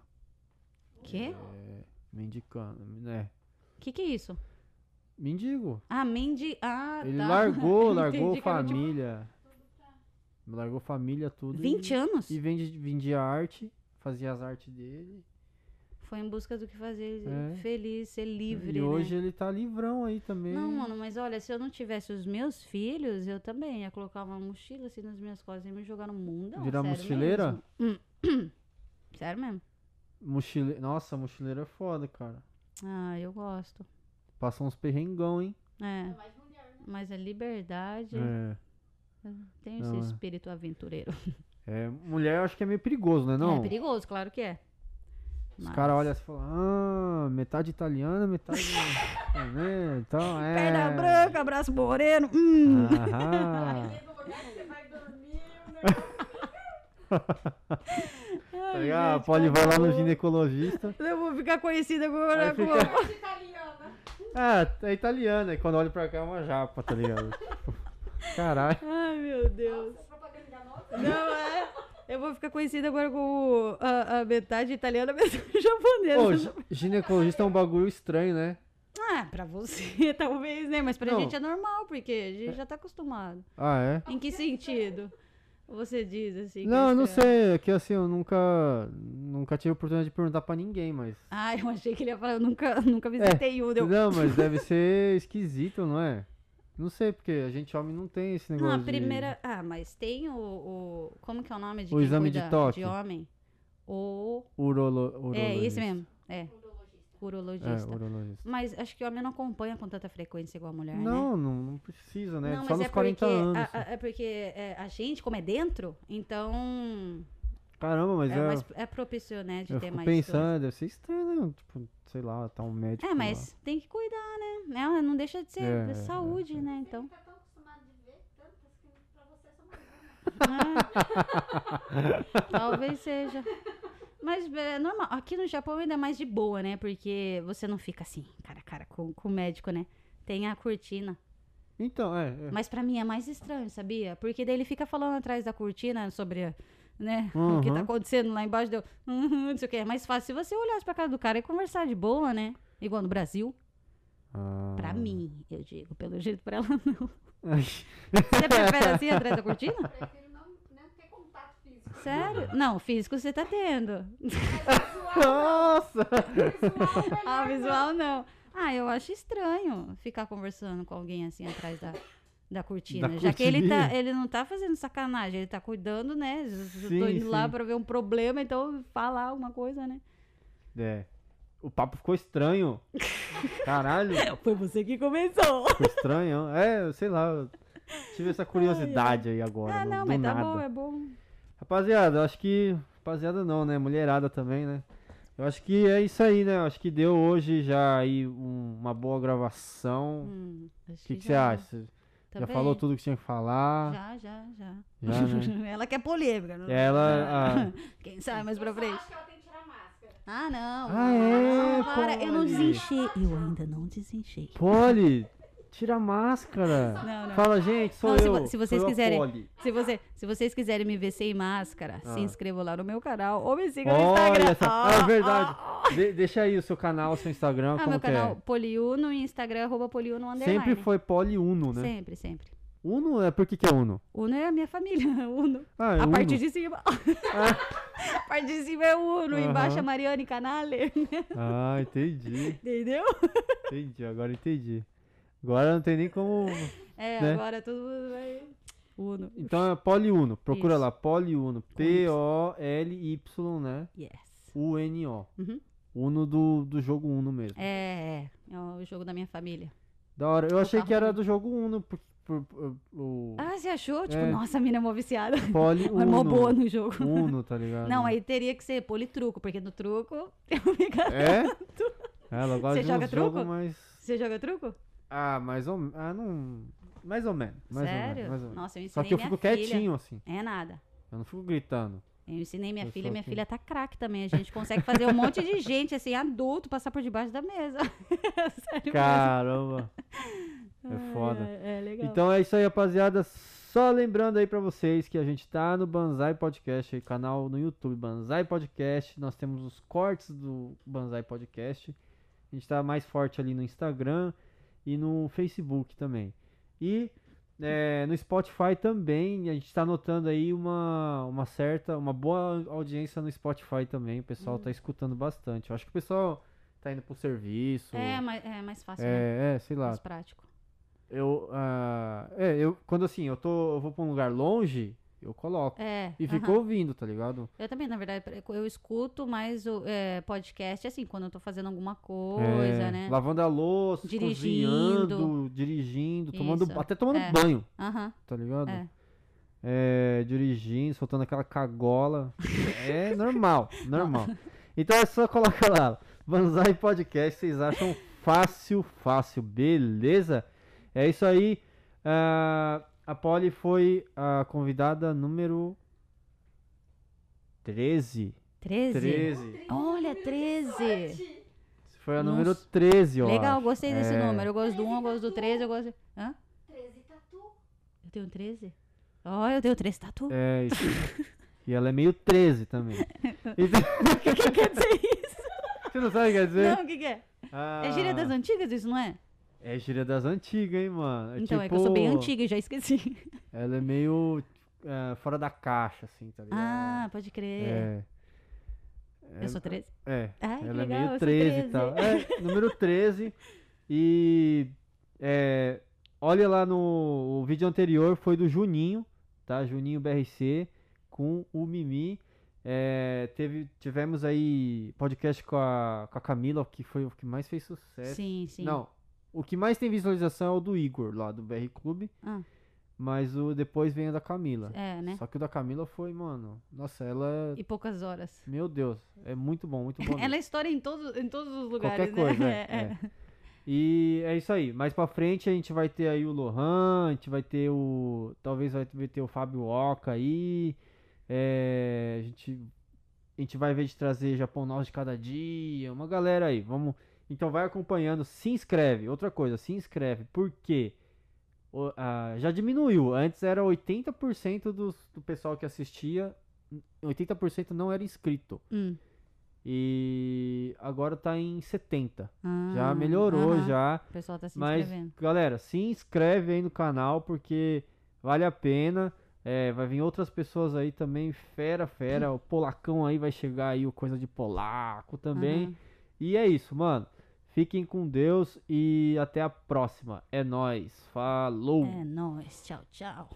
Quê? Mendicando, né? Que que é isso? Mendigo. Ah, Mandy. Ah, Ele tá. largou, largou Entendi que era tipo- família. Largou família, tudo. 20 e, anos? E vende- vendia arte, fazia as artes dele. Foi em busca do que fazer É. feliz, ser livre. e né? hoje ele tá livrão aí também. Não, mano, mas olha, se eu não tivesse os meus filhos, eu também ia colocar uma mochila assim nas minhas costas e me jogar no mundo. Virar mochileira? Mesmo. Hum. sério mesmo. Mochile... Nossa, mochileiro é foda, cara. Ah, eu gosto. Passa uns perrengão, hein? É, É mais mulher, né? mas a liberdade É. tem Não, é. esse espírito aventureiro. É, mulher eu acho que é meio perigoso, né? Não? É perigoso, claro que é. Os Mas- caras olham assim e falam, ah, metade italiana, metade. é, né? Então é. Perna branca, abraço moreno. Hum. Aham. Dependendo do lugar que você vai dormir, o negócio Tá ligado? A Polly vai lá no ginecologista. Eu vou ficar conhecida agora Aí como. fica. de italiana. Ah, é italiana. E quando olha pra cá é uma japa, tá ligado? Caralho. Ai, meu Deus. Nossa, é propaganda enganosa. Não, é. Eu vou ficar conhecida agora como a, a metade italiana, a metade japonesa. Pô, gi- ginecologista é um bagulho estranho, né? Ah, pra você. Sim, talvez, né? Mas Pra Não. gente é normal, porque a gente já tá acostumado. Ah, é? Em que sentido? Você diz assim. que Não, é eu não estranho? sei. É que assim, eu nunca. Nunca tive oportunidade de perguntar pra ninguém, mas. Ah, eu achei que ele ia falar, eu nunca, nunca visitei É, um. Deu... Não, mas deve ser esquisito, não é? Não sei, porque a gente homem não tem esse Não, negócio. a de- primeira. Ah, mas tem o, o- Como que é o nome de O quem exame de cuida toque. de homem? O. Urolo... É, urologista. esse mesmo. É, Urologista. É, urologista. urologista. Mas acho que o homem não acompanha com tanta frequência igual a mulher, né? Não, não, não precisa, né? Só nos é 40 porque, anos. a- a, é porque é, a gente, como é dentro, então Caramba, mas é, eu, mais, é propício, né, de eu ter fico mais pensando, deve ser estranho, né? Tipo, sei lá, tá um médico. coisa. É, mas tem que cuidar, né? Ela não deixa de ser É, é, saúde, né? Então. Você tá tão acostumado de ver tantas que pra você é só uma Ah, talvez É. seja. Mas é normal. Aqui no Japão ainda é mais de boa, né? Porque você não fica assim, cara a cara, com, com o médico, né? Tem a cortina. Então, é. é. Mas pra mim é mais estranho, sabia? Porque daí ele fica falando atrás da cortina sobre, né? O que tá Uhum. acontecendo lá embaixo. Deu, uhum, não sei o que. É mais fácil se você olhasse pra cara do cara e conversar de boa, né? Igual no Brasil. Ah. Pra mim, eu digo. Pelo jeito, pra ela não. Ai, Você prefere assim atrás da cortina? Prefiro não, não ter contato físico. Sério? Não, físico você tá tendo. Mas visual, Nossa! visual, melhor Ah, não. visual não. Ah, eu acho estranho ficar conversando com alguém assim atrás da, da cortina. Da já que ele, tá, cortininha? ele não tá fazendo sacanagem, ele tá cuidando, né? Eu tô Sim, indo lá sim. pra ver um problema, então falar alguma coisa, né? É. O papo ficou estranho. Caralho, Foi você que começou. ficou estranho. É, sei lá. eu tive essa curiosidade aí agora. Ah, não, não, do mas tá nada. bom, é bom. Rapaziada, eu acho que. Rapaziada não, né? Mulherada também, né? Eu acho que é isso aí, né? Eu acho que deu hoje já aí um- uma boa gravação. Hum, acho O que que já- você acha? Você tá já bem. falou tudo que tinha que falar? Já, já, já. Já, né? Ela quer polêmica. não- Ah, Ela. ah. a- Quem sabe mais Eu pra só frente. acho que ela tem que tirar a máscara. Ah, não. Ah, é, não, para, eu não pode. desenchei. Eu ainda não desenchei. Poli, tira a máscara. Não, não. Fala, gente, sou Não, se eu. vo- se vocês sou eu, a quiserem- Polly. Se, você, se vocês quiserem me ver sem máscara, Ah. se inscrevam lá no meu canal ou me sigam no Olha Instagram. essa. Ah, é verdade. ah, De- deixa aí o seu canal, seu Instagram, Ah, como meu que canal é. Poliuno e Instagram, arroba Poliuno underline. Sempre foi Poli Uno, né? Sempre, sempre. Uno é por que, que é Uno? Uno é a minha família, Uno. Ah, é a Uno. parte de cima. a parte de cima é Uno, Aham. embaixo é Mariane Canale. Ah, entendi. Entendeu? Entendi, agora entendi. Agora não tem nem como. É, Né? agora todo mundo vai. Uno. Então é Poliuno. Procura Isso. lá, Poliuno. P-O-L-Y, né? Yes. U-N-O. Uhum. Uno do, do jogo Uno mesmo. É, é o jogo da minha família. Da hora. Eu achei carro que era também. do jogo Uno. Por, por- por- o Ah, você achou? Tipo, É. nossa, a mina é mó viciada. Poli Ela É mó boa Uno. no jogo. Uno, tá ligado? Não, aí teria que ser politruco, porque no truco eu me engano. É? Ela gosta Você de joga uns jogo, truco? mas. Você joga truco? Ah, mais ou menos. Ah, não. Mais ou menos. mais ou menos, Sério? mais ou menos. Nossa, eu Só ensinei que eu minha fico filha. quietinho, assim. É nada. Eu não fico gritando. Eu ensinei minha Eu filha, sou minha assim. filha tá craque também. A gente consegue fazer um monte de gente, assim, adulto, passar por debaixo da mesa. Sério Caramba. mesmo. É foda. É, é legal. Então é isso aí, rapaziada. Só lembrando aí pra vocês que a gente tá no Banzai Podcast, aí, canal no YouTube Banzai Podcast. Nós temos os cortes do Banzai Podcast. A gente tá mais forte ali no Instagram e no Facebook também. E é, no Spotify também, a gente tá notando aí uma, uma certa, uma boa audiência no Spotify também. O pessoal Uhum. tá escutando bastante. Eu acho que o pessoal tá indo pro serviço. É, mais, é mais fácil, né? tipo, é, é, sei lá, Mais prático. eu, ah, é, eu, quando assim, eu tô, eu vou pra um lugar longe, eu coloco. É. E fico aham. ouvindo, tá ligado? Eu também, na verdade, eu escuto mais o é, podcast, assim, quando eu tô fazendo alguma coisa, É, né? Lavando a louça, Dirigindo. cozinhando, dirigindo, tomando, Isso. até tomando É. banho, Aham. tá ligado? É. É, dirigindo, soltando aquela cagola. é normal, normal. Então é só colocar lá, Banzai Podcast, vocês acham fácil, fácil, beleza? É isso aí. ah, a Polly foi a convidada número 13. 13? 13. Olha, 13. Foi a Nossa. número 13, ó. Legal, gostei desse É. número. Eu gosto do 1, eu gosto do 13, eu gosto. de- Hã? 13 tatu. Eu tenho 13? Ó, eu tenho tá 13 tatu. É isso. E ela é meio 13 também. Então, O que, que quer dizer isso? você não sabe o que quer dizer? Não, o que, que é? Ah, É gíria das antigas isso, não é? É gíria das antigas, hein, mano? então, é que eu tipo- sou bem antiga e já esqueci. Ela é meio ah, fora da caixa, assim, tá ligado? Ah, pode crer. é. eu sou 13? É. Ai, que ela legal, eu é meio sou 13 e 13. tal. É, número 13. E. É, olha lá no. O vídeo anterior foi do Juninho, tá? Juninho BRC com o Mimi. É, teve, tivemos aí podcast com a, com a Camila, que foi o que mais fez sucesso. Sim, sim. É. Não. O que mais tem visualização é o do Igor, lá do BR Clube. Ah. Mas o depois vem o da Camila. É, né? Só que o da Camila foi, mano. Nossa, ela. é, E poucas horas. Meu Deus, é muito bom, muito bom. mesmo. Ela é história em, todo, em todos os lugares, Qualquer coisa. né? é, é. E é isso aí. Mais pra frente a gente vai ter aí o Lohan, a gente vai ter o. Talvez vai ter o Fábio Oca aí. é, a gente. gente vai ver de trazer Japão Nós de cada dia, uma galera aí. Vamos. Então vai acompanhando, se inscreve. Outra coisa, se inscreve. Por quê? O- ah, já diminuiu. Antes era 80% dos, do pessoal que assistia, 80% não era inscrito. Hum. E agora tá em 70. Ah, é. Já melhorou, aham. já. O pessoal tá se Mas, inscrevendo. galera, se inscreve aí no canal porque vale a pena. É, vai vir outras pessoas aí também, fera, fera. O polacão aí vai chegar aí, o coisa de polaco também. Aham. E é isso, mano. Fiquem com Deus e até a próxima. É nóis. Falou! É nóis. Tchau, tchau.